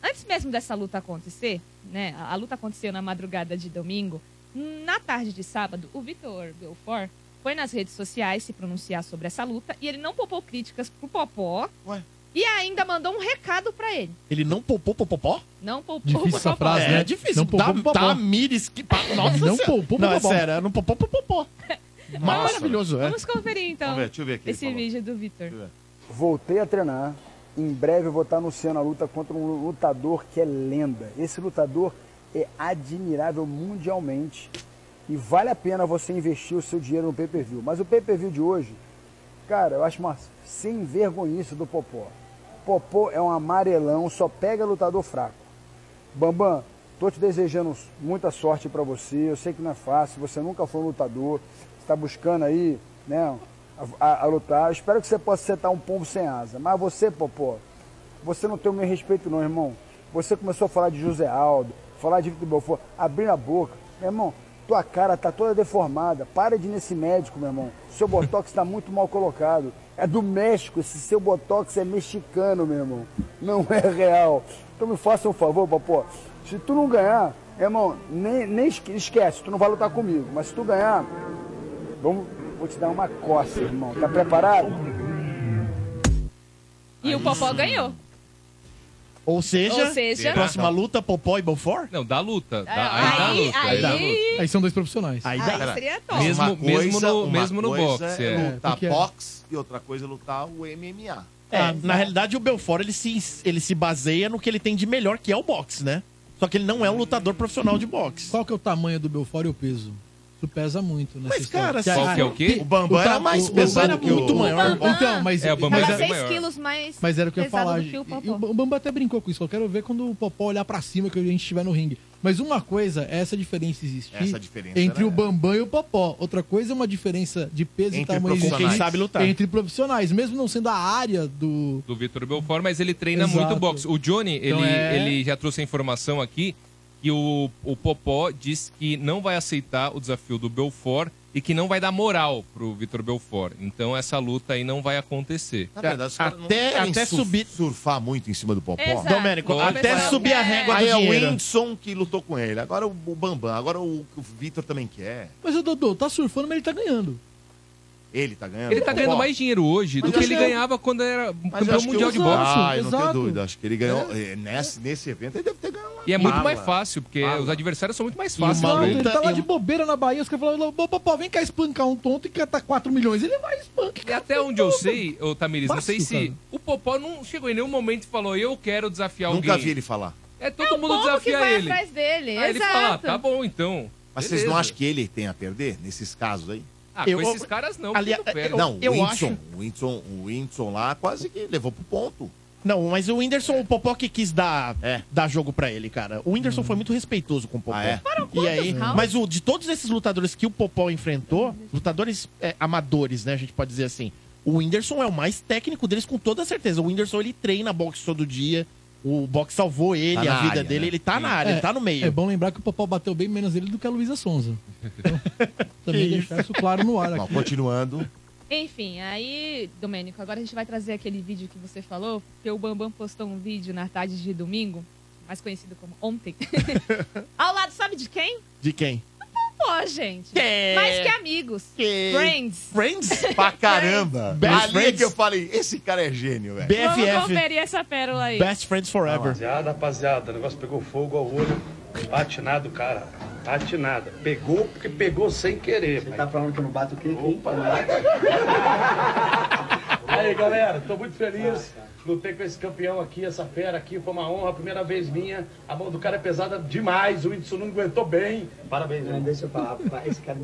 Speaker 3: antes mesmo dessa luta acontecer, né, a, a luta aconteceu na madrugada de domingo, na tarde de sábado, o Vitor Belfort foi nas redes sociais se pronunciar sobre essa luta e ele não poupou críticas pro Popó
Speaker 1: Ué.
Speaker 3: e ainda mandou um recado pra ele.
Speaker 5: Ele não popou, popopó?
Speaker 3: Não poupou
Speaker 4: Difícil
Speaker 3: pro
Speaker 4: essa
Speaker 3: Popó.
Speaker 4: frase,
Speaker 5: É,
Speaker 4: né?
Speaker 5: é difícil.
Speaker 4: Não
Speaker 5: Tá-
Speaker 4: popou, popó.
Speaker 5: Tamires, que... pa- Nossa
Speaker 4: Não
Speaker 5: senhora.
Speaker 4: popou,
Speaker 5: Não, é
Speaker 4: popopó.
Speaker 5: sério. Não popou, popopó. Maravilhoso, é.
Speaker 3: Vamos conferir então
Speaker 1: Vamos ver, deixa eu ver aqui.
Speaker 3: esse vídeo do Vitor.
Speaker 10: Voltei a treinar. Em breve eu vou estar anunciando a luta contra um lutador que é lenda. Esse lutador é admirável mundialmente e vale a pena você investir o seu dinheiro no pay-per-view. Mas o pay-per-view de hoje, cara, eu acho uma sem vergonhice do Popó. Popó é um amarelão, só pega lutador fraco. Bambam, tô te desejando muita sorte para você. Eu sei que não é fácil, você nunca foi um lutador, está buscando aí, né, a, a- a lutar. Eu espero que você possa acertar um pombo sem asa. Mas você, Popó, você não tem o meu respeito não, irmão. Você começou a falar de José Aldo, falar de Vitor Belfort, abrindo a boca. Meu irmão, tua cara tá toda deformada. Para de ir nesse médico, meu irmão. Seu botox está muito mal colocado. É do México, esse seu botox é mexicano, meu irmão. Não é real. Então me faça um favor, papô. Se tu não ganhar, meu irmão, nem, nem esque- esquece, tu não vai lutar comigo. Mas se tu ganhar, vamos, vou te dar uma coça, irmão. Tá preparado?
Speaker 3: E o Popó ganhou.
Speaker 5: Ou seja,
Speaker 3: Ou seja- É,
Speaker 5: próxima luta, Popó e Belfort?
Speaker 2: Não, da luta. Da, aí, da
Speaker 3: Aí,
Speaker 2: luta.
Speaker 3: aí,
Speaker 2: da luta.
Speaker 3: aí,
Speaker 4: Aí são dois profissionais.
Speaker 5: Aí dá.
Speaker 1: Pera,
Speaker 3: seria top.
Speaker 2: Mesmo-
Speaker 1: uma coisa,
Speaker 2: mesmo no-
Speaker 1: uma
Speaker 2: mesmo no
Speaker 1: coisa
Speaker 2: boxe,
Speaker 1: É
Speaker 2: é.
Speaker 1: lutar
Speaker 4: Porque é.
Speaker 1: boxe e outra coisa é lutar o MMA.
Speaker 5: É, na realidade, o Belfort ele se, ele se baseia no que ele tem de melhor, que é o boxe, né? Só que ele não é um lutador profissional de boxe.
Speaker 4: Qual que é o tamanho do Belfort e o peso? Isso pesa muito né, nessa
Speaker 5: Mas,
Speaker 4: história.
Speaker 5: cara,
Speaker 4: Que a-
Speaker 2: Qual que é o quê?
Speaker 5: O Bambam
Speaker 4: ta-
Speaker 5: era mais
Speaker 4: o- o-
Speaker 5: pesado
Speaker 4: era
Speaker 5: que o-
Speaker 4: muito maior.
Speaker 3: Bambam.
Speaker 4: Então, mas,
Speaker 2: É, o Bambam
Speaker 4: mas,
Speaker 3: Tava
Speaker 2: era-
Speaker 3: 6
Speaker 2: maior.
Speaker 3: quilos mais
Speaker 4: mas era o que eu ia
Speaker 3: pesado
Speaker 4: falar.
Speaker 3: do que
Speaker 4: E
Speaker 3: o
Speaker 4: o
Speaker 3: Popó.
Speaker 4: Bambam até brincou com isso. Eu quero ver quando o Popó olhar pra cima que a gente estiver no ringue. Mas uma coisa é essa diferença existir
Speaker 1: Essa diferença
Speaker 4: entre
Speaker 1: era
Speaker 4: o Bambam e o Popó. Outra coisa é uma diferença de peso
Speaker 1: Entre
Speaker 4: e tamanho
Speaker 1: profissionais.
Speaker 4: existir
Speaker 1: Quem
Speaker 5: sabe lutar.
Speaker 4: entre profissionais, mesmo não sendo a área do,
Speaker 2: do Vitor Belfort, mas ele treina
Speaker 4: Exato.
Speaker 2: muito boxe. O Johnny,
Speaker 4: Então
Speaker 2: ele,
Speaker 4: é-
Speaker 2: ele já trouxe a informação aqui que o, o Popó diz que não vai aceitar o desafio do Belfort e que não vai dar moral pro Vitor Belfort. Então essa luta aí não vai acontecer.
Speaker 1: Na verdade, Tá os caras não
Speaker 5: Até-
Speaker 1: querem
Speaker 5: até
Speaker 1: sur-
Speaker 5: subir-
Speaker 1: surfar muito em cima do Popó.
Speaker 3: Exato.
Speaker 5: Domênico,
Speaker 2: Lógico,
Speaker 5: até
Speaker 2: é.
Speaker 5: subir a régua do
Speaker 1: Aí é o
Speaker 5: dinheiro.
Speaker 1: Whindersson que lutou com ele. Agora o o Bambam, agora o, o Vitor também quer.
Speaker 4: Mas o Dodô tá surfando, mas ele tá ganhando.
Speaker 1: Ele tá ganhando.
Speaker 2: Ele tá
Speaker 1: Popó.
Speaker 2: ganhando mais dinheiro hoje
Speaker 1: Mas
Speaker 2: do que
Speaker 1: eu
Speaker 2: ele
Speaker 1: acho que- é um
Speaker 2: ganhava quando era
Speaker 1: Mas eu
Speaker 2: campeão
Speaker 1: acho que é
Speaker 2: mundial
Speaker 1: o-
Speaker 2: de boxe. É.
Speaker 1: Ah, eu não tenho
Speaker 4: exato.
Speaker 1: dúvida. Acho que ele ganhou. eh, Nesse, nesse evento, ele deve ter ganhado. uma
Speaker 2: E é muito
Speaker 1: bala.
Speaker 2: mais fácil, porque
Speaker 1: Fala.
Speaker 2: É, os adversários são muito mais
Speaker 5: uma
Speaker 2: fáceis. pra
Speaker 5: luta-
Speaker 2: ele.
Speaker 1: né?
Speaker 4: ele tá lá
Speaker 5: e-
Speaker 4: de bobeira na Bahia, os caras falaram, "Ô, Popó, vem cá espancar um tonto e cantar 4 milhões. Ele vai e espanca.
Speaker 2: E
Speaker 4: cara.
Speaker 2: até onde eu sei, ô Tamiris, não sei
Speaker 4: Fácil,
Speaker 2: se
Speaker 4: cara.
Speaker 2: o Popó não chegou em nenhum momento e falou, eu quero desafiar
Speaker 1: Nunca
Speaker 2: alguém.
Speaker 1: vi ele falar.
Speaker 2: É todo mundo
Speaker 3: Como que
Speaker 2: desafia
Speaker 3: vai
Speaker 2: ele.
Speaker 3: atrás dele?
Speaker 2: Aí ele fala, ah,
Speaker 3: Exato.
Speaker 2: tá bom então.
Speaker 1: Mas vocês não
Speaker 2: Beleza.
Speaker 1: acham que ele tem a perder nesses casos aí?
Speaker 2: Ah,
Speaker 5: Eu-
Speaker 2: com esses caras não,
Speaker 5: Ali-
Speaker 2: porque não perde.
Speaker 5: Eu-
Speaker 1: não,
Speaker 5: eu
Speaker 1: o Whindersson. O Whindersson, o Whindersson lá quase que levou pro ponto.
Speaker 5: Não, mas o Whindersson, o Popó que quis dar,
Speaker 1: É.
Speaker 5: dar jogo pra ele, cara. O Whindersson foi muito respeitoso com o Popó.
Speaker 1: Ah, é?
Speaker 5: Foram e aí,
Speaker 3: rounds?
Speaker 5: Mas o, de todos esses lutadores que o Popó enfrentou, lutadores é, amadores, né, a gente pode dizer assim, o Whindersson é o mais técnico deles com toda certeza. O Whindersson, ele treina boxe todo dia, o boxe salvou ele,
Speaker 1: Tá na
Speaker 5: a vida
Speaker 1: área,
Speaker 5: dele,
Speaker 1: né?
Speaker 5: ele tá na área, ele tá no meio.
Speaker 4: É bom lembrar que o Popó bateu bem menos ele do que a Luísa Sonza. Então, também deixar isso claro no ar
Speaker 1: Bom,
Speaker 4: aqui.
Speaker 1: continuando.
Speaker 3: Enfim, aí, Domênico, agora a gente vai trazer aquele vídeo que você falou, porque o Bambam postou um vídeo na tarde de domingo, mais conhecido como ontem. Ao lado, sabe de quem?
Speaker 5: De quem?
Speaker 3: pô, gente.
Speaker 1: Que-
Speaker 3: Mais que amigos. Friends.
Speaker 1: Friends? Pra caramba.
Speaker 5: Best
Speaker 1: Ali é
Speaker 5: friends.
Speaker 1: que eu falei, esse cara é gênio, velho.
Speaker 3: Vamos conferir essa pérola aí.
Speaker 5: Best friends
Speaker 1: Tá
Speaker 5: forever.
Speaker 11: Rapaziada, rapaziada, o negócio pegou fogo ao olho. Patinado, cara. Patinada. Pegou porque pegou sem querer. Você tá falando que eu não bato o quê? Opa, não bato. Aí, galera, tô muito feliz. Lutei com esse campeão aqui, essa fera aqui, foi uma honra, primeira vez minha. A mão do cara é pesada demais, o Whitson não aguentou bem. Parabéns, né? Deixa eu falar, esse cara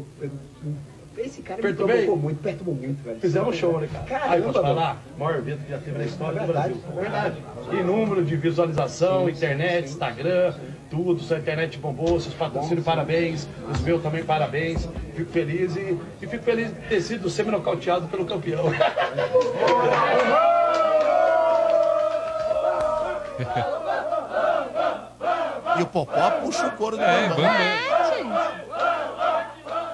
Speaker 12: Esse cara
Speaker 11: Perturbei?
Speaker 12: me provocou muito, perturbou muito, velho.
Speaker 11: Fizemos um show, né, cara? Aí, posso
Speaker 12: Caramba,
Speaker 11: falar?
Speaker 12: velho.
Speaker 11: Maior evento que já teve na história do
Speaker 12: Verdade,
Speaker 11: Brasil. E número de visualização, internet, Instagram, tudo. Sua internet bombou, seus patrocínios, parabéns. Os meus também, parabéns. Fico feliz e, e fico feliz de ter sido semi-nocauteado pelo campeão.
Speaker 1: E o Popó puxa o couro do é,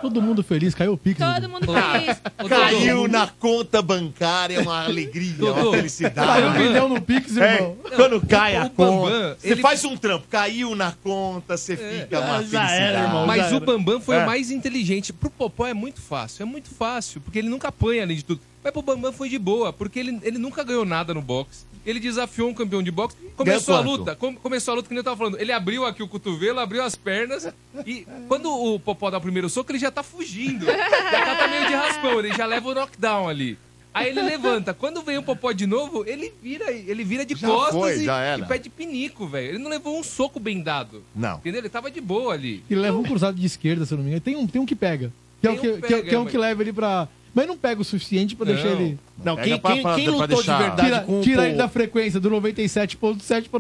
Speaker 4: Todo mundo feliz, caiu o pix. né? Dudu.
Speaker 1: Ah, Caiu na conta bancária, é uma alegria, uma
Speaker 4: Dudu,
Speaker 1: felicidade.
Speaker 4: caiu um milhão no Pix, irmão.
Speaker 1: É, quando cai
Speaker 2: o
Speaker 1: a
Speaker 2: Bambam,
Speaker 1: conta, você
Speaker 2: ele- É.
Speaker 1: faz um trampo, caiu na conta, você fica uma Ah, felicidade.
Speaker 2: Mas o Bambam foi
Speaker 1: É.
Speaker 2: o mais inteligente. Pro Popó é muito fácil, é muito fácil, porque ele nunca apanha além de tudo. Mas pro Bambam foi de boa, porque ele, ele nunca ganhou nada no boxe. Ele desafiou um campeão de boxe. Começou a
Speaker 13: quanto?
Speaker 2: luta, com- começou a luta que nem eu tava falando. Ele abriu aqui o cotovelo, abriu as pernas e quando o Popó dá o primeiro soco, ele já tá fugindo. já tá, tá meio de raspão, ele já leva o knockdown ali. Aí ele levanta. Quando vem o Popó de novo, ele vira, ele vira de
Speaker 1: Já
Speaker 2: costas
Speaker 1: foi,
Speaker 2: e,
Speaker 1: já
Speaker 2: e
Speaker 1: era.
Speaker 2: pede pinico, velho. Ele não levou um soco bem dado.
Speaker 1: Não.
Speaker 2: Entendeu? Ele tava de boa ali.
Speaker 4: Ele leva um cruzado de esquerda, se eu não me engano. Tem um, tem um que pega. Que é o
Speaker 2: Tem
Speaker 4: que,
Speaker 2: um
Speaker 4: que é-
Speaker 2: pega,
Speaker 4: que é um
Speaker 2: mas-
Speaker 4: que leva ele pra. Mas não pega o suficiente pra deixar
Speaker 2: Não.
Speaker 4: ele.
Speaker 2: Não, Pega quem- pra- quem- pra- quem pra lutou de deixar- verdade
Speaker 4: Tira,
Speaker 2: com o-
Speaker 4: tira
Speaker 2: com
Speaker 4: ele
Speaker 2: o-
Speaker 4: da frequência, do 97,7 pra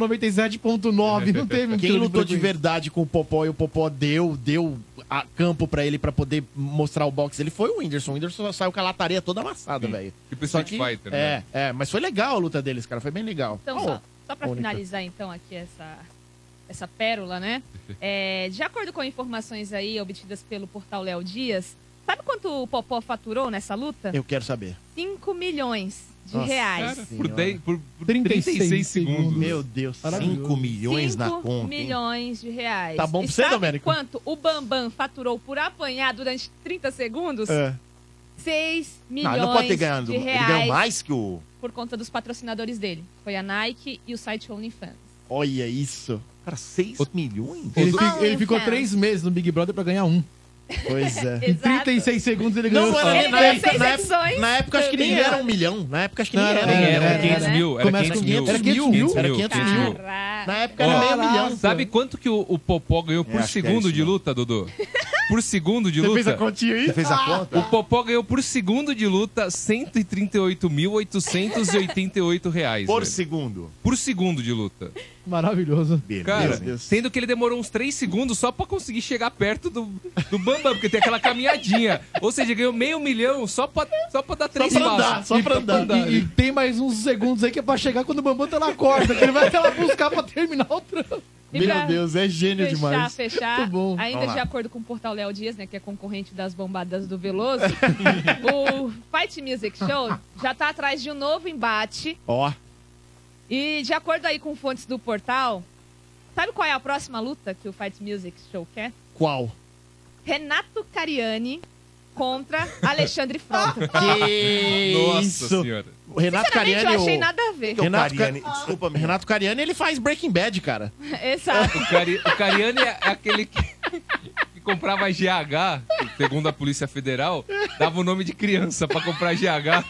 Speaker 4: 97,9. Não teve um
Speaker 5: Quem
Speaker 4: tiro
Speaker 5: lutou de
Speaker 4: frequência.
Speaker 5: verdade com o Popó e o Popó deu, deu a campo pra ele pra poder mostrar o boxe, ele foi o Whindersson. O Whindersson saiu com a lataria toda amassada, velho.
Speaker 2: Tipo
Speaker 5: Só
Speaker 2: Street Fighter,
Speaker 5: É,
Speaker 2: né?
Speaker 5: é, mas foi legal a luta deles, cara. Foi bem legal.
Speaker 3: Então,
Speaker 5: Oh,
Speaker 3: só, só para
Speaker 5: única.
Speaker 3: finalizar, então, aqui essa, essa pérola, né? É, de acordo com informações aí obtidas pelo portal Léo Dias, sabe quanto o Popó faturou nessa luta?
Speaker 5: Eu quero saber.
Speaker 3: 5 milhões de
Speaker 5: Nossa
Speaker 3: reais.
Speaker 2: Por, dez- por- por
Speaker 5: 36
Speaker 2: 36, segundos.
Speaker 5: Meu Deus, 5 milhões na
Speaker 3: 5
Speaker 5: conta. hein?
Speaker 3: milhões de reais.
Speaker 5: Tá bom
Speaker 3: E
Speaker 5: pra você,
Speaker 3: sabe
Speaker 5: Domênico?
Speaker 3: quanto o Bambam faturou por apanhar durante 30 segundos?
Speaker 1: É.
Speaker 3: 6
Speaker 1: Não,
Speaker 3: milhões
Speaker 1: ele não pode ter ganhado.
Speaker 3: de
Speaker 1: Ele
Speaker 3: reais
Speaker 1: ganhou mais que o.
Speaker 3: por conta dos patrocinadores dele. Foi a Nike e o site OnlyFans.
Speaker 5: Olha isso. Cara, 6 milhões?
Speaker 4: Ele,
Speaker 5: Ô,
Speaker 4: fi-
Speaker 3: Dudu.
Speaker 4: ele ficou três meses no Big Brother pra ganhar um.
Speaker 5: Pois é.
Speaker 4: Em 36 segundos ele ganhou.
Speaker 5: Não, era,
Speaker 4: só. um
Speaker 5: na, época, na, época, na época acho que nem
Speaker 4: Nem
Speaker 5: era
Speaker 4: era.
Speaker 5: um milhão. Na época acho que
Speaker 4: Não,
Speaker 5: nem era.
Speaker 4: era,
Speaker 5: um
Speaker 4: era,
Speaker 5: milhão.
Speaker 4: era, era, né?
Speaker 2: mil, era
Speaker 5: Começa
Speaker 2: 500
Speaker 5: com
Speaker 2: mil.
Speaker 5: Era 500 mil. Era 500 mil. Na época era meio
Speaker 2: Ó,
Speaker 5: milhão.
Speaker 2: Sabe quanto que o, o Popó ganhou por
Speaker 5: acho que é
Speaker 2: segundo
Speaker 5: isso
Speaker 2: de luta, Dudu? Por segundo de
Speaker 5: Você
Speaker 2: luta.
Speaker 5: fez a continha aí? Ah! Você fez a conta?
Speaker 2: O Popó ganhou por segundo de luta 138.888 reais.
Speaker 1: Por
Speaker 2: velho.
Speaker 1: segundo.
Speaker 2: Por segundo de luta.
Speaker 4: Maravilhoso.
Speaker 2: Cara, sendo que ele demorou uns 3 segundos só pra conseguir chegar perto do, do Bambam, porque tem aquela caminhadinha. Ou seja, ganhou meio milhão só pra, só pra dar 3 passos.
Speaker 4: E-
Speaker 2: Então,
Speaker 4: E,
Speaker 2: né?
Speaker 4: e tem mais uns segundos aí que é pra chegar quando o Bambam tá na corda, que ele vai até lá buscar pra terminar o trampo.
Speaker 3: E Meu pra Deus,
Speaker 4: é gênio
Speaker 3: fechar, fechar.
Speaker 4: Muito bom.
Speaker 3: Ainda
Speaker 4: Vamos
Speaker 3: de
Speaker 4: lá.
Speaker 3: acordo com o portal Léo Dias, né, que é concorrente das bombadas do Veloso, o Fight Music Show já tá atrás de um novo embate.
Speaker 5: Ó.
Speaker 3: E de acordo aí com fontes do portal, sabe qual é a próxima luta que o Fight Music Show quer?
Speaker 5: Qual?
Speaker 3: Renato Cariani contra Alexandre Frota.
Speaker 5: Que
Speaker 2: Nossa
Speaker 5: isso.
Speaker 2: Senhora.
Speaker 5: O Renato
Speaker 3: Sinceramente,
Speaker 5: Cariani.
Speaker 3: eu achei
Speaker 5: o-
Speaker 3: nada a ver.
Speaker 5: Renato
Speaker 1: Cariani,
Speaker 5: Ca- Desculpa, meu. Renato Cariani, ele faz Breaking Bad, cara.
Speaker 3: Exato.
Speaker 2: O, Cari... o Cariani é é aquele que... que comprava GH, segundo a Polícia Federal, dava o nome de criança pra comprar GH.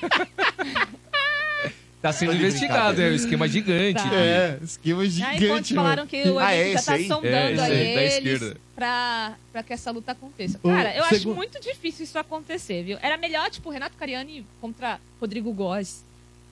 Speaker 2: tá sendo
Speaker 5: Tá de
Speaker 2: investigado, é
Speaker 5: brincadeira.
Speaker 2: um esquema gigante.
Speaker 3: Tá.
Speaker 2: de-
Speaker 5: É, esquema
Speaker 3: Aí fontes
Speaker 5: gigante.
Speaker 3: falaram que o evento já tá
Speaker 2: É,
Speaker 3: sondando
Speaker 2: esse
Speaker 3: a
Speaker 2: aí, da
Speaker 3: eles
Speaker 2: esquerda.
Speaker 3: pra, pra que essa luta aconteça.
Speaker 2: O
Speaker 3: Cara, eu acho
Speaker 2: segun-
Speaker 3: muito difícil isso acontecer, viu? Era melhor, tipo, Renato Cariani contra Rodrigo Góes.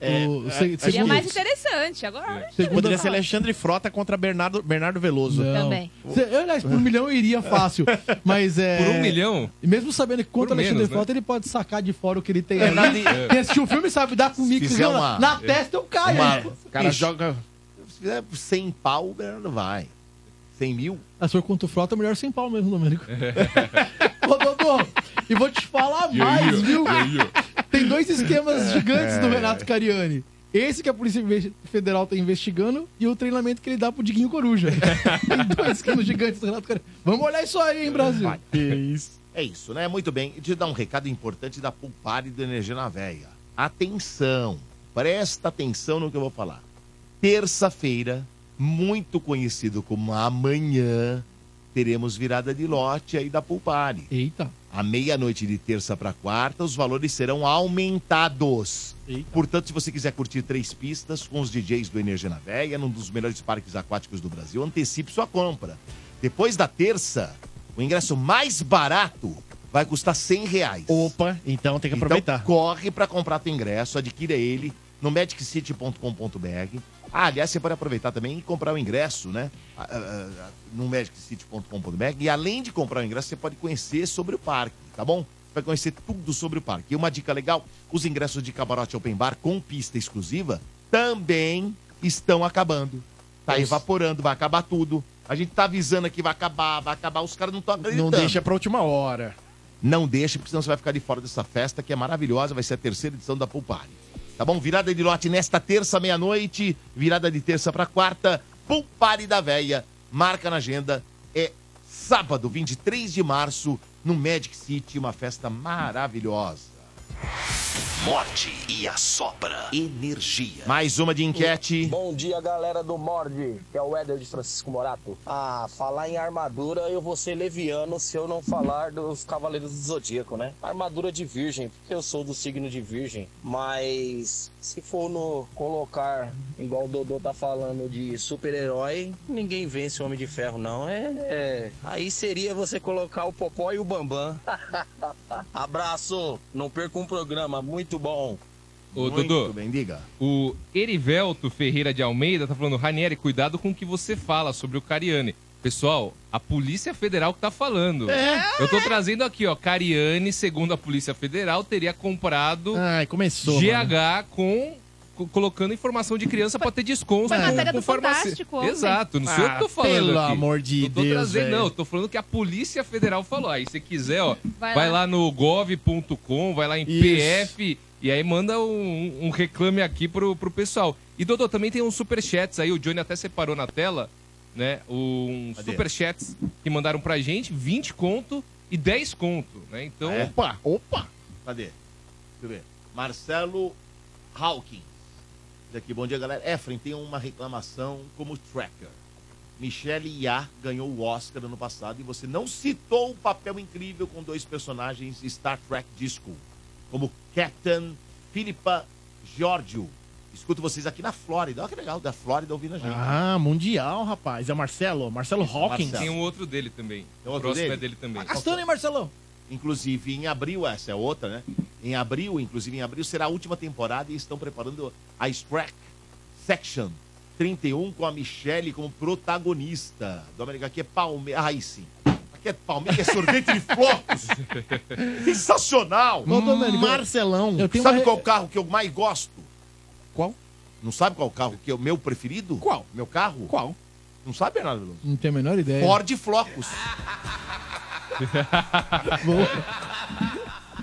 Speaker 5: É,
Speaker 4: O-
Speaker 5: é,
Speaker 4: se-
Speaker 5: acho que-
Speaker 3: Seria mais interessante. Agora,
Speaker 5: Poderia ser Alexandre Frota contra Bernardo, Bernardo Veloso.
Speaker 4: Não.
Speaker 3: Também.
Speaker 4: Cê- eu, aliás, por um milhão eu iria fácil. Mas é.
Speaker 2: Por um milhão?
Speaker 4: E Mesmo sabendo que quanto
Speaker 2: Por
Speaker 4: Alexandre
Speaker 2: menos, né?
Speaker 4: Frota, ele pode sacar de fora o que ele tem.
Speaker 5: É,
Speaker 4: ali.
Speaker 5: nada em-
Speaker 4: Quem assistiu o filme sabe dar com mix
Speaker 5: fizer
Speaker 4: na-
Speaker 5: uma-
Speaker 4: na testa, eu caio.
Speaker 5: Uma-
Speaker 4: Pô.
Speaker 5: O cara
Speaker 4: Ixi.
Speaker 5: joga. Se fizer 100 pau, o Bernardo vai. 100 mil?
Speaker 4: Ah, se for contra o Frota, é melhor sem pau mesmo, Domênico. Ô, Dodô, e
Speaker 5: É.
Speaker 4: vou te falar mais, viu? Tem dois esquemas gigantes do Renato Cariani. Esse que a Polícia Inve- Federal tá investigando e o treinamento que ele dá pro Diguinho Coruja. Dois canos gigantes do Renato Correia. Vamos olhar isso aí, hein, Brasil?
Speaker 1: Vai. É isso. né? Muito bem. Deixa eu dar um recado importante da Pulpar e do Energia na Véia. Atenção. Presta atenção no que eu vou falar. Terça-feira, muito conhecido como amanhã, teremos virada de lote aí da Pulpari.
Speaker 4: Eita.
Speaker 1: À meia-noite de terça para quarta, os valores serão aumentados. Portanto, se você quiser curtir três pistas com os DJs do Energia na Véia, num dos melhores parques aquáticos do Brasil, antecipe sua compra. Depois da terça, o ingresso mais barato vai custar 100 reais.
Speaker 5: Opa, então tem que aproveitar.
Speaker 1: Então corre para comprar teu ingresso, adquira ele no mediccity.com.br. Ah, aliás, você pode aproveitar também e comprar o ingresso, né? ah, ah, ah, No mediccity.com.br. E além de comprar o ingresso, você pode conhecer sobre o parque, tá bom? Você Vai conhecer tudo sobre o parque. E uma dica legal: os ingressos de camarote open bar com pista exclusiva também estão acabando. Tá evaporando, vai acabar tudo. A gente tá avisando aqui, vai acabar, vai acabar. Os caras não estão acreditando.
Speaker 5: Não deixa pra última hora.
Speaker 1: Tá Não deixe, porque senão você vai ficar de fora dessa festa que é maravilhosa. Vai ser a terceira edição da Pulpari. Tá bom? Virada de lote nesta terça, meia-noite. Virada de terça pra quarta. Pulpari da Véia. Marca na agenda. É sábado, 23 de março, no Magic City. Uma festa maravilhosa.
Speaker 6: Morde e assopra. Energia.
Speaker 1: Mais uma de enquete.
Speaker 13: Bom dia, galera do Mord, que é o Éder de Francisco Morato. Ah, falar em armadura, eu vou ser leviano se eu não falar dos Cavaleiros do Zodíaco, né? Armadura de virgem, porque eu sou do signo de virgem. Mas se for no colocar, igual o Dodô tá falando, de super-herói, ninguém vence o Homem de Ferro, não. É, é- Aí seria você colocar o Popó e o Bambam. Abraço! Não perca um programa, muito bom.
Speaker 2: Ô, Dudu.
Speaker 1: bem, diga.
Speaker 2: O Erivelto Ferreira de Almeida tá falando, Ranieri, cuidado com o que você fala sobre o Cariani. Pessoal, a Polícia Federal que tá falando.
Speaker 5: É.
Speaker 2: Eu tô trazendo aqui, ó. Cariani, segundo a Polícia Federal, teria comprado
Speaker 5: Ai, começou. mano.
Speaker 2: GH com. co- Colocando informação de criança pra ter desconto.
Speaker 3: Foi
Speaker 2: com-
Speaker 3: matéria
Speaker 2: com
Speaker 3: do
Speaker 2: farmácia.
Speaker 3: Fantástico ontem.
Speaker 2: Exato, não sei o
Speaker 5: Ah,
Speaker 2: que eu tô falando.
Speaker 5: pelo
Speaker 2: aqui.
Speaker 5: amor de
Speaker 2: não tô
Speaker 5: Deus,
Speaker 2: Trazendo,
Speaker 5: velho.
Speaker 2: não, eu tô falando que a Polícia Federal falou. Aí, se quiser, ó,
Speaker 3: Vai
Speaker 2: vai,
Speaker 3: lá.
Speaker 2: lá. no gov.com, vai lá em
Speaker 5: Isso.
Speaker 2: PF e aí manda um, um reclame aqui pro, pro pessoal. E, Dodô, também tem uns superchats aí, o Johnny até separou na tela, né? Um
Speaker 5: Cadê?
Speaker 2: superchats que mandaram pra gente, 20 conto e 10 conto, né? Então.
Speaker 5: É?
Speaker 1: Opa, opa. Cadê? Deixa eu ver. Marcelo Hawkins. Daqui, bom dia, galera. Efren tem uma reclamação como tracker. Michelle Yá ganhou o Oscar ano passado e você não citou o papel incrível com dois personagens de Star Trek Disco, como Captain Philippa Giorgio. Escuto vocês aqui na Flórida. Olha que legal, da Flórida ouvindo a gente.
Speaker 5: Ah, mundial, rapaz. É o Marcelo, Marcelo Hawkins.
Speaker 2: Tem um outro dele também.
Speaker 1: É
Speaker 2: o
Speaker 1: outro
Speaker 2: próximo
Speaker 1: dele?
Speaker 2: é dele também.
Speaker 1: Castanha,
Speaker 4: Marcelão.
Speaker 1: Inclusive, em abril, essa é outra, né? Em abril, inclusive, em abril será a última temporada e estão preparando a Strack Section 31 com a Michelle como protagonista. Domênica, aqui é Palmeiras. Aí sim. Aqui é Palmeiras, é sorvete de flocos. Sensacional.
Speaker 5: Ô, Domênico, Marcelão. Eu
Speaker 1: Sabe qual carro que eu mais gosto?
Speaker 4: Qual?
Speaker 1: Não sabe qual carro que é o meu preferido?
Speaker 4: Qual?
Speaker 1: Meu carro?
Speaker 4: Qual?
Speaker 1: Não sabe, Bernardo Veloso?
Speaker 4: Não tenho a menor
Speaker 2: É.
Speaker 4: ideia.
Speaker 1: Ford Flocos.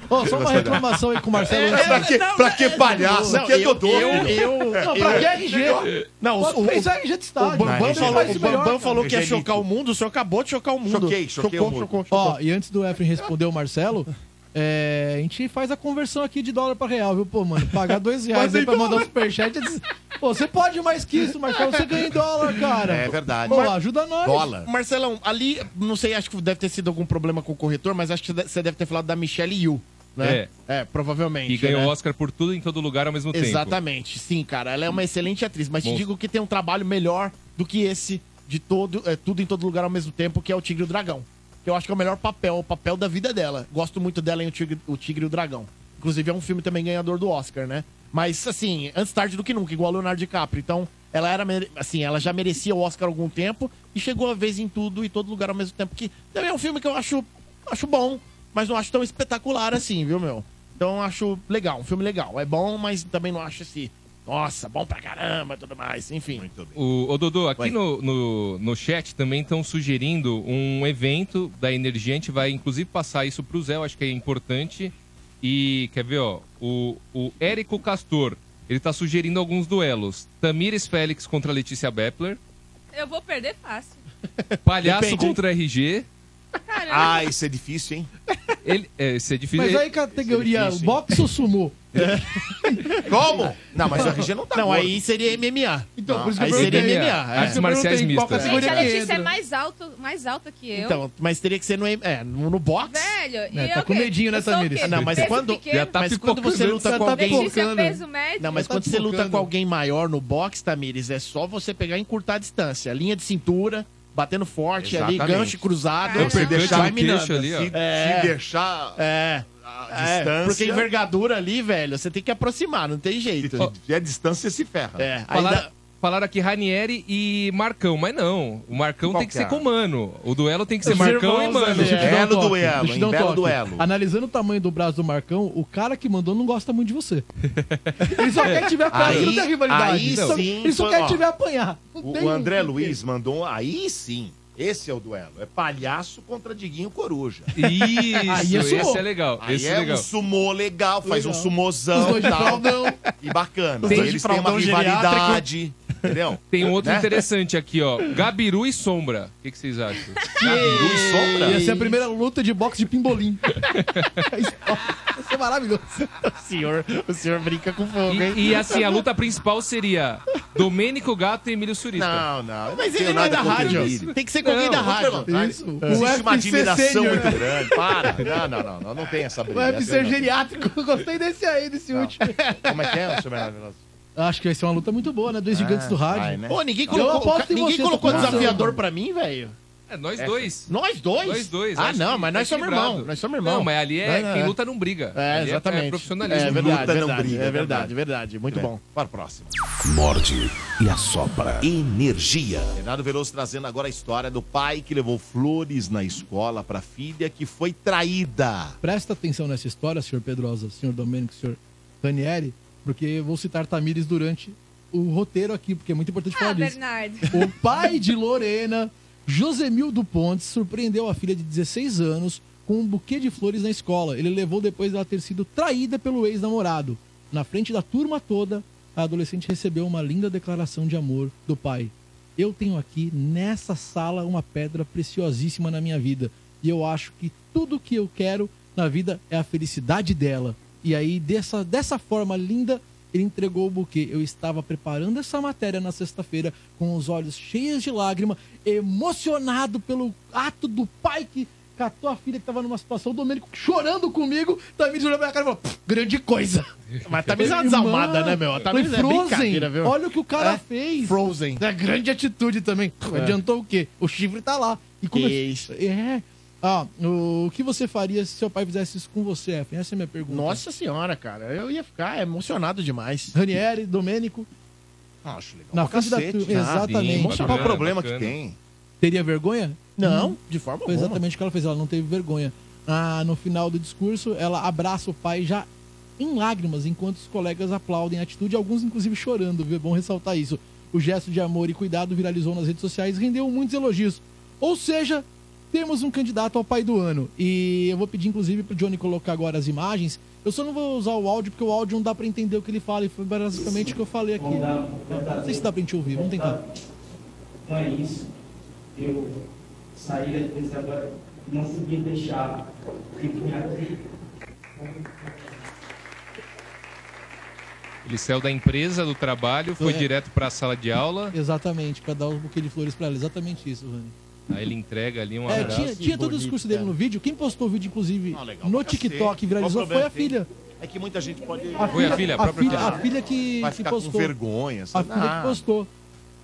Speaker 4: Ô, só
Speaker 5: né?
Speaker 4: uma reclamação aí com o Marcelo.
Speaker 1: É, pra que- pra que palhaço? Aqui é
Speaker 5: eu-
Speaker 1: Dodô,
Speaker 5: Eu,
Speaker 1: filho.
Speaker 5: eu,
Speaker 4: Não, pra que
Speaker 5: RG?
Speaker 4: RG?
Speaker 5: É, Não,
Speaker 4: Pô, fez RG de estádio.
Speaker 5: O
Speaker 4: Não,
Speaker 5: Bambam
Speaker 4: RG
Speaker 5: falou,
Speaker 4: faz
Speaker 5: o
Speaker 4: melhor,
Speaker 5: Bambam
Speaker 4: cara.
Speaker 5: falou que ia
Speaker 4: Angelito.
Speaker 5: chocar o mundo, o senhor acabou de chocar o mundo.
Speaker 1: Choquei, choquei
Speaker 5: chocou,
Speaker 1: o mundo.
Speaker 5: Chocou, chocou,
Speaker 4: Ó, e antes do Efren responder o Marcelo, é, a gente faz a conversão aqui de dólar pra real, viu? Pô, mano, pagar dois reais
Speaker 5: Mas
Speaker 4: aí pra
Speaker 5: então,
Speaker 4: mandar um
Speaker 5: né?
Speaker 4: superchat. é des- Pô, você pode mais que isso, Marcelo. Você ganha em dólar, cara.
Speaker 1: É verdade.
Speaker 4: Pô,
Speaker 1: Mas-
Speaker 4: ajuda nós.
Speaker 1: Dólar.
Speaker 5: Marcelão, ali, não sei, acho que deve ter sido algum problema com o corretor, mas acho que você deve ter falado da Michelle Yu, né? É, provavelmente.
Speaker 2: E ganhou o
Speaker 5: né?
Speaker 2: Oscar por tudo em todo lugar ao mesmo tempo.
Speaker 5: Exatamente, sim, cara. Ela é uma excelente atriz, mas te
Speaker 2: Monstro.
Speaker 5: digo que tem um trabalho melhor do que esse de todo, é, tudo em todo lugar ao mesmo tempo, que é o Tigre e o Dragão. Que eu acho que é o melhor papel, o papel da vida dela. Gosto muito dela em O Tigre, o Tigre e o Dragão. Inclusive é um filme também ganhador do Oscar, né? Mas assim, antes tarde do que nunca, igual o Leonardo DiCaprio. Então, ela era mere- assim, ela já merecia o Oscar há algum tempo e chegou a vez em tudo e todo lugar ao mesmo tempo que também é um filme que eu acho acho bom, mas não acho tão espetacular assim, viu, meu? Então eu acho legal, um filme legal. É bom, mas também não acho assim, nossa, bom pra caramba e tudo mais, enfim. Muito bem.
Speaker 2: O, ô, Dodô, aqui no, no, no chat também estão sugerindo um evento da Energia. A gente vai, inclusive, passar isso pro Zé, eu acho que é importante. E quer ver, ó? O, o Érico Castor. Ele tá sugerindo alguns duelos. Tamires Félix contra Letícia Bepler.
Speaker 3: Eu vou perder fácil.
Speaker 2: Palhaço
Speaker 1: Depende.
Speaker 2: contra RG.
Speaker 1: Ah, isso é difícil, hein?
Speaker 2: Ele, é, isso é difícil.
Speaker 4: Mas
Speaker 2: Ele-
Speaker 4: aí categoria um.
Speaker 2: Isso é difícil, hein?
Speaker 4: boxe ou sumô?
Speaker 1: Como? Não, mas o RG não tá
Speaker 5: Não,
Speaker 1: gordo.
Speaker 5: aí seria MMA.
Speaker 4: Então,
Speaker 5: Não,
Speaker 4: por isso que
Speaker 5: aí
Speaker 4: eu
Speaker 5: seria
Speaker 4: perguntei,
Speaker 5: MMA.
Speaker 4: é. Artes marciais
Speaker 5: Qual
Speaker 4: mistas.
Speaker 5: categoria
Speaker 3: Gente, a
Speaker 5: que
Speaker 3: Letícia
Speaker 5: entra.
Speaker 3: é mais, alto, mais alta que eu.
Speaker 5: Então, mas teria que ser no, é, no, no boxe.
Speaker 3: Velho,
Speaker 5: Né,
Speaker 3: e
Speaker 5: tá
Speaker 3: eu
Speaker 5: com
Speaker 3: quê?
Speaker 5: medinho, né,
Speaker 3: Eu sou o
Speaker 5: Tamires?
Speaker 3: quê?
Speaker 5: Não, mas
Speaker 3: Peso
Speaker 5: quando-
Speaker 3: pequeno?
Speaker 5: Já tá Mas quando você pipocando. luta
Speaker 4: Já
Speaker 5: com
Speaker 4: tá
Speaker 5: alguém-
Speaker 3: Letícia,
Speaker 4: pipocando.
Speaker 3: peso médio.
Speaker 5: Não, mas
Speaker 3: Tá
Speaker 5: quando você luta
Speaker 4: pipocando.
Speaker 5: com alguém maior no boxe, Tamires, é só você pegar e encurtar a distância. Linha de cintura, batendo forte ali,
Speaker 1: Exatamente.
Speaker 5: gancho cruzado.
Speaker 1: Eu
Speaker 5: vai
Speaker 1: perdi deixar no
Speaker 5: minando.
Speaker 1: queixo ali, ó. Se- se deixar
Speaker 5: É.
Speaker 1: a
Speaker 5: É,
Speaker 1: distância-
Speaker 5: Porque envergadura ali, velho, você tem que aproximar, não tem jeito.
Speaker 1: Se é distância, se ferra.
Speaker 5: É, aí
Speaker 2: Falaram,
Speaker 5: dá-
Speaker 2: falaram aqui Ranieri e Marcão, mas não. O Marcão
Speaker 1: Qual
Speaker 2: tem que
Speaker 1: que
Speaker 2: ser
Speaker 1: é?
Speaker 2: com o Mano. O duelo tem que ser
Speaker 4: Os
Speaker 2: Marcão e
Speaker 4: irmãos
Speaker 2: Mano.
Speaker 4: ali, é. Belo
Speaker 1: duelo,
Speaker 4: Deixa eu
Speaker 1: hein?
Speaker 4: dar um
Speaker 1: Belo
Speaker 4: toque.
Speaker 1: duelo.
Speaker 4: Analisando o tamanho do braço do Marcão, o cara que mandou não gosta muito de você. Ele só quer te ver apanhar, ele não tem rivalidade.
Speaker 1: aí
Speaker 4: ele só,
Speaker 1: sim
Speaker 4: ele só
Speaker 1: foi-
Speaker 4: quer
Speaker 1: ó,
Speaker 4: te ver apanhar. Não
Speaker 1: O,
Speaker 4: tem-
Speaker 1: o André Luiz mandou. um- Aí sim. Esse é o duelo. É palhaço contra Diguinho Coruja.
Speaker 2: Isso, Aí é sumô. esse é legal,
Speaker 1: Aí
Speaker 2: esse
Speaker 1: é
Speaker 2: é legal.
Speaker 1: um sumô legal, faz
Speaker 2: Legal.
Speaker 1: um sumozão
Speaker 2: Os dois de
Speaker 1: tal,
Speaker 2: fraldão.
Speaker 1: E bacana.
Speaker 2: Os dois de
Speaker 1: eles têm uma
Speaker 2: fraldão geriátrico.
Speaker 1: rivalidade. Entendeu?
Speaker 2: Tem um outro
Speaker 1: Né?
Speaker 2: interessante aqui, ó. Gabiru e Sombra. O que, que vocês acham?
Speaker 1: Gabiru e Sombra?
Speaker 4: Ia ser é a primeira luta de boxe de pimbolim. Isso é maravilhoso.
Speaker 5: O senhor, o senhor brinca com fogo, hein?
Speaker 2: E, e, assim, a luta principal seria Domênico Gato e Emílio Surista.
Speaker 1: Não, não.
Speaker 5: Mas ele não é da rádio. Tem que ser com alguém da rádio.
Speaker 1: Isso. Existe
Speaker 5: UFC
Speaker 1: uma admiração
Speaker 5: sênior.
Speaker 1: muito grande. Para. Não, não, não. Não, não tem essa
Speaker 4: O
Speaker 1: briga. Essa
Speaker 4: UFC
Speaker 1: eu não-
Speaker 4: geriátrico. Gostei desse aí, desse último.
Speaker 1: Como é que é, seu Bernardo Veloso?
Speaker 4: Acho que vai ser uma luta muito boa, né? Dois gigantes do rádio.
Speaker 1: vai, né?
Speaker 5: Pô, ninguém
Speaker 4: Eu
Speaker 5: colocou,
Speaker 4: aposto em
Speaker 5: ninguém
Speaker 4: você,
Speaker 5: colocou
Speaker 4: tá pensando.
Speaker 5: desafiador pra mim, velho.
Speaker 2: É, nós dois.
Speaker 5: Nós dois?
Speaker 2: Nós dois.
Speaker 5: Ah,
Speaker 2: acho
Speaker 5: não,
Speaker 2: que
Speaker 5: mas
Speaker 2: tá
Speaker 5: nós somos
Speaker 2: equilibrado.
Speaker 5: irmão. Nós somos irmão.
Speaker 2: Não, mas ali é
Speaker 5: Não, não,
Speaker 2: quem
Speaker 5: é.
Speaker 2: luta não briga.
Speaker 5: É,
Speaker 2: Ali
Speaker 5: exatamente.
Speaker 2: É, profissionalismo.
Speaker 5: É verdade,
Speaker 1: Luta não
Speaker 5: verdade,
Speaker 1: briga,
Speaker 5: é
Speaker 1: é
Speaker 5: verdade,
Speaker 1: verdade.
Speaker 5: é verdade. Muito
Speaker 1: Grande.
Speaker 5: bom.
Speaker 1: Para o próximo.
Speaker 6: Morde e assopra. Energia.
Speaker 1: Renato Veloso trazendo agora a história do pai que levou flores na escola para filha que foi traída.
Speaker 4: Presta atenção nessa história, senhor Pedrosa, senhor Domênico, senhor Daniele, porque eu vou citar Tamires durante o roteiro aqui, porque é muito importante falar
Speaker 3: Ah,
Speaker 4: disso.
Speaker 3: Bernardo.
Speaker 4: O pai de Lorena, Josemildo Pontes, surpreendeu a filha de 16 anos com um buquê de flores na escola. Ele levou depois dela ter sido traída pelo ex-namorado. Na frente da turma toda, a adolescente recebeu uma linda declaração de amor do pai. Eu tenho aqui, nessa sala, uma pedra preciosíssima na minha vida. E eu acho que tudo que eu quero na vida é a felicidade dela. E aí, dessa, dessa forma linda, ele entregou o buquê. Eu estava preparando essa matéria na sexta-feira, com os olhos cheios de lágrima, emocionado pelo ato do pai que catou a filha que estava numa situação. O Domênico chorando comigo, tá Tamires olhou pra minha cara e falou: "Pff, grande coisa.
Speaker 5: Mas Tamires é uma
Speaker 4: Irmã,
Speaker 5: desalmada, né, meu? A Tamires é
Speaker 4: foi Frozen.
Speaker 5: brincadeira, viu?
Speaker 4: Olha o que o cara
Speaker 5: É,
Speaker 4: fez.
Speaker 5: Frozen.
Speaker 4: É grande atitude também. Pff,
Speaker 5: É.
Speaker 4: Adiantou o quê? O chifre tá lá. E como
Speaker 5: Isso.
Speaker 4: É. Ah, o o que você faria se seu pai fizesse isso com você, Efren? Essa é a minha pergunta.
Speaker 5: Nossa senhora, cara. Eu ia ficar emocionado demais. Ah,
Speaker 4: Ranieri, Domênico,
Speaker 1: Acho legal.
Speaker 4: Na frente da turma, exatamente.
Speaker 1: Mostra qual o problema que tem.
Speaker 4: teria vergonha?
Speaker 5: Não, de forma
Speaker 4: Uhum. Foi
Speaker 5: alguma.
Speaker 4: exatamente o que ela fez, ela não teve vergonha. Ah, no final do discurso, ela abraça o pai já em lágrimas, enquanto os colegas aplaudem a atitude, alguns inclusive chorando, viu? É bom ressaltar isso. O gesto de amor e cuidado viralizou nas redes sociais e rendeu muitos elogios. Ou seja, temos um candidato ao pai do ano. E eu vou pedir, inclusive, pro Johnny colocar agora as imagens. Eu só não vou usar o áudio, porque o áudio não dá pra entender o que ele fala, e foi basicamente o que eu falei aqui. Não sei se dá pra gente ouvir, vamos tentar.
Speaker 14: Então é isso. Eu saí depois agora, não sabia deixar. E vim aqui.
Speaker 2: Ele saiu da empresa, do trabalho, foi
Speaker 4: É.
Speaker 2: direto pra sala de aula.
Speaker 4: Exatamente, pra dar um buquê de flores pra ela. Exatamente isso, Rani.
Speaker 2: Aí ele entrega ali um
Speaker 4: É,
Speaker 2: abraço.
Speaker 4: tinha, tinha todo o discurso dele no vídeo. Quem postou o vídeo, inclusive,
Speaker 1: Ah,
Speaker 4: no TikTok, viralizou,
Speaker 1: Qual o
Speaker 4: foi
Speaker 1: problema
Speaker 4: a
Speaker 1: que tem?
Speaker 4: filha.
Speaker 1: É que muita gente pode.
Speaker 2: Foi a filha, a própria
Speaker 4: filha. A filha que,
Speaker 1: Vai
Speaker 4: que
Speaker 1: ficar
Speaker 4: postou.
Speaker 1: com vergonha.
Speaker 4: A
Speaker 1: sabe?
Speaker 4: filha que
Speaker 1: Ah,
Speaker 4: postou.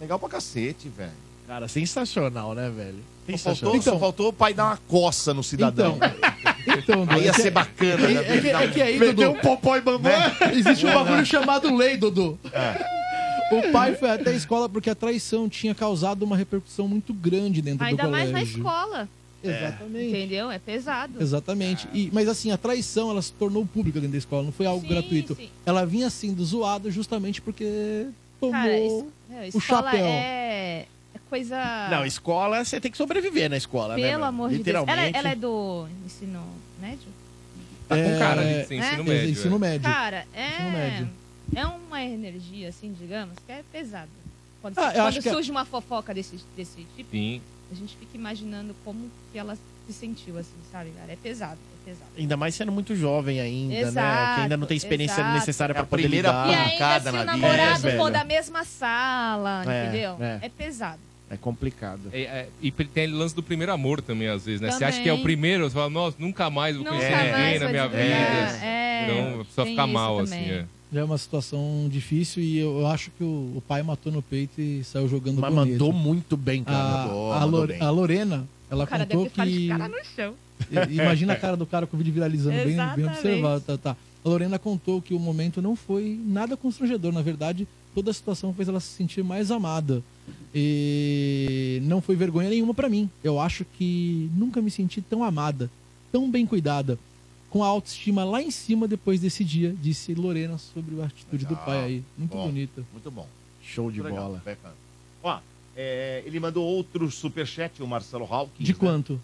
Speaker 1: Legal pra cacete, velho.
Speaker 5: Cara, sensacional, né, velho?
Speaker 1: Só faltou,
Speaker 5: Sensacional.
Speaker 1: só faltou o pai dar uma coça no cidadão.
Speaker 4: Então,
Speaker 1: aí ia
Speaker 4: é que-
Speaker 1: ser bacana, né?
Speaker 4: É que, é que aí,
Speaker 5: Meteu
Speaker 4: Dudu,
Speaker 5: um popó e bambu.
Speaker 1: É,
Speaker 4: existe um bagulho chamado lei, Dudu. O pai foi até a escola porque a traição tinha causado uma repercussão muito grande dentro
Speaker 3: Ainda
Speaker 4: do
Speaker 3: mais
Speaker 4: colégio.
Speaker 3: na escola.
Speaker 4: Exatamente.
Speaker 3: Entendeu? É pesado.
Speaker 4: Exatamente. E, mas assim, a traição ela se tornou pública dentro da escola, não foi algo
Speaker 3: Sim,
Speaker 4: gratuito.
Speaker 3: sim.
Speaker 4: Ela vinha sendo zoada justamente porque tomou
Speaker 3: Cara, isso, não,
Speaker 4: o
Speaker 3: escola
Speaker 4: chapéu.
Speaker 3: é, é coisa.
Speaker 5: Não, escola, você tem que sobreviver na escola, né?
Speaker 3: Pelo
Speaker 5: velho?
Speaker 3: amor de Deus.
Speaker 5: Literalmente.
Speaker 3: Ela, ela é do ensino médio?
Speaker 2: Tá com cara ali de ser
Speaker 3: É.
Speaker 2: ensino
Speaker 3: É,
Speaker 2: médio.
Speaker 4: ensino
Speaker 2: é.
Speaker 4: médio.
Speaker 3: Cara, é.
Speaker 4: médio.
Speaker 3: É uma energia, assim, digamos, que é pesada. Quando,
Speaker 4: Ah, eu
Speaker 3: quando
Speaker 4: acho que é-
Speaker 3: surge uma fofoca desse, desse tipo,
Speaker 2: Sim.
Speaker 3: a gente fica imaginando como que ela se sentiu, assim, sabe, cara? É pesado, é pesado.
Speaker 5: Ainda mais sendo muito jovem ainda, né? Que
Speaker 3: Exato,
Speaker 5: ainda não tem experiência
Speaker 3: exato.
Speaker 5: necessária
Speaker 3: É
Speaker 5: pra
Speaker 3: a
Speaker 5: poder
Speaker 1: primeira
Speaker 5: lidar.
Speaker 3: E ainda se o
Speaker 1: né,
Speaker 3: namorado for da mesma sala,
Speaker 2: É,
Speaker 3: entendeu?
Speaker 2: é.
Speaker 3: É pesado.
Speaker 5: É complicado.
Speaker 2: e pe- tem o lance do primeiro amor também, às vezes, né? Você acha que é o
Speaker 3: Também.
Speaker 2: primeiro, você fala, nossa, nunca mais vou
Speaker 3: Nunca
Speaker 2: conhecer
Speaker 3: mais
Speaker 2: ninguém na
Speaker 3: vou
Speaker 2: minha vida.
Speaker 3: desligar. É,
Speaker 2: então a pessoa
Speaker 3: tem
Speaker 2: fica
Speaker 3: isso
Speaker 2: mal,
Speaker 3: também.
Speaker 2: assim. É.
Speaker 4: Já é uma situação difícil e eu acho que o, o pai matou no peito e saiu jogando
Speaker 5: Mas
Speaker 4: bonito.
Speaker 5: mandou muito bem, cara.
Speaker 4: A,
Speaker 5: Mandou,
Speaker 4: a,
Speaker 5: mandou
Speaker 4: Lor-
Speaker 5: bem.
Speaker 4: a Lorena, ela
Speaker 3: o cara
Speaker 4: contou
Speaker 3: deve ficar de
Speaker 4: que...
Speaker 3: cara no chão.
Speaker 4: I- Imagina a cara do cara com o vídeo viralizando, bem, bem
Speaker 3: Exatamente.
Speaker 4: observado, tá, tá. A Lorena contou que o momento não foi nada constrangedor, na verdade, toda a situação fez ela se sentir mais amada. E não foi vergonha nenhuma pra mim. Eu acho que nunca me senti tão amada, tão bem cuidada, com a autoestima lá em cima depois desse dia, disse Lorena sobre a atitude do pai aí. Muito
Speaker 1: Bom,
Speaker 4: bonita.
Speaker 1: Muito bom.
Speaker 5: É, Show de
Speaker 1: Legal,
Speaker 5: bola.
Speaker 1: bacana. Ó, é, ele mandou outro superchat, o Marcelo Hawkins.
Speaker 4: De quanto?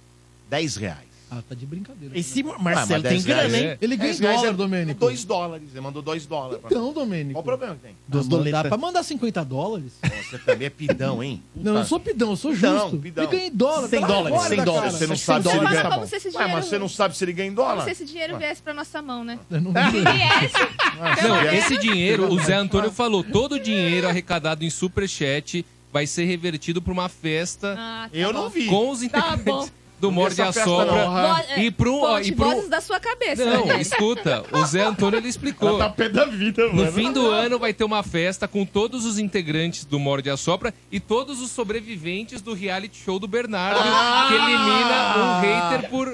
Speaker 1: 10 reais.
Speaker 4: Ah, tá de brincadeira.
Speaker 5: Esse
Speaker 1: Ah,
Speaker 5: Marcelo
Speaker 1: mas
Speaker 5: tem
Speaker 1: 10 reais
Speaker 5: grana, hein?
Speaker 1: é-
Speaker 4: Ele ganha
Speaker 1: 10
Speaker 4: em
Speaker 1: reais
Speaker 4: dólar,
Speaker 1: é
Speaker 4: Domênico.
Speaker 1: 2 dólares, ele mandou 2 dólares. pra
Speaker 4: Então,
Speaker 1: mim.
Speaker 4: Domênico.
Speaker 1: Qual o problema que tem?
Speaker 4: Dos doletas. Pra mandar 50 dólares?
Speaker 1: Você também é pidão, hein?
Speaker 4: Não, eu não sou pidão, eu sou
Speaker 1: Pidão,
Speaker 4: justo.
Speaker 1: pidão.
Speaker 4: Ele ganha em dólar.
Speaker 5: 100
Speaker 4: tá na
Speaker 5: dólares,
Speaker 4: borda,
Speaker 5: 100
Speaker 4: cara.
Speaker 5: dólares, você não
Speaker 4: 100
Speaker 5: sabe se ele
Speaker 4: dólares.
Speaker 5: ganha.
Speaker 3: Como se esse
Speaker 1: Tá Ué,
Speaker 3: dinheiro-
Speaker 1: mas você não sabe se ele ganha em
Speaker 3: Como
Speaker 1: dólar?
Speaker 3: se esse dinheiro viesse pra nossa mão, né?
Speaker 2: vi.
Speaker 3: Se viesse,
Speaker 2: Não, esse dinheiro, o Zé Antônio falou, todo o dinheiro arrecadado em superchat vai ser revertido pra uma festa.
Speaker 3: Ah, tá
Speaker 1: Eu não vi.
Speaker 2: Com os
Speaker 1: Tá
Speaker 2: integrantes
Speaker 1: bom.
Speaker 2: do
Speaker 1: Não vi
Speaker 2: Morde
Speaker 1: essa
Speaker 2: a
Speaker 1: festa,
Speaker 2: Sopra.
Speaker 1: não. Aham.
Speaker 3: Vo- é,
Speaker 2: E pro. ó,
Speaker 3: Vozes
Speaker 2: E pro
Speaker 3: da sua cabeça.
Speaker 2: não,
Speaker 3: né?
Speaker 2: escuta, o Zé Antônio ele explicou.
Speaker 5: Ela tá pé da vida, mano.
Speaker 2: No fim do ano vai ter uma festa com todos os integrantes do Morde a Sopra e todos os sobreviventes do reality show do Bernardo,
Speaker 5: Ah!
Speaker 2: que elimina um hater por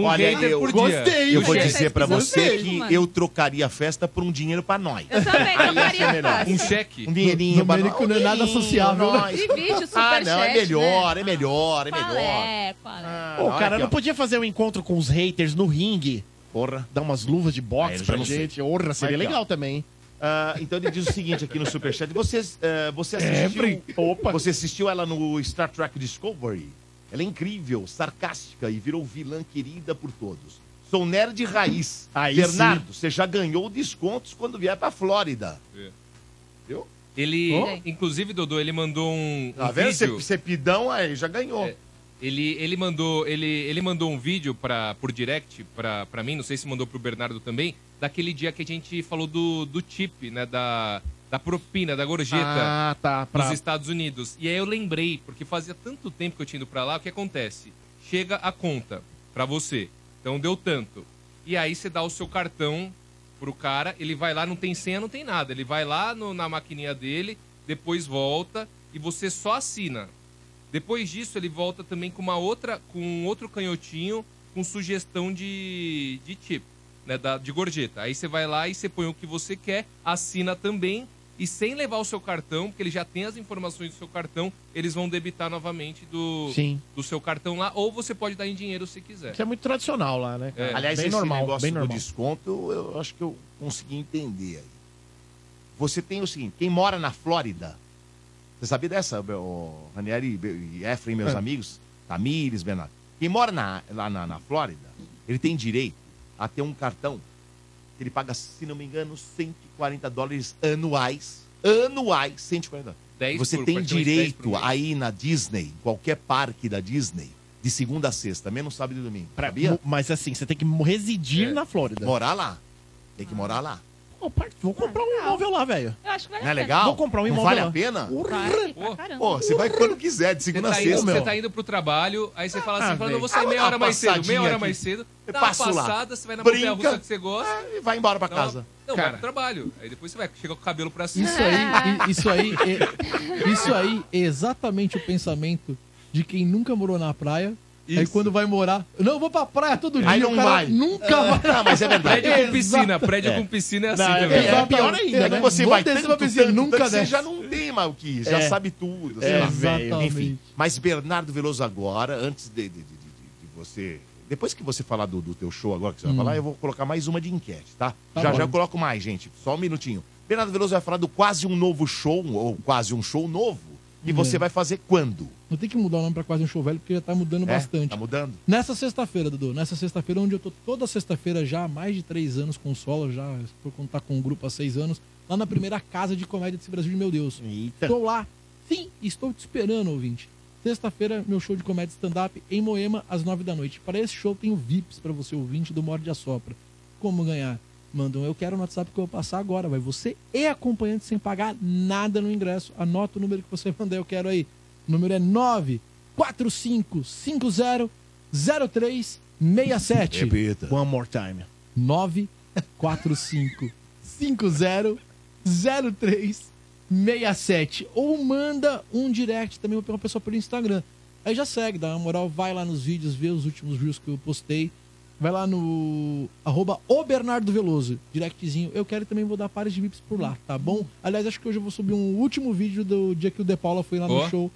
Speaker 2: um
Speaker 1: Olha,
Speaker 2: hater
Speaker 1: eu
Speaker 2: por dia.
Speaker 1: gostei. Eu vou
Speaker 2: O chefe-
Speaker 1: dizer pra você
Speaker 2: Gostei.
Speaker 1: que eu trocaria a festa por um dinheiro pra nós. Eu
Speaker 3: também trocaria a festa.
Speaker 2: Um cheque.
Speaker 1: Um dinheirinho pra
Speaker 5: Domênico
Speaker 1: nós.
Speaker 5: não é nada
Speaker 1: Um dinheirinho,
Speaker 5: sociável, né?
Speaker 1: nós.
Speaker 3: Divide o
Speaker 1: Ah, não, é
Speaker 3: superchat,
Speaker 1: melhor,
Speaker 3: né?
Speaker 1: é melhor, é
Speaker 3: Qual
Speaker 1: melhor.
Speaker 3: é? Qual é?
Speaker 5: Pô,
Speaker 1: olha
Speaker 5: cara,
Speaker 1: aqui,
Speaker 5: não
Speaker 1: ó.
Speaker 5: podia fazer um encontro com os haters no ringue? Porra. Dar umas luvas de
Speaker 1: Aí
Speaker 5: boxe
Speaker 1: eu É, já
Speaker 5: pra
Speaker 1: não sei.
Speaker 5: gente. Porra, seria
Speaker 1: Aqui, ó.
Speaker 5: legal também.
Speaker 1: Ah, então ele diz o seguinte aqui no Superchat. Vocês, ah, você
Speaker 5: É,
Speaker 1: assistiu. Você assistiu ela no Star Trek Discovery? Ela é incrível, sarcástica e virou vilã querida por todos. Sou nerd raiz.
Speaker 5: Aí
Speaker 1: Bernardo, você já ganhou descontos quando vier pra Flórida. É. Viu?
Speaker 2: Ele,
Speaker 1: Oh.
Speaker 2: inclusive, Dodô, ele mandou um, um
Speaker 1: Tá vendo? Você,
Speaker 2: vídeo. É.
Speaker 1: você pidão aí, já ganhou.
Speaker 2: Ele, ele, mandou, ele, ele mandou um vídeo pra, por direct pra, pra mim, não sei se mandou pro Bernardo também, daquele dia que a gente falou do, do tip, né? Da, da propina, da gorjeta.
Speaker 5: Ah, tá. Pra...
Speaker 2: nos Estados Unidos. E aí eu lembrei, porque fazia tanto tempo que eu tinha ido pra lá, o que acontece? Chega a conta pra você. Então deu tanto. E aí você dá o seu cartão pro cara, ele vai lá, não tem senha, não tem nada. Ele vai lá no- na maquininha dele, depois volta e você só assina. Depois disso, ele volta também com uma outra, com um outro canhotinho com sugestão de, de tip, né, da, de gorjeta. Aí você vai lá e você põe o que você quer, assina também e sem levar o seu cartão, porque ele já tem as informações do seu cartão, eles vão debitar novamente do,
Speaker 5: Sim.
Speaker 2: do seu cartão lá, ou você pode dar em dinheiro se quiser.
Speaker 5: Isso é muito tradicional lá, né?
Speaker 2: É.
Speaker 5: cara?
Speaker 1: Aliás,
Speaker 5: bem
Speaker 1: esse
Speaker 5: normal,
Speaker 1: negócio
Speaker 5: bem
Speaker 1: do
Speaker 5: normal.
Speaker 1: desconto, eu acho que eu consegui entender aí. Você tem o seguinte, quem mora na Flórida, você sabia dessa, o Ranieri e Efraim, meus
Speaker 5: É.
Speaker 1: amigos, Tamires, Bernardo. Quem mora na- lá na, na Flórida, ele tem direito a ter um cartão que ele paga, se não me engano, 140 dólares anuais. Anuais, 140 dólares.
Speaker 2: 10
Speaker 1: Você
Speaker 2: por-
Speaker 1: tem
Speaker 2: praticamente 10 por
Speaker 1: direito
Speaker 2: mês.
Speaker 1: aí na Disney, em qualquer parque da Disney, de segunda a sexta, menos sábado e domingo.
Speaker 5: Pra-
Speaker 1: sabia?
Speaker 5: mo- Mas assim, você tem que
Speaker 2: É.
Speaker 5: residir na Flórida.
Speaker 1: Morar lá. Tem que morar lá.
Speaker 5: Pô, par- vou comprar um imóvel lá, velho.
Speaker 3: Eu acho que vale
Speaker 1: Não é
Speaker 3: a pena.
Speaker 1: legal?
Speaker 5: Vou comprar um
Speaker 1: Não
Speaker 5: imóvel
Speaker 1: vale
Speaker 5: lá.
Speaker 1: a pena?
Speaker 3: Vale pra caramba.
Speaker 1: Pô, você vai quando quiser, de
Speaker 2: Você
Speaker 1: segunda a
Speaker 2: tá, indo,
Speaker 1: sexta.
Speaker 2: você tá indo pro trabalho, aí você fala assim,
Speaker 1: Ah,
Speaker 2: falando,
Speaker 1: velho.
Speaker 2: eu vou sair meia
Speaker 1: Ah, vou dar
Speaker 2: hora
Speaker 1: uma
Speaker 2: mais cedo, meia
Speaker 1: passadinha
Speaker 2: hora
Speaker 1: aqui.
Speaker 2: mais cedo,
Speaker 1: Eu
Speaker 2: dá uma
Speaker 1: passo lá.
Speaker 2: passada, você vai na
Speaker 1: Brinca. É,
Speaker 2: montanha russa que você gosta.
Speaker 1: E vai embora pra
Speaker 2: dá uma-
Speaker 1: casa.
Speaker 2: Não, vai
Speaker 5: Cara.
Speaker 2: pro trabalho. Aí depois você vai chegar com o cabelo pra cima.
Speaker 4: Isso aí, i- isso aí, é- isso aí é exatamente o pensamento de quem nunca morou na praia. Aí
Speaker 2: Isso.
Speaker 4: quando vai morar, não, eu vou pra praia todo dia.
Speaker 1: Aí não
Speaker 4: o cara
Speaker 1: vai.
Speaker 4: Nunca vai.
Speaker 1: Não, mas é verdade.
Speaker 2: Prédio com piscina,
Speaker 4: Exato.
Speaker 2: prédio
Speaker 1: É.
Speaker 2: com piscina é assim
Speaker 4: Não, é
Speaker 2: também.
Speaker 4: verdade.
Speaker 5: pior
Speaker 4: ainda, né?
Speaker 1: Você
Speaker 4: Vou
Speaker 1: vai
Speaker 4: descer
Speaker 1: tanto,
Speaker 4: pra
Speaker 1: tanto,
Speaker 4: piscina,
Speaker 1: tanto,
Speaker 4: nunca
Speaker 1: que você
Speaker 4: desce.
Speaker 1: já não tem mais o que, já
Speaker 5: É.
Speaker 1: sabe tudo.
Speaker 5: É,
Speaker 1: sei lá.
Speaker 5: velho.
Speaker 1: Enfim, mas Bernardo Veloso agora, antes de, de- de- de- de você... Depois que você falar do, do teu show agora, que você vai
Speaker 4: Hum.
Speaker 1: falar, eu vou colocar mais uma de enquete, tá?
Speaker 4: Tá
Speaker 1: já
Speaker 4: bom.
Speaker 1: já eu coloco mais, gente. Só um minutinho. Bernardo Veloso vai falar do quase um novo show, ou quase um show novo, E
Speaker 4: Uhum.
Speaker 1: você vai fazer quando?
Speaker 4: Não tem que mudar o nome pra quase um show velho, porque já tá mudando
Speaker 1: É?
Speaker 4: bastante.
Speaker 1: Tá mudando?
Speaker 4: Nessa sexta-feira, Dudu, nessa sexta-feira, onde eu tô toda sexta-feira já há mais de três anos com solo, já por contar com o grupo há seis anos, lá na primeira casa de comédia desse Brasil de meu Deus. Estou lá. Sim, estou te esperando, ouvinte. Sexta-feira, meu show de comédia stand-up em Moema, às nove da noite. Para esse show, tenho VIPs para você, ouvinte do Morde a Sopra. Como ganhar? Mandam eu quero no WhatsApp que eu vou passar agora. Vai você e acompanhante sem pagar nada no ingresso. Anota o número que você mandar, eu quero aí. O número é 945500367.
Speaker 5: Repita. One more time.
Speaker 4: 945500367. Ou manda um direct também pra uma pessoa pelo Instagram. Aí já segue, dá uma moral, vai lá nos vídeos, vê os últimos reels que eu postei. Vai lá no arroba o Bernardo Veloso, directzinho. Eu quero e também vou dar pares de VIPs por lá, tá bom? Aliás, acho que hoje eu vou subir um último vídeo do dia que o De Paula foi lá
Speaker 2: Boa.
Speaker 4: no show.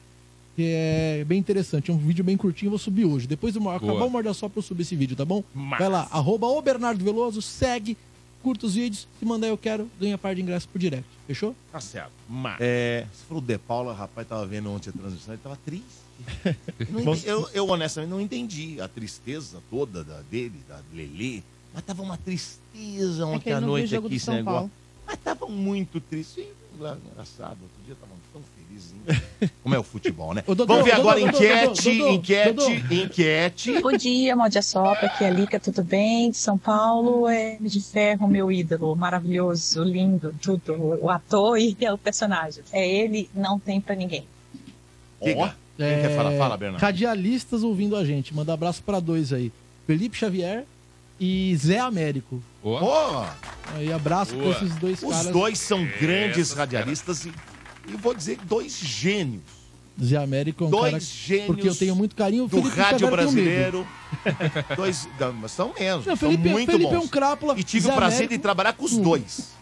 Speaker 4: Que é bem interessante, é um vídeo bem curtinho, eu vou subir hoje. Depois do
Speaker 2: Boa.
Speaker 4: acabar o Morde a Sopra, eu subir esse vídeo, tá bom? Vai lá, arroba o Bernardo Veloso, segue, curta os vídeos, se mandar eu quero, ganha par de ingresso por direct. Fechou?
Speaker 1: Tá certo. Mas...
Speaker 5: É,
Speaker 1: você falou De Paula, rapaz, tava vendo ontem a transmissão, ele tava triste. Não
Speaker 5: Bom-
Speaker 1: entendi- eu, eu honestamente não entendi a tristeza toda da dele, da Lelê. Mas tava uma tristeza
Speaker 5: É que
Speaker 1: ontem
Speaker 5: ele
Speaker 1: à
Speaker 5: não viu o
Speaker 1: noite
Speaker 5: jogo
Speaker 1: aqui,
Speaker 5: do São
Speaker 1: sem negócio.
Speaker 5: Paulo.
Speaker 1: Mas tava muito triste. E, lá, engraçado, outro dia tava tão felizinho. Como é o futebol, né?
Speaker 15: Ô, Dodô,
Speaker 1: Vamos ver
Speaker 15: Dodô,
Speaker 1: agora
Speaker 15: Dodô,
Speaker 1: enquete,
Speaker 15: Dodô, Dodô,
Speaker 1: enquete,
Speaker 15: Dodô.
Speaker 1: enquete.
Speaker 15: Bom dia, Morde a Sopra, aqui é a Lica, tudo bem? De São Paulo, é Homem de Ferro, meu ídolo, maravilhoso, lindo, tudo, o ator e o personagem. É ele, não tem pra ninguém.
Speaker 1: Diga. Quem quer falar? Fala, Bernardo.
Speaker 4: é, Radialistas ouvindo a gente, manda abraço pra dois aí: Felipe Xavier e Zé Américo.
Speaker 2: Boa.
Speaker 4: Aí abraço
Speaker 1: Boa.
Speaker 4: pra esses dois
Speaker 1: Os
Speaker 4: caras.
Speaker 1: dois são
Speaker 4: É,
Speaker 1: grandes
Speaker 4: essas
Speaker 1: radialistas e, e vou dizer dois gênios.
Speaker 4: Zé Américo é um
Speaker 1: Dois
Speaker 4: cara.
Speaker 1: gênios
Speaker 4: porque eu tenho muito carinho. o
Speaker 1: do
Speaker 4: Felipe
Speaker 1: rádio
Speaker 4: Xavier tem um medo.
Speaker 1: brasileiro. dois, não, mas são mesmo.
Speaker 4: Não, Felipe-
Speaker 1: são muito
Speaker 4: Felipe é
Speaker 1: bons.
Speaker 4: um crápula,
Speaker 1: E tive
Speaker 4: Zé Hum.
Speaker 1: o prazer
Speaker 4: Américo-
Speaker 1: de trabalhar com os dois.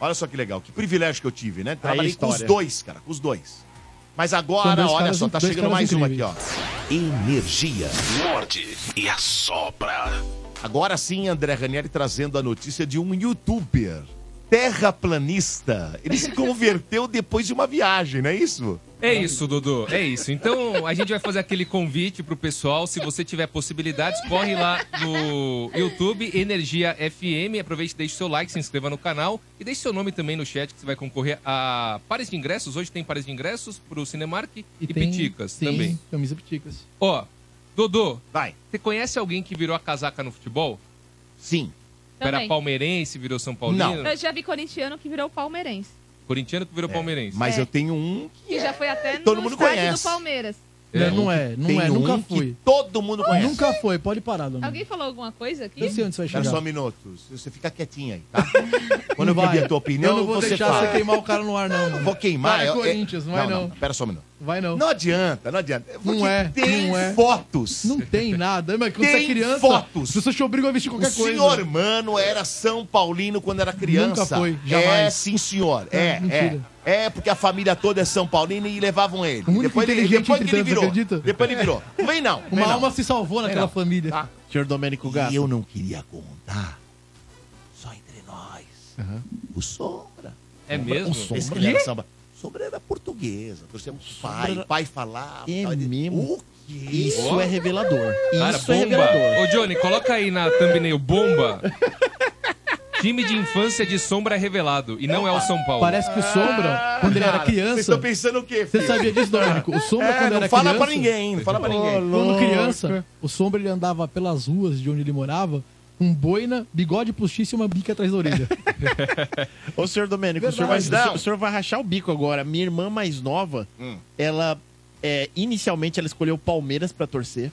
Speaker 1: Olha só que legal, que privilégio que eu tive, né? Trabalhei com os
Speaker 6: história.
Speaker 1: dois, cara, com os dois. Mas
Speaker 6: São
Speaker 1: agora,
Speaker 6: dois
Speaker 1: olha
Speaker 6: caras
Speaker 1: só,
Speaker 6: in-
Speaker 1: tá
Speaker 6: dois
Speaker 1: chegando mais
Speaker 6: caras
Speaker 1: uma aqui, ó. Energia.
Speaker 6: Morde e assopra.
Speaker 1: Agora sim, André Ranieri trazendo a notícia de um youtuber terraplanista. Ele se converteu depois de uma viagem, não é isso?
Speaker 2: É isso, Dudu. É isso. Então, a gente vai fazer aquele convite pro pessoal. Se você tiver possibilidades, corre lá no YouTube Energia FM. Aproveite, deixe seu like, se inscreva no canal e deixe seu nome também no chat que você vai concorrer a pares de ingressos. Hoje tem pares de ingressos pro Cinemark e,
Speaker 4: Tem-
Speaker 2: Piticas
Speaker 4: sim,
Speaker 2: também.
Speaker 4: Camisa Piticas.
Speaker 2: Ó, Dodô,
Speaker 1: vai.
Speaker 2: Você conhece alguém que virou a casaca no futebol?
Speaker 1: Sim.
Speaker 2: Era
Speaker 3: Também.
Speaker 2: palmeirense, virou São Paulino?
Speaker 3: Eu já vi corintiano que virou palmeirense.
Speaker 2: Corintiano que virou palmeirense.
Speaker 1: É,
Speaker 3: É.
Speaker 1: Mas eu tenho um
Speaker 3: Que já foi até no
Speaker 1: Todo mundo
Speaker 3: estádio
Speaker 1: conhece.
Speaker 3: do Palmeiras.
Speaker 4: Não, não é, não
Speaker 1: Tem
Speaker 4: é,
Speaker 1: um
Speaker 4: nunca
Speaker 1: que
Speaker 4: fui.
Speaker 1: Todo mundo conhece.
Speaker 4: Nunca foi, pode parar, Dona.
Speaker 3: Alguém falou alguma coisa aqui?
Speaker 4: Eu sei onde você vai
Speaker 1: Espera
Speaker 4: chegar.
Speaker 1: só um minuto. Você fica quietinho aí, tá? Quando eu pedir a tua opinião,
Speaker 4: Eu não vou
Speaker 1: você
Speaker 4: deixar
Speaker 1: fala.
Speaker 4: você queimar o cara no ar, não.
Speaker 1: Não vou queimar.
Speaker 4: Vai,
Speaker 1: eu-
Speaker 4: Corinthians, não vai, não.
Speaker 1: Pera só um minuto.
Speaker 4: Vai não.
Speaker 1: Não adianta, não adianta.
Speaker 4: Não
Speaker 1: Porque
Speaker 4: é,
Speaker 1: tem
Speaker 4: não é.
Speaker 1: fotos.
Speaker 4: Não tem nada. Mas quando
Speaker 1: Tem
Speaker 4: você é criança,
Speaker 1: fotos.
Speaker 4: as pessoas te obrigam a vestir
Speaker 1: O
Speaker 4: qualquer coisa.
Speaker 1: senhor Mano era São Paulino quando era criança.
Speaker 4: Nunca foi,
Speaker 1: É,
Speaker 4: jamais.
Speaker 1: sim, senhor. É,
Speaker 4: Ah, mentira.
Speaker 1: é. É, porque a família toda é São Paulina e levavam ele.
Speaker 4: único
Speaker 1: Depois ele,
Speaker 4: inteligente
Speaker 1: depois
Speaker 4: de
Speaker 1: que ele
Speaker 4: tantos,
Speaker 1: virou.
Speaker 4: acredita? É.
Speaker 1: Depois ele virou. Vem não.
Speaker 4: Uma
Speaker 1: vem não.
Speaker 4: alma se salvou naquela
Speaker 1: Não. Ah,
Speaker 4: família.
Speaker 5: Senhor Domênico Gato.
Speaker 1: tá? E eu não queria contar. Tá. Só entre nós. O Sombra.
Speaker 2: É
Speaker 1: Sombra-
Speaker 2: mesmo?
Speaker 1: O Sombra
Speaker 2: Esse
Speaker 1: era
Speaker 2: quê?
Speaker 1: samba. Sombra era portuguesa. Torcemos pro pai.
Speaker 5: Sombra
Speaker 1: O
Speaker 5: era-
Speaker 1: pai falava.
Speaker 5: É
Speaker 1: tal, de-
Speaker 5: mesmo?
Speaker 1: O quê?
Speaker 5: Isso é revelador.
Speaker 2: Cara,
Speaker 5: Isso é
Speaker 2: bomba.
Speaker 5: revelador.
Speaker 2: Ô, Johnny, coloca aí na thumbnail, bomba. Time de infância de sombra é revelado e não é o São Paulo.
Speaker 4: Parece que o Sombra, quando ele era
Speaker 1: Vocês
Speaker 4: criança.
Speaker 1: estão pensando o quê?
Speaker 4: Você sabia disso, Domênico? O Sombra,
Speaker 1: É,
Speaker 4: quando
Speaker 1: não
Speaker 4: era
Speaker 1: fala
Speaker 4: criança.
Speaker 1: pra ninguém, não fala pra ninguém. Ô,
Speaker 4: Quando
Speaker 1: louco.
Speaker 4: criança, o Sombra ele andava pelas ruas de onde ele morava, com boina, bigode postiço e uma bica atrás da orelha.
Speaker 5: Ô, senhor Domênico, o senhor, vai,
Speaker 4: Verdade. Mas não.
Speaker 5: o senhor vai rachar o bico agora. Minha irmã mais nova,
Speaker 1: Hum.
Speaker 5: ela é, inicialmente ela escolheu Palmeiras pra torcer.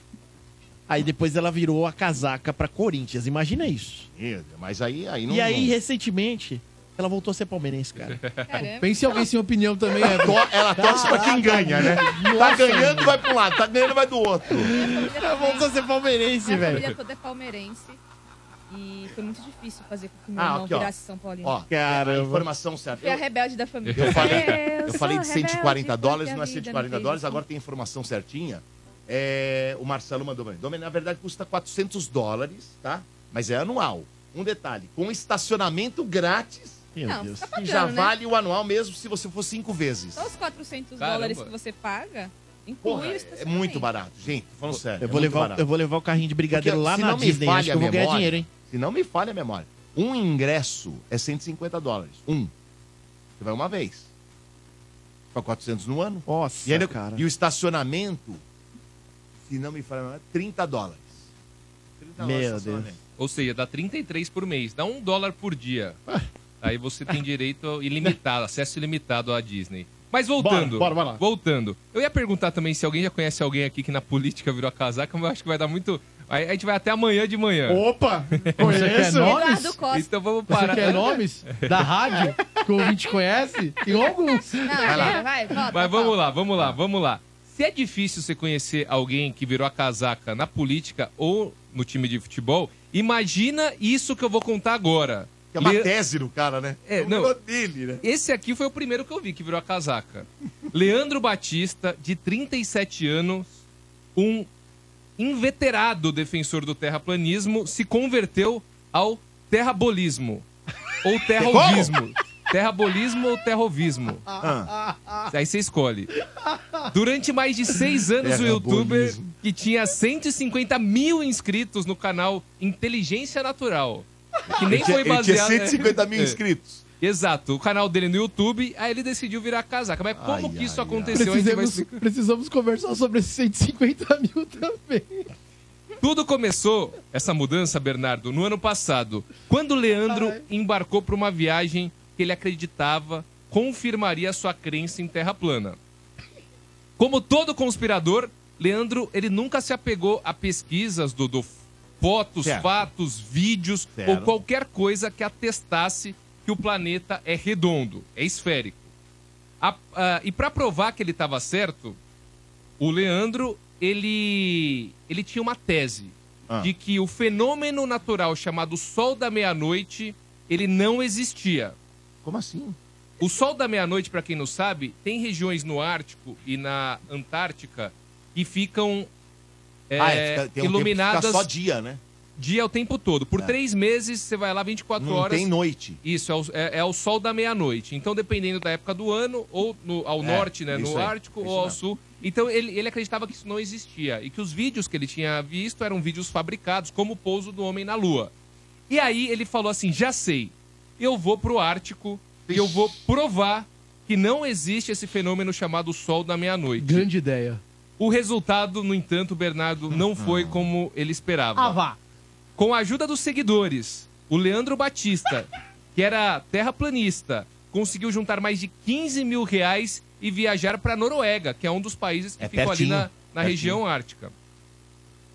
Speaker 5: Aí depois ela virou a casaca pra Corinthians. Imagina isso.
Speaker 1: Eita, Mas aí, aí não.
Speaker 5: E aí, recentemente, ela voltou a ser palmeirense, cara.
Speaker 4: Pense em alguém sem opinião também.
Speaker 1: Ela,
Speaker 4: É...
Speaker 1: to- ela torce pra quem ganha, né? Tá
Speaker 4: Nossa,
Speaker 1: ganhando,
Speaker 4: mano.
Speaker 1: vai pra um lado, tá ganhando, vai do outro.
Speaker 4: Tá
Speaker 5: Ela voltou a
Speaker 4: é
Speaker 5: ser é palmeirense,
Speaker 3: Minha família
Speaker 5: velho.
Speaker 3: toda é palmeirense. E foi muito difícil fazer com que meu
Speaker 1: Ah,
Speaker 3: irmão
Speaker 1: aqui, ó.
Speaker 3: virasse São Paulino.
Speaker 1: Ó, é a informação certa.
Speaker 3: Fui É a rebelde da família.
Speaker 1: Eu falei, eu
Speaker 3: sou
Speaker 1: falei de
Speaker 3: rebelde
Speaker 1: 140
Speaker 3: porque
Speaker 1: dólares,
Speaker 3: a
Speaker 1: não é
Speaker 3: vida me
Speaker 1: 140
Speaker 3: fez
Speaker 1: dólares,
Speaker 3: assim.
Speaker 1: agora tem a informação certinha. É, o Marcelo mandou pra mim. Domênico, Na verdade, custa 400 dólares, tá? Mas é anual. Um detalhe, com estacionamento grátis
Speaker 5: Meu
Speaker 3: Não,
Speaker 5: Deus.
Speaker 3: tá pagando,
Speaker 5: Já
Speaker 3: né? Então,
Speaker 5: vale o anual mesmo se você for cinco vezes.
Speaker 3: Só os 400
Speaker 5: Caramba.
Speaker 3: dólares que você paga, inclui
Speaker 1: Porra,
Speaker 3: o
Speaker 1: é
Speaker 3: estacionamento.
Speaker 1: muito barato, gente. tô Falando sério. é
Speaker 5: Eu vou, levar, eu vou levar o carrinho de brigadeiro lá na Disney. Acho que eu vou ganhar dinheiro, hein?
Speaker 1: Se não me falha a memória, um ingresso é 150 dólares. Um. Você vai uma vez. Fica 400 no ano.
Speaker 5: Nossa,
Speaker 1: e ainda-
Speaker 5: cara.
Speaker 1: E o estacionamento, se não me falha a memória, 30 dólares.
Speaker 2: Meu
Speaker 1: 30 dólares estacionamento.
Speaker 2: né? Ou seja, dá 33 por mês. Dá um dólar por dia.
Speaker 4: Ah.
Speaker 2: Aí você tem direito ilimitado, acesso ilimitado à Disney. Mas voltando.
Speaker 5: Bora, bora, vai lá.
Speaker 2: Voltando. Eu ia perguntar também se alguém já conhece alguém aqui que na política virou a casaca, mas eu acho que vai dar muito. Aí a gente vai até amanhã de manhã.
Speaker 5: Opa!
Speaker 4: Conheço.
Speaker 3: Eduardo Costa.
Speaker 2: Então vamos
Speaker 4: Você
Speaker 2: parar.
Speaker 4: quer nomes da rádio que o ouvinte conhece? Tem alguns.
Speaker 3: Não,
Speaker 2: lá.
Speaker 3: vai, vai, volta.
Speaker 2: Mas vamos lá, vamos lá, vamos lá. Se é difícil você conhecer alguém que virou a casaca na política ou no time de futebol, imagina isso que eu vou contar agora.
Speaker 1: Que é uma
Speaker 2: Le-
Speaker 1: tese do cara, né?
Speaker 2: É,
Speaker 1: o
Speaker 2: não.
Speaker 1: negócio dele, né?
Speaker 2: Esse aqui foi o primeiro que eu vi que virou a casaca. Leandro Batista, de 37 anos, um inveterado defensor do terraplanismo, se converteu ao terrabolismo. Ou terrovismo. Terrabolismo ou terrovismo.
Speaker 1: Ah.
Speaker 2: Aí você escolhe. Durante mais de seis anos, o youtuber que tinha 150 mil inscritos no canal Inteligência Natural. Que nem
Speaker 1: Ele tinha-
Speaker 2: foi
Speaker 1: ele tinha
Speaker 2: baseado. É.
Speaker 1: 150 mil inscritos.
Speaker 2: Exato, o canal dele no YouTube, aí ele decidiu virar casaca. Mas como que isso aconteceu? A gente vai
Speaker 4: Precisamos,
Speaker 2: explicar.
Speaker 4: precisamos conversar sobre esses 150 mil também.
Speaker 2: Tudo começou, essa mudança, Bernardo, no ano passado, quando o Leandro embarcou para uma viagem que ele acreditava confirmaria sua crença em terra plana. Como todo conspirador, Leandro, ele nunca se apegou a pesquisas, Dudu, fotos,
Speaker 1: Certo.
Speaker 2: fatos, vídeos
Speaker 1: Certo.
Speaker 2: ou qualquer coisa que atestasse que o planeta é redondo, é esférico. A- ah, e para provar que ele estava certo, o Leandro, ele, ele tinha uma tese
Speaker 1: Ah.
Speaker 2: de que o fenômeno natural chamado Sol da Meia-Noite, ele não existia.
Speaker 1: Como assim?
Speaker 2: O Sol da Meia-Noite, para quem não sabe, tem regiões no Ártico e na Antártica que ficam é,
Speaker 1: Ah, é, fica- tem um tempo que fica
Speaker 2: iluminadas
Speaker 1: só dia, né?
Speaker 2: dia o tempo todo. Por
Speaker 1: É.
Speaker 2: três meses, você vai lá 24
Speaker 1: Não
Speaker 2: horas.
Speaker 1: tem noite.
Speaker 2: Isso, é o, é- é o sol da meia-noite. Então, dependendo da época do ano, ou no- ao
Speaker 1: É,
Speaker 2: norte, né, no
Speaker 1: isso aí,
Speaker 2: Ártico,
Speaker 1: isso
Speaker 2: ou ao
Speaker 1: mesmo.
Speaker 2: sul. Então, ele, ele acreditava que isso não existia. E que os vídeos que ele tinha visto eram vídeos fabricados, como o pouso do homem na Lua. E aí, ele falou assim, já sei, eu vou pro Ártico e eu vou provar que não existe esse fenômeno chamado sol da meia-noite.
Speaker 4: Grande ideia.
Speaker 2: O resultado, no entanto, Bernardo, não
Speaker 1: Ah.
Speaker 2: foi como ele esperava.
Speaker 4: Ah,
Speaker 2: Com a ajuda dos seguidores, o Leandro Batista, que era terraplanista, conseguiu juntar mais de 15 mil reais e viajar para a Noruega, que é um dos países que
Speaker 1: É
Speaker 2: ficam ali
Speaker 1: pertinho,
Speaker 2: na, na
Speaker 1: pertinho.
Speaker 2: região ártica.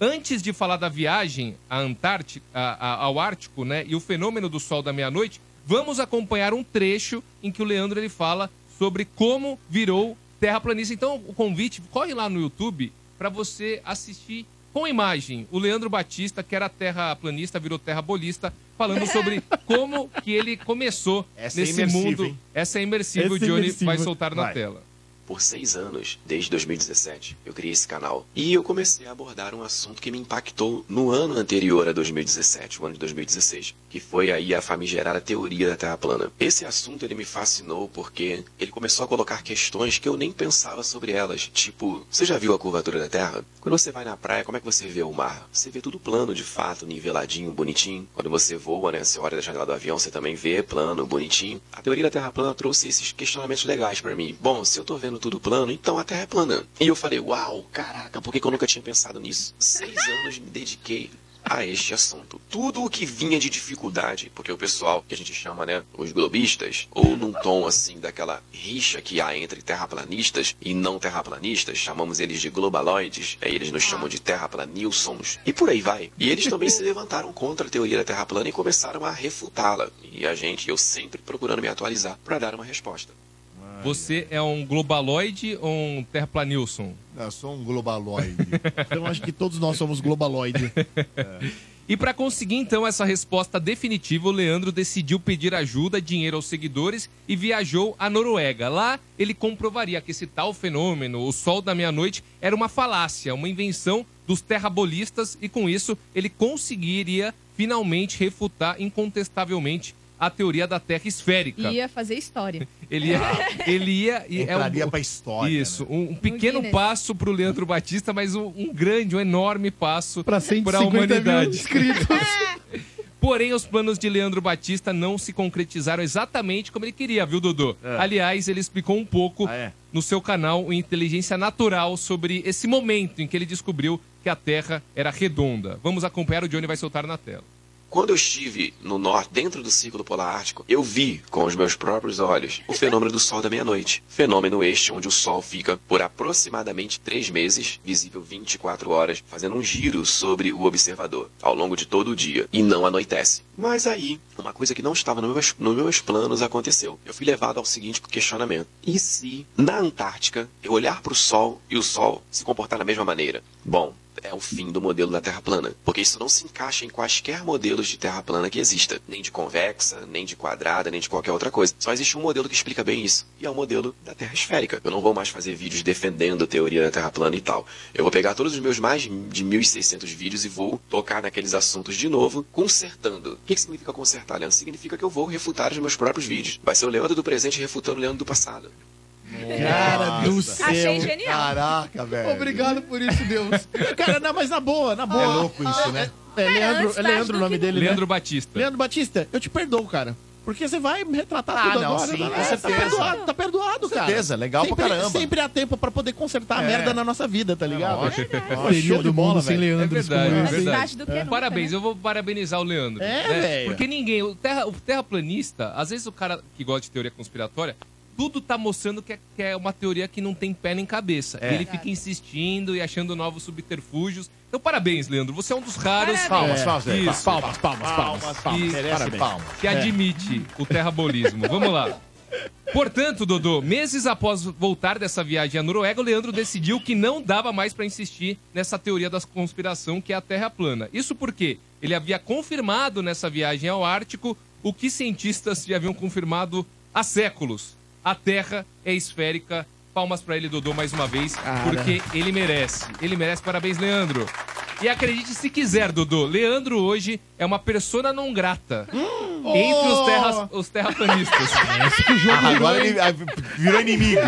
Speaker 2: Antes de falar da viagem à Antártica, a- a- ao Ártico né, e o fenômeno do sol da meia-noite, vamos acompanhar um trecho em que o Leandro ele fala sobre como virou terraplanista. Então, o convite, corre lá no YouTube para você assistir com imagem. O Leandro Batista, que era terraplanista, virou terrabolista, falando sobre como que ele começou
Speaker 16: é
Speaker 2: nesse
Speaker 16: imersiva,
Speaker 2: mundo.
Speaker 16: hein?
Speaker 2: Essa é imersiva,
Speaker 16: Essa
Speaker 2: o
Speaker 16: é
Speaker 2: Johnny
Speaker 16: imersiva.
Speaker 2: vai soltar na
Speaker 16: Vai.
Speaker 2: tela.
Speaker 16: Por seis anos, desde 2017, eu criei esse canal e eu comecei a abordar um assunto que me impactou no ano anterior a 2017, o ano de 2016, que foi aí a famigerada teoria da Terra plana. Esse assunto ele me fascinou porque ele começou a colocar questões que eu nem pensava sobre elas, tipo, você já viu a curvatura da Terra? Quando você vai na praia, como é que você vê o mar? Você vê tudo plano, de fato, niveladinho, bonitinho. Quando você voa, né, você olha da janela do avião, você também vê plano, bonitinho. A teoria da Terra plana trouxe esses questionamentos legais pra mim. Bom, se eu tô vendo tudo plano, então a Terra é plana. E eu falei, uau, caraca, por que que eu nunca tinha pensado nisso? Seis anos me dediquei a este assunto. Tudo o que vinha de dificuldade, porque o pessoal que a gente chama, né, os globistas, ou num tom assim daquela rixa que há entre terraplanistas e não terraplanistas, chamamos eles de globaloides, aí eles nos chamam de terraplanilsons, e por aí vai. E eles também se levantaram contra a teoria da Terra plana e começaram a refutá-la. E a gente, eu sempre procurando me atualizar para dar uma resposta.
Speaker 2: Você é um globaloide ou um terraplanilson?
Speaker 1: Não, eu sou um globaloide.
Speaker 5: Então acho que todos nós somos globaloide.
Speaker 2: E para conseguir então essa resposta definitiva, o Leandro decidiu pedir ajuda, dinheiro aos seguidores e viajou à Noruega. Lá ele comprovaria que esse tal fenômeno, o sol da meia-noite, era uma falácia, uma invenção dos terrabolistas e com isso ele conseguiria finalmente refutar incontestavelmente a teoria da Terra esférica.
Speaker 3: Ia fazer história.
Speaker 2: Ele ia. Ele ia e
Speaker 3: Entraria
Speaker 2: pra história. Isso. Um, um pequeno
Speaker 3: Guinness.
Speaker 2: passo pro Leandro Batista, mas um, um grande, um enorme passo
Speaker 4: Pra
Speaker 2: pra
Speaker 4: 150
Speaker 2: a
Speaker 4: mil
Speaker 2: humanidade.
Speaker 4: inscritos.
Speaker 2: Porém, os planos de Leandro Batista não se concretizaram exatamente como ele queria, viu, Dudu? Aliás, ele explicou um pouco no seu canal o Inteligência Natural sobre esse momento em que ele descobriu que a Terra era redonda. Vamos acompanhar, o Johnny vai soltar na tela.
Speaker 16: Quando eu estive no norte, dentro do Círculo Polar Ártico, eu vi com os meus próprios olhos o fenômeno do Sol da meia-noite. Fenômeno este onde o Sol fica por aproximadamente três meses, visível 24 horas, fazendo um giro sobre o observador ao longo de todo o dia e não anoitece. Mas aí, uma coisa que não estava nos meus, nos meus planos aconteceu. Eu fui levado ao seguinte questionamento: e se na Antártica eu olhar para o Sol e o Sol se comportar da mesma maneira? Bom, é o fim do modelo da Terra plana, porque isso não se encaixa em quaisquer modelos de Terra plana que exista, nem de convexa, nem de quadrada, nem de qualquer outra coisa. Só existe um modelo que explica bem isso, e é o modelo da Terra esférica. Eu não vou mais fazer vídeos defendendo a teoria da Terra plana e tal. Eu vou pegar todos os meus mais de 1600 vídeos e vou tocar naqueles assuntos de novo, consertando. O que que significa consertar, Leandro? Significa que eu vou refutar os meus próprios vídeos. Vai ser o Leandro do presente refutando o Leandro do passado.
Speaker 5: Cara do
Speaker 16: Nossa.
Speaker 5: céu.
Speaker 16: Achei genial.
Speaker 1: Caraca, velho.
Speaker 5: Obrigado por isso, Deus. Cara, não, mas na boa, na boa.
Speaker 1: É louco isso, né?
Speaker 5: É,
Speaker 1: Cara,
Speaker 5: Leandro,
Speaker 1: antes
Speaker 5: é
Speaker 1: tarde
Speaker 5: Leandro o
Speaker 1: do
Speaker 5: nome
Speaker 1: que
Speaker 5: dele,
Speaker 1: nunca.
Speaker 2: Leandro
Speaker 5: né?
Speaker 2: Batista.
Speaker 5: Leandro Batista, eu te perdoo, cara. Porque você vai me retratar
Speaker 1: Ah,
Speaker 5: tudo
Speaker 1: não,
Speaker 5: agora.
Speaker 1: sim,
Speaker 5: né?
Speaker 1: com
Speaker 5: Você tá
Speaker 1: certeza.
Speaker 5: perdoado, tá perdoado, cara.
Speaker 1: certeza, legal pra
Speaker 5: sempre,
Speaker 1: caramba.
Speaker 5: Sempre há tempo pra poder consertar a
Speaker 1: É.
Speaker 5: merda na nossa vida, tá ligado?
Speaker 1: lógico. É
Speaker 5: Pô, show de bola, velho.
Speaker 2: É verdade, é
Speaker 5: Mas
Speaker 2: verdade.
Speaker 5: do que nunca, né?
Speaker 2: Parabéns, eu vou parabenizar o Leandro.
Speaker 5: É,
Speaker 2: né?
Speaker 5: velho.
Speaker 2: Porque ninguém, o, terra, o terraplanista, às vezes o cara que gosta de teoria conspiratória, tudo tá mostrando que é, que é uma teoria que não tem pé nem cabeça.
Speaker 1: É.
Speaker 2: E ele fica insistindo e achando novos subterfúgios. Então, parabéns, Leandro. Você é um dos raros.
Speaker 1: Parabéns. Palmas, palmas,
Speaker 2: Isso.
Speaker 1: palmas, palmas, palmas, palmas, palmas.
Speaker 2: Isso.
Speaker 1: Merece
Speaker 2: Parabéns.
Speaker 1: palmas.
Speaker 2: Que
Speaker 1: É.
Speaker 2: admite o terrabolismo. Vamos lá. Portanto, Dodô, meses após voltar dessa viagem à Noruega, o Leandro decidiu que não dava mais para insistir nessa teoria da conspiração que é a Terra plana. Isso porque ele havia confirmado nessa viagem ao Ártico o que cientistas já haviam confirmado há séculos. A Terra é esférica. Palmas para ele, Dodô, mais uma vez, porque ele merece. Ele merece. Parabéns, Leandro. E acredite se quiser, Dodô, Leandro hoje é uma persona não grata entre os, terras, os terraplanistas.
Speaker 1: Parece que o jogo Ah, agora virou, ele, virou inimigo.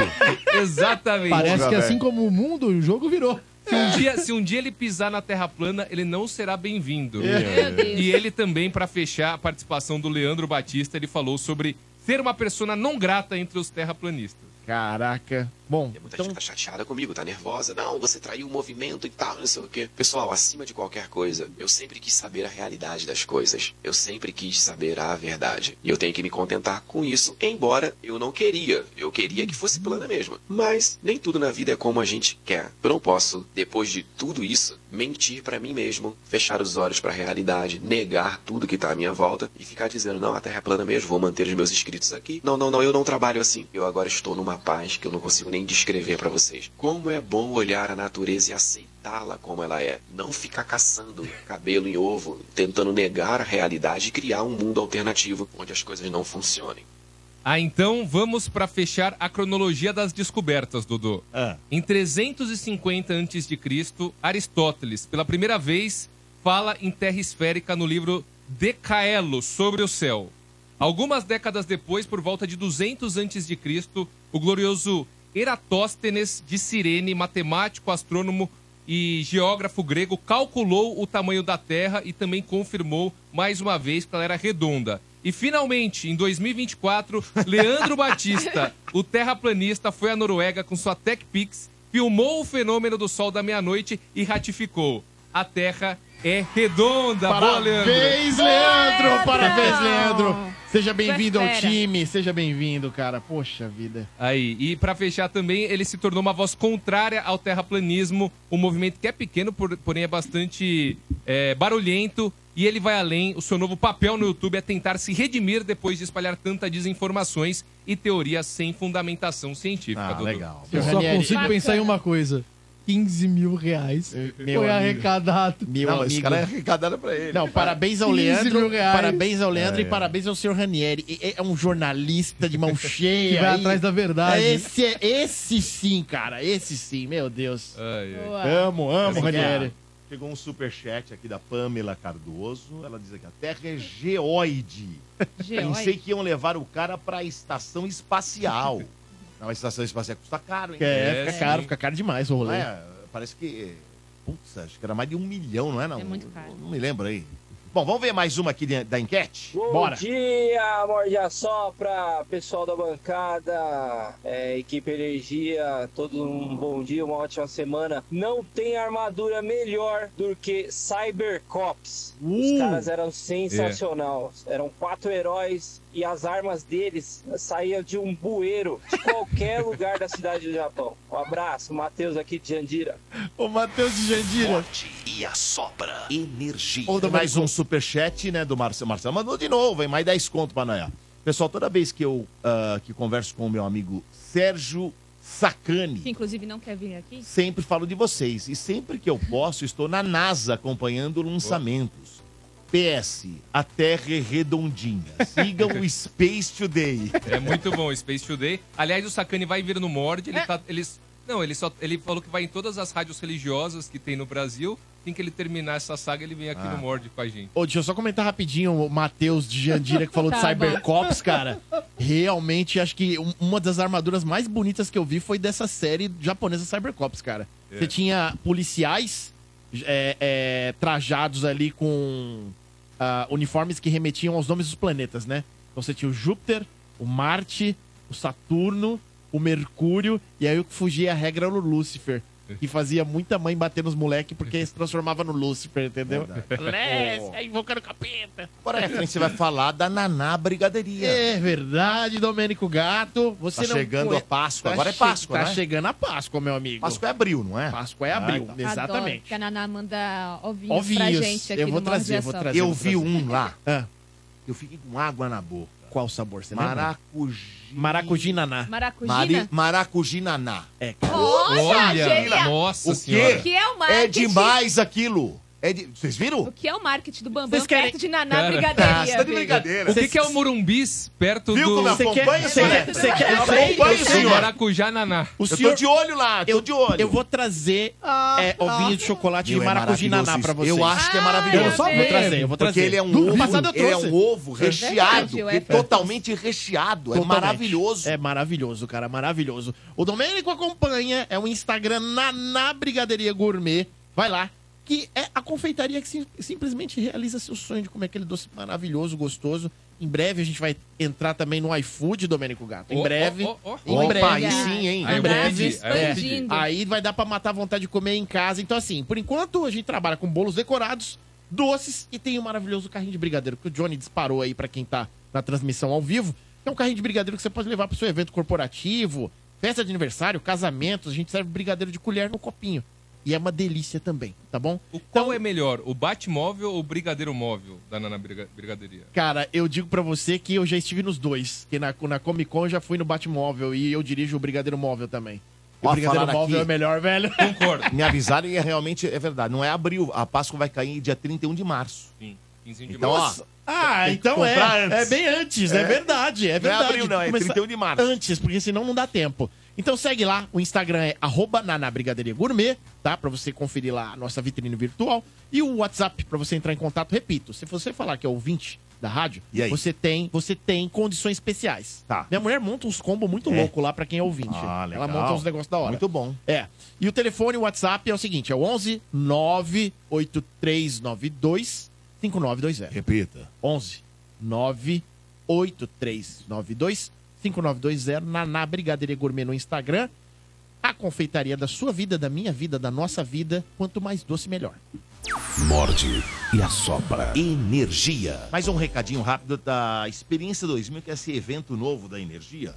Speaker 2: Exatamente.
Speaker 4: Parece que assim como o mundo, o jogo virou.
Speaker 2: Se um, dia, se um dia ele pisar na terra plana, ele não será bem-vindo.
Speaker 4: É. Meu Deus.
Speaker 2: E ele também, para fechar a participação do Leandro Batista, ele falou sobre ser uma persona não grata entre os terraplanistas.
Speaker 5: Caraca. Bom,
Speaker 16: Muita gente tá chateada comigo, tá nervosa. Não, você traiu o movimento e tal, não sei o quê. Pessoal, acima de qualquer coisa, eu sempre quis saber a realidade das coisas. Eu sempre quis saber a verdade. E eu tenho que me contentar com isso, embora eu não queria. Eu queria que fosse plana mesmo. Mas nem tudo na vida é como a gente quer. Eu não posso, depois de tudo isso, mentir pra mim mesmo, fechar os olhos pra realidade, negar tudo que tá à minha volta e ficar dizendo, não, a Terra é plana mesmo, vou manter os meus inscritos aqui. Não, não, não, eu não trabalho assim. Eu agora estou numa paz que eu não consigo nem descrever pra vocês. Como é bom olhar a natureza e aceitá-la como ela é. Não ficar caçando cabelo em ovo, tentando negar a realidade e criar um mundo alternativo onde as coisas não funcionem.
Speaker 2: Ah, então vamos para fechar a cronologia das descobertas, Dudu. Em 350 a.C., Aristóteles, pela primeira vez, fala em terra esférica no livro Decaelo, sobre o céu. Algumas décadas depois, por volta de 200 a.C., o glorioso Eratóstenes de Cirene, matemático, astrônomo e geógrafo grego, calculou o tamanho da Terra e também confirmou mais uma vez que ela era redonda. E finalmente, em 2024, Leandro Batista, o terraplanista, foi à Noruega com sua TechPix, filmou o fenômeno do sol da meia-noite e ratificou. A Terra é redonda. Boa, Leandro!
Speaker 5: Parabéns, Leandro! Parabéns, Leandro! Seja
Speaker 2: Tu
Speaker 5: bem-vindo
Speaker 2: é
Speaker 5: ao
Speaker 2: fera.
Speaker 5: time, seja bem-vindo, cara. Poxa vida.
Speaker 2: Aí, e pra fechar também, ele se tornou uma voz contrária ao terraplanismo, um movimento que é pequeno, por- porém é bastante é, barulhento, e ele vai além. O seu novo papel no YouTube é tentar se redimir depois de espalhar tantas desinformações e teorias sem fundamentação científica. Ah, legal.
Speaker 4: Eu só consigo pensar em um uma coisa. 15 mil reais
Speaker 5: meu
Speaker 4: foi
Speaker 5: amigo.
Speaker 4: arrecadado.
Speaker 5: Meu amigo.
Speaker 1: arrecadada pra ele.
Speaker 5: é Não, parabéns ao
Speaker 4: 15
Speaker 5: Leandro.
Speaker 4: mil reais.
Speaker 5: Parabéns ao Leandro
Speaker 4: É.
Speaker 5: e parabéns ao senhor Ranieri. E- É um jornalista de mão cheia.
Speaker 4: Que vai
Speaker 5: aí.
Speaker 4: atrás da verdade.
Speaker 5: Esse, é- esse sim, cara. Esse sim, meu Deus.
Speaker 2: Ai, é
Speaker 5: Amo, amo, Ranieri.
Speaker 1: Chegou um superchat aqui da Pamela Cardoso. Ela diz aqui: a Terra é geoide.
Speaker 3: Geoide.
Speaker 1: Pensei que iam levar o cara para a estação espacial. Não, a estação espacial custa caro, hein?
Speaker 5: É, fica caro, fica caro demais o rolê.
Speaker 1: É, parece que. Putz, acho que era mais de um milhão, não é? Não,
Speaker 3: É muito caro.
Speaker 1: não me lembro aí. Bom, vamos ver mais uma aqui de- da enquete?
Speaker 13: Bom
Speaker 1: Bora.
Speaker 13: dia, Morde Assopra, pessoal da bancada, é, equipe Energia, todo um bom dia, uma ótima semana. Não tem armadura melhor do que Cybercops.
Speaker 5: Uh!
Speaker 13: Os caras eram sensacional.
Speaker 5: É.
Speaker 13: Eram quatro heróis e as armas deles saíam de um bueiro de qualquer lugar da cidade do Japão. Um abraço, Matheus aqui de Jandira.
Speaker 5: Ô, Matheus de Jandira.
Speaker 1: E a sobra energia. mais um superchat, né, do Marcelo. Marcelo mandou de novo, hein? Mais 10 conto pra nós. ó. Pessoal, toda vez que eu ah, que converso com o meu amigo Sérgio Sacani,
Speaker 3: Que inclusive não quer vir aqui.
Speaker 1: sempre falo de vocês. E sempre que eu posso, estou na NASA acompanhando lançamentos. PS, a Terra é redondinha. Sigam o Space Today.
Speaker 2: É muito bom o Space Today. Aliás, o Sakane vai vir no Mord.
Speaker 4: É.
Speaker 2: Ele tá, eles, não, ele, só, ele falou que vai em todas as rádios religiosas que tem no Brasil. Assim que ele terminar essa saga, ele vem aqui no Mord com a gente.
Speaker 5: Ô, deixa eu só comentar rapidinho o Matheus de Jandira que falou de
Speaker 2: Tá
Speaker 5: Cybercops, cara. Realmente, acho que um- uma das armaduras mais bonitas que eu vi foi dessa série japonesa Cybercops, cara.
Speaker 17: É.
Speaker 5: Você tinha policiais é, é, trajados ali com ah, uniformes que remetiam aos nomes dos planetas, né? Então você tinha o Júpiter, o Marte, o Saturno, o Mercúrio, e aí o que fugia a regra era o Lúcifer. Que fazia muita mãe bater nos moleques porque se transformava no Lúcifer, entendeu?
Speaker 3: Né?
Speaker 1: Leste,
Speaker 5: aí invocando o capeta.
Speaker 1: Agora, Efraim, você vai falar da Naná Brigadeirinha.
Speaker 5: É verdade, Domênico Gato. Você
Speaker 1: Tá
Speaker 5: não
Speaker 1: chegando
Speaker 5: conhe-
Speaker 1: a Páscoa,
Speaker 5: Tá
Speaker 1: agora é
Speaker 5: che-
Speaker 1: Páscoa,
Speaker 5: Tá
Speaker 1: né?
Speaker 5: chegando a Páscoa, meu amigo.
Speaker 1: Páscoa é abril, não é?
Speaker 5: Páscoa é abril,
Speaker 3: Adoro,
Speaker 5: exatamente.
Speaker 3: que a Naná manda ovinhos, pra
Speaker 5: Ovinhos.
Speaker 3: gente aqui
Speaker 5: Eu vou
Speaker 3: no
Speaker 5: trazer,
Speaker 3: Morde
Speaker 5: vou
Speaker 3: Ação.
Speaker 5: trazer.
Speaker 1: Eu
Speaker 5: vou
Speaker 1: vi
Speaker 5: trazer.
Speaker 1: um lá.
Speaker 5: Ah.
Speaker 1: Eu fiquei com água na boca.
Speaker 5: Qual sabor você lembra?
Speaker 1: Maracujá.
Speaker 5: Maracujá naná.
Speaker 3: Maracujina?
Speaker 1: Maracujinaná.
Speaker 5: É,
Speaker 1: cara.
Speaker 3: Olha, Olha, genial.
Speaker 1: nossa
Speaker 3: senhora. O que é o
Speaker 1: É
Speaker 3: marketing?
Speaker 1: demais aquilo. É de- Vocês viram?
Speaker 3: Que é o marketing do Bambam perto de Naná Brigadeira.
Speaker 1: Ah, você tá de brincadeira.
Speaker 2: O que, que é o Murumbis perto
Speaker 1: Viu
Speaker 2: do...
Speaker 1: como eu Você acompanho, quer- senhor? você- você quer- Eu acompanho,
Speaker 2: Eu sei,
Speaker 1: senhor.
Speaker 2: Maracujá, Naná.
Speaker 5: O
Speaker 2: senhor-
Speaker 1: olho lá, tô de olho.
Speaker 5: Eu vou trazer é, ovinho de chocolate
Speaker 1: Meu,
Speaker 5: de
Speaker 1: é
Speaker 5: maracujá naná
Speaker 1: maravilhoso
Speaker 5: pra
Speaker 1: isso.
Speaker 5: vocês.
Speaker 1: Eu acho que é maravilhoso.
Speaker 5: Ah, Eu só vou trazer, eu vou trazer.
Speaker 1: Porque ele é um
Speaker 5: No
Speaker 1: ovo,
Speaker 5: passado eu
Speaker 1: ele é
Speaker 5: trouxe.
Speaker 1: um ovo
Speaker 5: É
Speaker 1: recheado,
Speaker 5: verdade, eu- é
Speaker 1: e totalmente recheado. É
Speaker 5: Totalmente.
Speaker 1: maravilhoso.
Speaker 5: É maravilhoso, cara, maravilhoso. O Domênico acompanha, é o Instagram Naná Brigaderia Gourmet. Vai lá, que é a confeitaria que sim- simplesmente realiza seu sonho de comer aquele doce maravilhoso, gostoso. Em breve a gente vai entrar também no iFood, Domênico Gato. Em
Speaker 1: Ó,
Speaker 5: breve.
Speaker 1: ó, ó, ó.
Speaker 5: Em
Speaker 1: Opa,
Speaker 5: breve.
Speaker 1: aí sim, hein?
Speaker 5: Em
Speaker 1: Aí eu vou
Speaker 5: breve.
Speaker 1: pedir, aí eu vou
Speaker 5: é.
Speaker 1: pedir.
Speaker 5: Aí vai dar pra matar a vontade de comer em casa. Então, assim, por enquanto a gente trabalha com bolos decorados, doces e tem o maravilhoso carrinho de brigadeiro que o Johnny disparou aí pra quem tá na transmissão ao vivo. É um carrinho de brigadeiro que você pode levar pro seu evento corporativo, festa de aniversário, casamento. A gente serve brigadeiro de colher no copinho. E é uma delícia também, tá bom?
Speaker 1: então
Speaker 2: Qual é melhor, o Batmóvel ou o Brigadeiro Móvel da Naná Briga- Brigadeiria?
Speaker 5: Cara, eu digo pra você que eu já estive nos dois. Que na, na Comic Con eu já fui no Batmóvel e eu dirijo o Brigadeiro Móvel também. O
Speaker 1: Ó,
Speaker 5: Brigadeiro
Speaker 1: falaram
Speaker 5: Móvel
Speaker 1: aqui.
Speaker 5: é melhor, velho.
Speaker 1: Me avisaram e é realmente é verdade. Não é abril. A Páscoa vai cair dia 31 de março.
Speaker 2: Sim, 15 de
Speaker 1: Então,
Speaker 2: março.
Speaker 1: ó.
Speaker 5: Ah,
Speaker 1: Tem que
Speaker 5: então é.
Speaker 1: comprar antes.
Speaker 5: É bem antes, é,
Speaker 1: É.
Speaker 5: verdade,
Speaker 1: Não é
Speaker 5: é verdade.
Speaker 1: abril, não, é 31 de março.
Speaker 5: Antes, porque senão não dá tempo. Então segue lá, o Instagram é arroba nanabrigadeiria gourmet, tá? Pra você conferir lá a nossa vitrine virtual. E o WhatsApp, pra você entrar em contato, repito, se você falar que é ouvinte da rádio, você tem você tem condições especiais. Tá. Minha mulher monta uns combos muito loucos lá pra quem é ouvinte.
Speaker 1: Ah, legal.
Speaker 5: Ela monta uns negócios da hora.
Speaker 1: Muito bom.
Speaker 5: É. E o telefone, o WhatsApp é o seguinte, é o 11 98392 5920.
Speaker 1: Repita.
Speaker 5: 11 98392 5920 Naná Brigadeira Gourmet no Instagram. A confeitaria da sua vida, da minha vida, da nossa vida, quanto mais doce, melhor.
Speaker 1: Morde e assopra energia. Mais um recadinho rápido da Experiência 2000, que é esse evento novo da energia.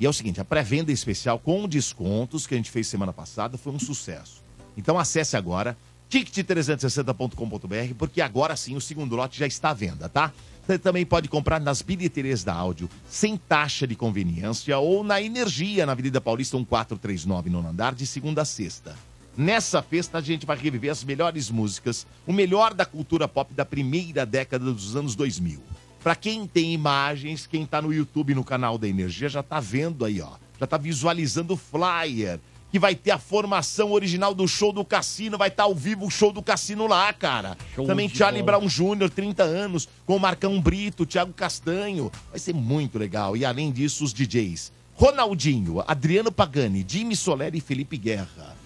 Speaker 1: E é o seguinte, a pré-venda especial com descontos que a gente fez semana passada foi um sucesso. Então acesse agora ticket360.com.br, porque agora sim o segundo lote já está à venda, tá? Você também pode comprar nas bilheterias da áudio, sem taxa de conveniência, ou na Energia, na Avenida Paulista 1439, no andar, de segunda a sexta. Nessa festa a gente vai reviver as melhores músicas, o melhor da cultura pop da primeira década dos anos 2000. Pra quem tem imagens, quem tá no YouTube no canal da Energia já tá vendo aí, ó. Já tá visualizando o flyer que vai ter a formação original do show do Cassino, vai estar ao vivo o show do Cassino lá, cara.
Speaker 5: Show
Speaker 1: Também
Speaker 5: de
Speaker 1: Charlie
Speaker 5: bola.
Speaker 1: Brown Júnior, 30 anos, com o Marcão Brito, Thiago Castanho. Vai ser muito legal. E além disso, os DJs. Ronaldinho, Adriano Pagani, Jimmy Soler e Felipe Guerra.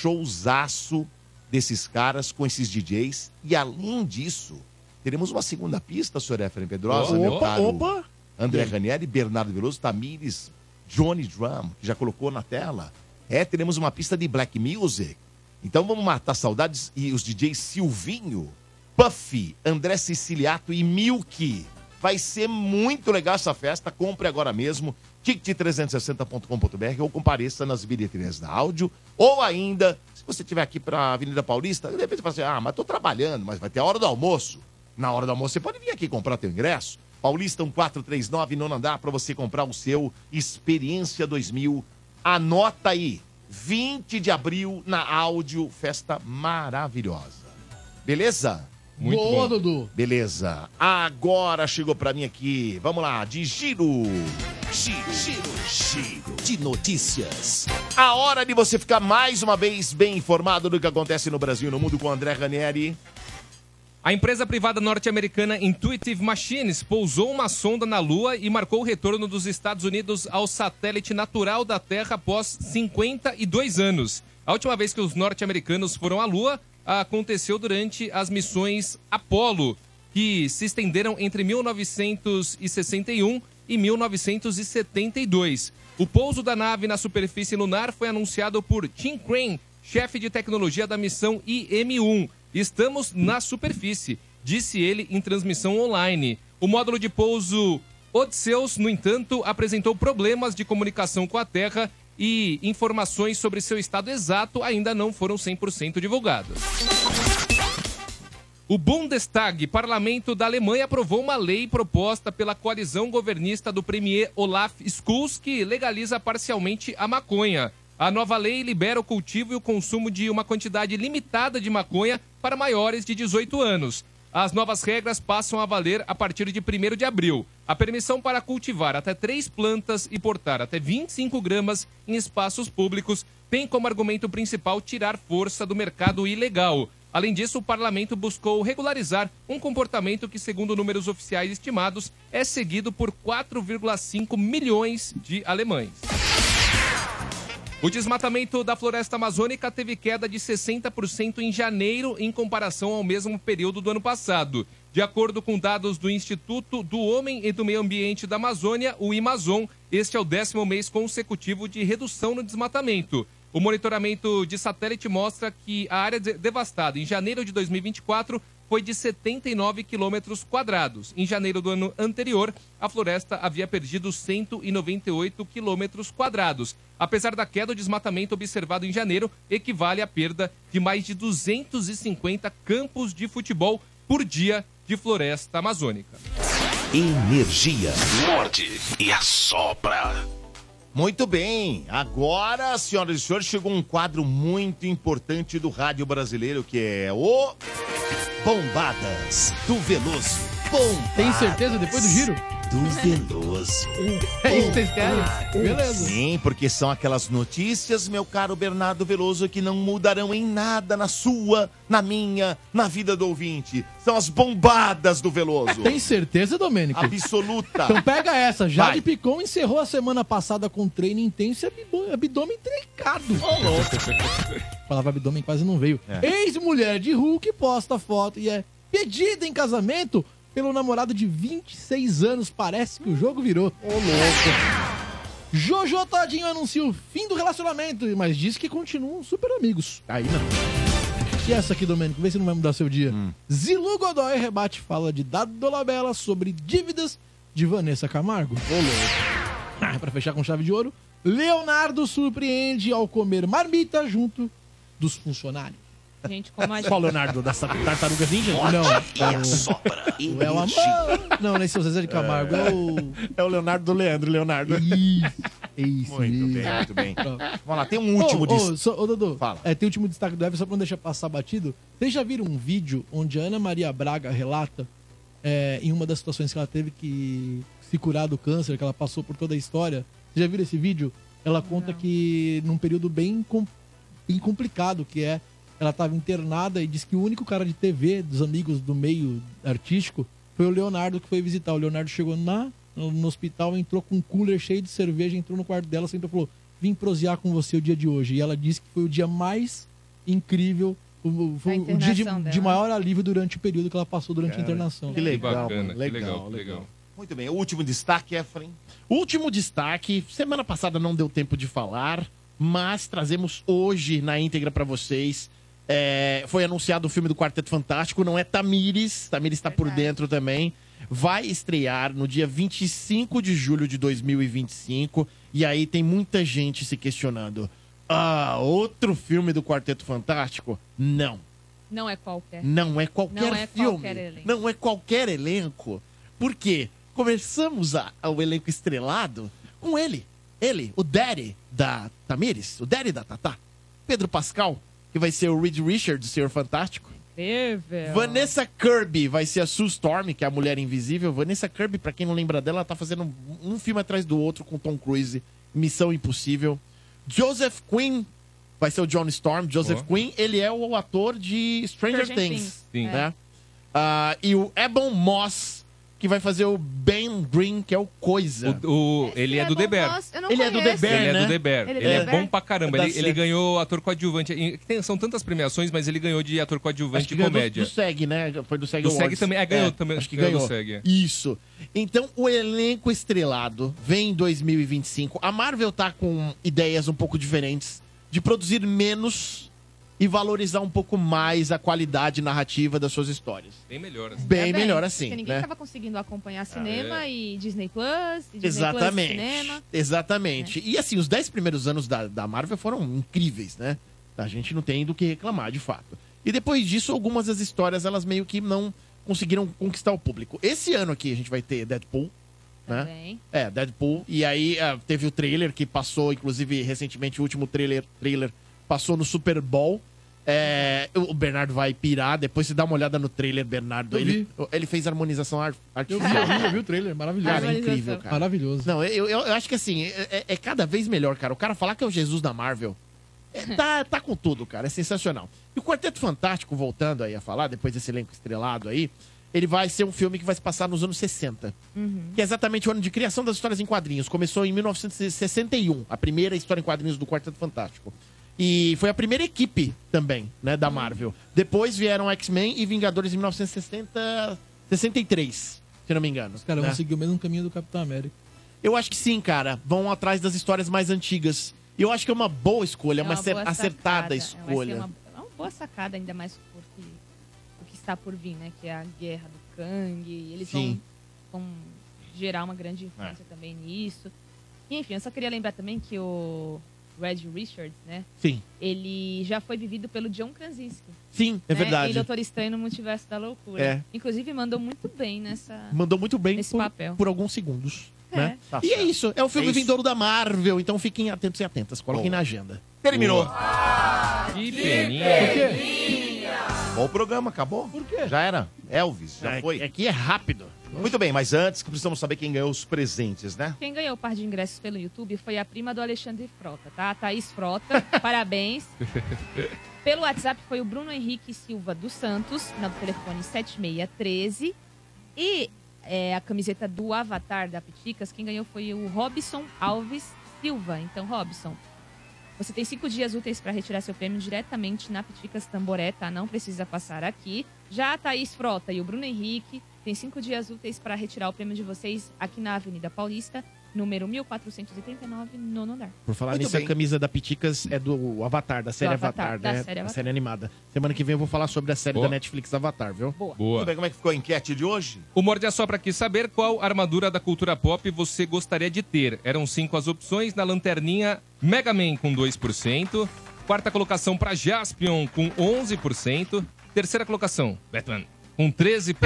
Speaker 1: Showzaço desses caras com esses DJs. E além disso, teremos uma segunda pista, Sr. Efraim Pedrosa,
Speaker 5: Opa,
Speaker 1: meu caro.
Speaker 5: opa.
Speaker 1: André
Speaker 5: E aí?
Speaker 1: Ranieri, Bernardo Veloso, Tamires, Johnny Drum, que já colocou na tela. É, teremos uma pista de black music. Então vamos matar saudades e os DJs Silvinho, Puffy, André Siciliato e Milk. Vai ser muito legal essa festa. Compre agora mesmo ticket360.com.br ou compareça nas bilheterias da áudio. Ou ainda, se você estiver aqui para Avenida Paulista, de repente você fala assim, ah, mas tô trabalhando, mas vai ter a hora do almoço. Na hora do almoço, você pode vir aqui comprar teu ingresso. Paulistão 439, nono andar, para você comprar o seu Experiência 2000. Anota aí, 20 de abril, na áudio, festa maravilhosa. Beleza?
Speaker 4: Muito Boa, bom. Dudu.
Speaker 1: Beleza. Agora chegou para mim aqui, vamos lá, de giro. Giro, giro, giro de notícias. A hora de você ficar mais uma vez bem informado do que acontece no Brasil e no mundo com o André Ranieri.
Speaker 2: A empresa privada norte-americana Intuitive Machines pousou uma sonda na Lua e marcou o retorno dos Estados Unidos ao satélite natural da Terra após 52 anos. A última vez que os norte-americanos foram à Lua aconteceu durante as missões Apollo, que se estenderam entre 1961 e 1972. O pouso da nave na superfície lunar foi anunciado por Tim Crane, chefe de tecnologia da missão IM-1. Estamos na superfície, disse ele em transmissão online. O módulo de pouso Odysseus, no entanto, apresentou problemas de comunicação com a Terra e informações sobre seu estado exato ainda não foram 100% divulgadas. O Bundestag, parlamento da Alemanha, aprovou uma lei proposta pela coalizão governista do premier Olaf Scholz que legaliza parcialmente a maconha. A nova lei libera o cultivo e o consumo de uma quantidade limitada de maconha para maiores de 18 anos. As novas regras passam a valer a partir de 1 de abril. A permissão para cultivar até três plantas e portar até 25 gramas em espaços públicos tem como argumento principal tirar força do mercado ilegal. Além disso, o parlamento buscou regularizar um comportamento que, segundo números oficiais estimados, é seguido por 4,5 milhões de alemães. O desmatamento da floresta amazônica teve queda de 60% em janeiro em comparação ao mesmo período do ano passado. De acordo com dados do Instituto do Homem e do Meio Ambiente da Amazônia, o Amazon, este é o décimo mês consecutivo de redução no desmatamento. O monitoramento de satélite mostra que a área de- devastada em janeiro de 2024 foi de 79 quilômetros quadrados. Em janeiro do ano anterior, a floresta havia perdido 198 quilômetros quadrados. Apesar da queda, o desmatamento observado em janeiro equivale à perda de mais de 250 campos de futebol por dia de floresta amazônica.
Speaker 1: Energia.
Speaker 6: Morde e assopra.
Speaker 1: Muito bem, agora, senhoras e senhores, chegou um quadro muito importante do rádio brasileiro, que é o Bombadas do Veloso. Bombadas
Speaker 4: Tem certeza depois do giro?
Speaker 1: do Veloso.
Speaker 4: É isso que vocês querem? Beleza.
Speaker 1: Sim, porque são aquelas notícias, meu caro Bernardo Veloso, que não mudarão em nada na sua, na minha, na vida do ouvinte. São as bombadas do Veloso.
Speaker 4: Tem certeza, Domênico?
Speaker 1: Absoluta.
Speaker 4: Então pega essa. Jade
Speaker 1: Vai.
Speaker 4: Picon encerrou a semana passada com treino intenso e abdo- abdômen trincado. A palavra abdômen quase não veio. Ex-mulher de Hulk posta foto e é pedida em casamento pelo namorado de 26 anos. Parece que o jogo virou. Ô, louco. Jojo Todinho anuncia o fim do relacionamento, mas diz que continuam super amigos. Aí não. Hum. E essa aqui, Domênico, vê se não vai mudar seu dia. Zilu Godoy rebate fala de Dado Dolabella sobre dívidas de Vanessa Camargo. Ah, pra fechar com chave de ouro, Leonardo surpreende ao comer marmita junto dos funcionários.
Speaker 3: Gente, como a gente...
Speaker 4: Qual Leonardo? Da tartaruga ninja?
Speaker 3: Forte
Speaker 4: Não.
Speaker 3: e
Speaker 4: é o-
Speaker 3: assopra.
Speaker 4: o El Amor. Não, nem seu Zezé de Camargo. É o...
Speaker 5: É o Leonardo do Leandro, Leonardo.
Speaker 4: Isso,
Speaker 5: muito bem,
Speaker 1: muito bem.
Speaker 5: Vamos lá, tem um último
Speaker 4: Ô,
Speaker 5: disso.
Speaker 4: Ô, só- ô, Dodô, é, tem último destaque do Everson, só pra não deixar passar batido. Vocês já viram um vídeo onde a Ana Maria Braga relata é, em uma das situações que ela teve que se curar do câncer, que ela passou por toda a história? Vocês já viram esse vídeo? Ela conta que num período bem, com- bem complicado, que é ela estava internada e diz que o único cara de TV dos amigos do meio artístico foi o Leonardo que foi visitar. O Leonardo chegou na no hospital, entrou com um cooler cheio de cerveja, entrou no quarto dela, sentou e falou: "Vim prosear com você o dia de hoje". E ela disse que foi o dia mais incrível, o, foi o dia de,
Speaker 1: internação
Speaker 4: de
Speaker 1: dela.
Speaker 4: maior alívio durante o período que ela passou durante
Speaker 1: Cara,
Speaker 4: a internação.
Speaker 1: Que legal,
Speaker 5: bacana,
Speaker 1: mano, legal,
Speaker 5: que legal,
Speaker 1: legal,
Speaker 5: que legal.
Speaker 1: Muito bem, o último destaque, Efraim.
Speaker 5: Último destaque, semana passada não deu tempo de falar, mas trazemos hoje na íntegra pra vocês. É, foi anunciado o filme do Quarteto Fantástico, não é Tamires, Tamires tá por dentro também. Vai estrear no dia 25 de julho de 2025, e aí tem muita gente se questionando. Ah, outro filme do Quarteto Fantástico? Não.
Speaker 3: Não é qualquer.
Speaker 5: Não é qualquer
Speaker 3: Não é
Speaker 5: filme.
Speaker 3: qualquer elenco.
Speaker 5: Não é qualquer elenco. Por quê? Começamos a, o elenco estrelado com ele. Ele, o Daddy da Tamires, o Daddy da Tatá. Pedro Pascal, que vai ser o Reed Richards, o Senhor Fantástico.
Speaker 3: Incrível.
Speaker 5: Vanessa Kirby vai ser a Sue Storm, que é a Mulher Invisível. Vanessa Kirby, pra quem não lembra dela, ela tá fazendo um- um filme atrás do outro com Tom Cruise, Missão Impossível. Joseph Quinn vai ser o John Storm. Joseph Quinn, ele é o ator de Stranger,
Speaker 1: Stranger
Speaker 5: Things,
Speaker 1: Things.
Speaker 3: É.
Speaker 5: né? Ah, e o Ebon Moss, que vai fazer o Ben Green, que é o Coisa.
Speaker 2: ele é do The Bear.
Speaker 3: Nossa, eu não
Speaker 5: Ele é do
Speaker 3: conheço.
Speaker 5: The Bear,
Speaker 2: Ele é
Speaker 5: né?
Speaker 2: do The Bear.
Speaker 3: Ele
Speaker 2: Ele,
Speaker 3: é
Speaker 2: é,
Speaker 3: do The Bear?
Speaker 2: bom pra caramba.
Speaker 5: Dá
Speaker 2: Ele, ele
Speaker 5: certo.
Speaker 2: ganhou ator coadjuvante. E tem- são tantas premiações, mas ele ganhou de ator coadjuvante
Speaker 5: Acho que
Speaker 2: de
Speaker 5: ganhou do-
Speaker 2: comédia.
Speaker 5: Do, SEG, né? Foi do SEG
Speaker 2: Do
Speaker 5: Awards.
Speaker 2: SEG também. É, ganhou também-
Speaker 5: Acho que
Speaker 2: ganhou do
Speaker 5: ganhou.
Speaker 2: SEG. é.
Speaker 5: Isso. Então, o elenco estrelado vem em 2025. A Marvel tá com ideias um pouco diferentes de produzir menos e valorizar um pouco mais a qualidade narrativa das suas histórias.
Speaker 2: Bem melhor. assim.
Speaker 5: Bem, melhor
Speaker 3: Porque
Speaker 5: assim,
Speaker 3: ninguém
Speaker 5: né?
Speaker 3: estava conseguindo acompanhar cinema
Speaker 1: é.
Speaker 3: e Disney Plus, e Disney
Speaker 5: Exatamente.
Speaker 3: Plus cinema.
Speaker 5: Exatamente. E assim, os 10 primeiros anos da, da Marvel foram incríveis, né? A gente não tem do que reclamar, de fato. E depois disso, algumas das histórias, elas meio que não conseguiram conquistar o público. Esse ano aqui a gente vai ter Deadpool, né?
Speaker 3: Também.
Speaker 5: É, Deadpool. E aí ah, teve o trailer que passou, inclusive, recentemente, o último trailer, trailer passou no Super Bowl. É, o Bernardo vai pirar, depois você dá uma olhada no trailer, Bernardo.
Speaker 4: Eu
Speaker 5: Ele, ele fez harmonização ar-
Speaker 4: Eu vi,
Speaker 5: artificial.
Speaker 4: eu vi, eu vi o trailer, maravilhoso.
Speaker 5: Cara, é incrível, cara.
Speaker 4: Maravilhoso.
Speaker 5: Não, eu, eu, eu acho que assim, é, é- é cada vez melhor, cara. O cara falar que é o Jesus da Marvel. é, tá, tá com tudo, cara. É sensacional. E o Quarteto Fantástico, voltando aí a falar, depois desse elenco estrelado aí, ele vai ser um filme que vai se passar nos anos 60.
Speaker 1: Uhum.
Speaker 5: Que é exatamente o ano de criação das histórias em quadrinhos. Começou em 1961, a primeira história em quadrinhos do Quarteto Fantástico. E foi a primeira equipe também, né, da Marvel. Depois vieram X-Men e Vingadores em 1963, se não me engano.
Speaker 4: Os caras
Speaker 1: Tá.
Speaker 5: né?
Speaker 4: vão seguir o mesmo um caminho do Capitão América.
Speaker 5: Eu acho que sim, cara. Vão atrás das histórias mais antigas. E eu acho que é uma boa escolha,
Speaker 3: É
Speaker 5: uma, acer-
Speaker 3: boa
Speaker 5: acertada
Speaker 3: sacada.
Speaker 5: escolha.
Speaker 3: Vai ser uma, é uma boa sacada, ainda mais porque o que está por vir, né? Que é a guerra do Kang. e Eles vão,
Speaker 5: Sim. É.
Speaker 3: vão gerar uma grande influência também nisso. E, enfim, eu só queria lembrar também que o Red Richards, né?
Speaker 5: Sim.
Speaker 3: Ele já foi vivido pelo John Krasinski.
Speaker 5: Sim, é
Speaker 3: né?
Speaker 5: verdade.
Speaker 3: E Doutor Estranho no Multiverso da Loucura.
Speaker 5: É.
Speaker 3: Inclusive, mandou muito bem nessa...
Speaker 5: Mandou muito bem
Speaker 3: Nesse
Speaker 5: por,
Speaker 3: papel.
Speaker 5: por alguns segundos.
Speaker 3: É.
Speaker 5: Né?
Speaker 3: Tá
Speaker 5: e é isso. É o filme
Speaker 1: É isso.
Speaker 5: vindouro da Marvel. Então fiquem atentos e atentas. Coloquem
Speaker 1: Boa.
Speaker 5: na agenda.
Speaker 1: Terminou.
Speaker 5: Ah,
Speaker 2: Que
Speaker 1: Bom programa, acabou? Por quê? Já era. Elvis, já foi.
Speaker 5: Aqui é rápido.
Speaker 1: Muito bem, mas antes que precisamos saber quem ganhou os presentes, né?
Speaker 3: Quem ganhou o par de ingressos pelo YouTube foi a prima do Alexandre Frota, tá? A Thaís Frota, parabéns. Pelo WhatsApp foi o Bruno Henrique Silva dos Santos, no telefone 7613. E é, a camiseta do Avatar da Piticas, quem ganhou foi o Robson Alves Silva. Então, Robson, você tem cinco dias úteis para retirar seu prêmio diretamente na Piticas Tamboré, tá? Não precisa passar aqui. Já a Thaís Frota e o Bruno Henrique têm cinco dias úteis para retirar o prêmio de vocês aqui na Avenida Paulista, número 1489, nono andar.
Speaker 5: Por falar
Speaker 3: Muito
Speaker 5: nisso,
Speaker 3: bem.
Speaker 5: a camisa da Piticas é do Avatar, da série
Speaker 3: Avatar,
Speaker 5: Avatar,
Speaker 3: da
Speaker 5: né?
Speaker 3: série
Speaker 5: A
Speaker 3: Avatar.
Speaker 5: série animada. Semana que vem eu vou falar sobre a série
Speaker 2: Boa.
Speaker 5: da Netflix Avatar, viu?
Speaker 3: Boa.
Speaker 2: Boa.
Speaker 1: Tudo bem, como é que ficou a enquete de hoje?
Speaker 2: O Morde é só pra aqui saber qual armadura da cultura pop você gostaria de ter. Eram cinco as opções. Na lanterninha, Mega Man com 2%. Quarta colocação pra Jaspion com 11%. Terceira colocação, Batman com 13%.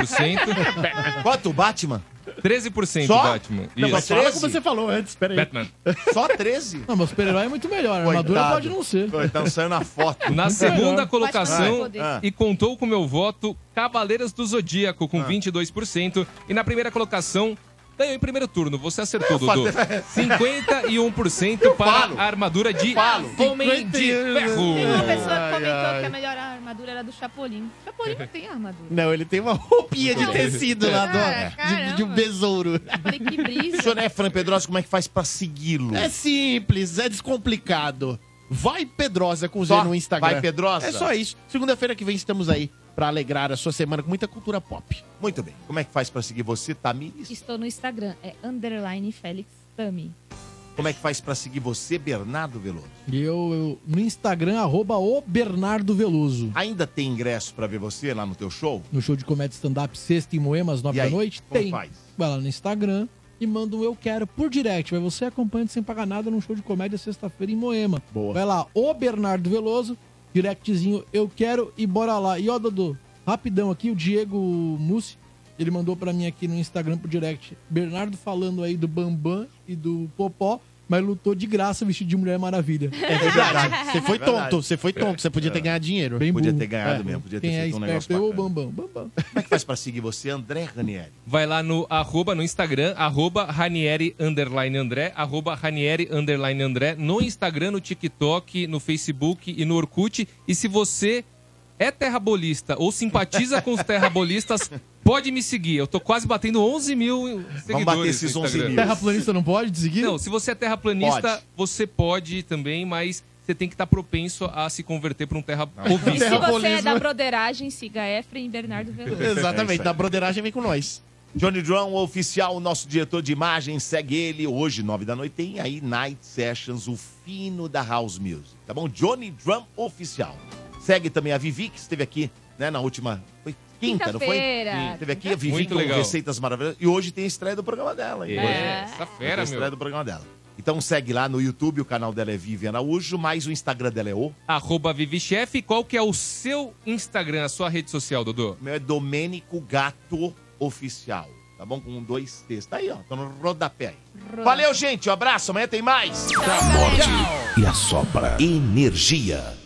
Speaker 1: Quanto, Batman?
Speaker 2: 13%
Speaker 1: Só?
Speaker 2: Batman.
Speaker 1: Não, mas fala como você
Speaker 5: falou antes, peraí.
Speaker 2: Batman.
Speaker 1: Só 13?
Speaker 4: Não, mas super-herói é muito melhor. A armadura
Speaker 2: Coitado.
Speaker 4: pode não ser.
Speaker 1: Então saiu na foto. é
Speaker 2: Na segunda
Speaker 4: Batman
Speaker 2: colocação,
Speaker 4: vai poder.
Speaker 1: Ah.
Speaker 2: e contou com meu voto, Cavaleiros do Zodíaco, com 22%. E na primeira colocação, Ganhou em primeiro turno, você acertou,
Speaker 1: Eu é. falo-
Speaker 2: Dudu. 51% para a armadura de Homem de Ferro.
Speaker 3: Tem uma pessoa que comentou que é a melhor armadura era do Chapolin. Chapolin não tem armadura.
Speaker 5: Não, ele tem uma roupinha de
Speaker 3: Não.
Speaker 5: tecido lá
Speaker 1: É.
Speaker 3: Cara,
Speaker 5: do, de- de, um
Speaker 3: Ah, caramba.
Speaker 5: besouro.
Speaker 3: Falei que brisa.
Speaker 5: O senhor
Speaker 1: né,
Speaker 5: é Fran Pedrosa, como é que faz pra segui-lo? É simples, é descomplicado. Vai Pedrosa com Z
Speaker 1: Só
Speaker 5: no Instagram.
Speaker 1: Vai Pedrosa?
Speaker 5: É só isso. Segunda-feira que vem estamos aí pra alegrar a sua semana com muita cultura pop.
Speaker 1: Muito bem. Como é que faz pra seguir você, Tamires?
Speaker 3: Estou no Instagram, é underline Félix Tami.
Speaker 1: Como é que faz pra seguir você, Bernardo Veloso?
Speaker 4: E eu, eu no Instagram, arroba o Bernardo Veloso.
Speaker 1: Ainda tem ingresso pra ver você lá no teu show?
Speaker 4: No show de comédia stand-up, sexta em Moema, às nove
Speaker 1: E
Speaker 4: da
Speaker 1: aí,
Speaker 4: noite.
Speaker 1: como
Speaker 4: tem.
Speaker 1: faz?
Speaker 4: Vai lá no Instagram e manda um eu quero por direct. Vai você acompanhando sem pagar nada num show de comédia sexta-feira em Moema.
Speaker 5: Boa.
Speaker 4: Vai lá, o Bernardo Veloso, directzinho eu quero e bora lá. E ó, Dodô, rapidão aqui, o Diego Mussi, ele mandou pra mim aqui no Instagram por direct. Bernardo falando aí do Bambam e do Popó. Mas lutou de graça vestido de Mulher Maravilha.
Speaker 5: É verdade. Você foi tonto, você foi tonto. Você podia ter ganhado dinheiro.
Speaker 4: Bem
Speaker 1: É. Podia
Speaker 4: burro.
Speaker 1: ter ganhado
Speaker 4: É.
Speaker 1: mesmo, podia ter
Speaker 4: Quem
Speaker 1: feito
Speaker 4: é
Speaker 1: um negócio
Speaker 4: esperto, eu ou
Speaker 1: bacana.
Speaker 4: Bambam? Bambam.
Speaker 1: Como é que faz pra seguir você, André Ranieri?
Speaker 2: Vai lá no arroba no Instagram, arroba Ranieri underline André, arroba Ranieri underline André, no Instagram, no TikTok, no Facebook e no Orkut. E se você é terrabolista ou simpatiza com os terrabolistas, pode me seguir. Eu tô quase batendo 11 mil seguidores
Speaker 1: bater esses
Speaker 2: no
Speaker 1: 11
Speaker 2: Instagram.
Speaker 1: mil.
Speaker 4: Terraplanista não pode desiguir?
Speaker 2: Não, se você é terraplanista,
Speaker 4: Pode.
Speaker 2: você pode também, mas você tem que estar propenso a se converter para um
Speaker 3: E se
Speaker 2: terraplanista.
Speaker 3: você é da broderagem, siga Efraim Bernardo Veloso.
Speaker 1: Exatamente, da
Speaker 5: broderagem vem com nós.
Speaker 1: É Johnny Drum, o oficial, o nosso diretor de imagem, segue ele. Hoje, nove da noite, tem aí Night Sessions, o fino da House Music, tá bom? Johnny Drum, oficial. Segue também a Vivi, que esteve aqui, né, na última... Foi quinta, não foi?
Speaker 3: Quinta-feira.
Speaker 1: Sim, Esteve aqui a Vivi
Speaker 2: Muito
Speaker 1: com
Speaker 2: legal.
Speaker 1: receitas maravilhosas. E hoje tem a estreia do programa dela. hein?
Speaker 2: É,
Speaker 1: Hoje.
Speaker 2: essa fera,
Speaker 1: Tem a
Speaker 2: meu.
Speaker 1: estreia do programa dela. Então segue lá no YouTube, o canal dela é Vivi Araújo, mas o Instagram dela é o...
Speaker 2: Arroba Vivi Chef. Qual que é o seu Instagram, a sua rede social, Dodô?
Speaker 1: Meu é Domênico Gato Oficial. Tá bom? Com dois T's. Tá aí, ó. Tô no rodapé aí. Valeu, gente. Um abraço. Amanhã tem mais.
Speaker 6: E assopra energia.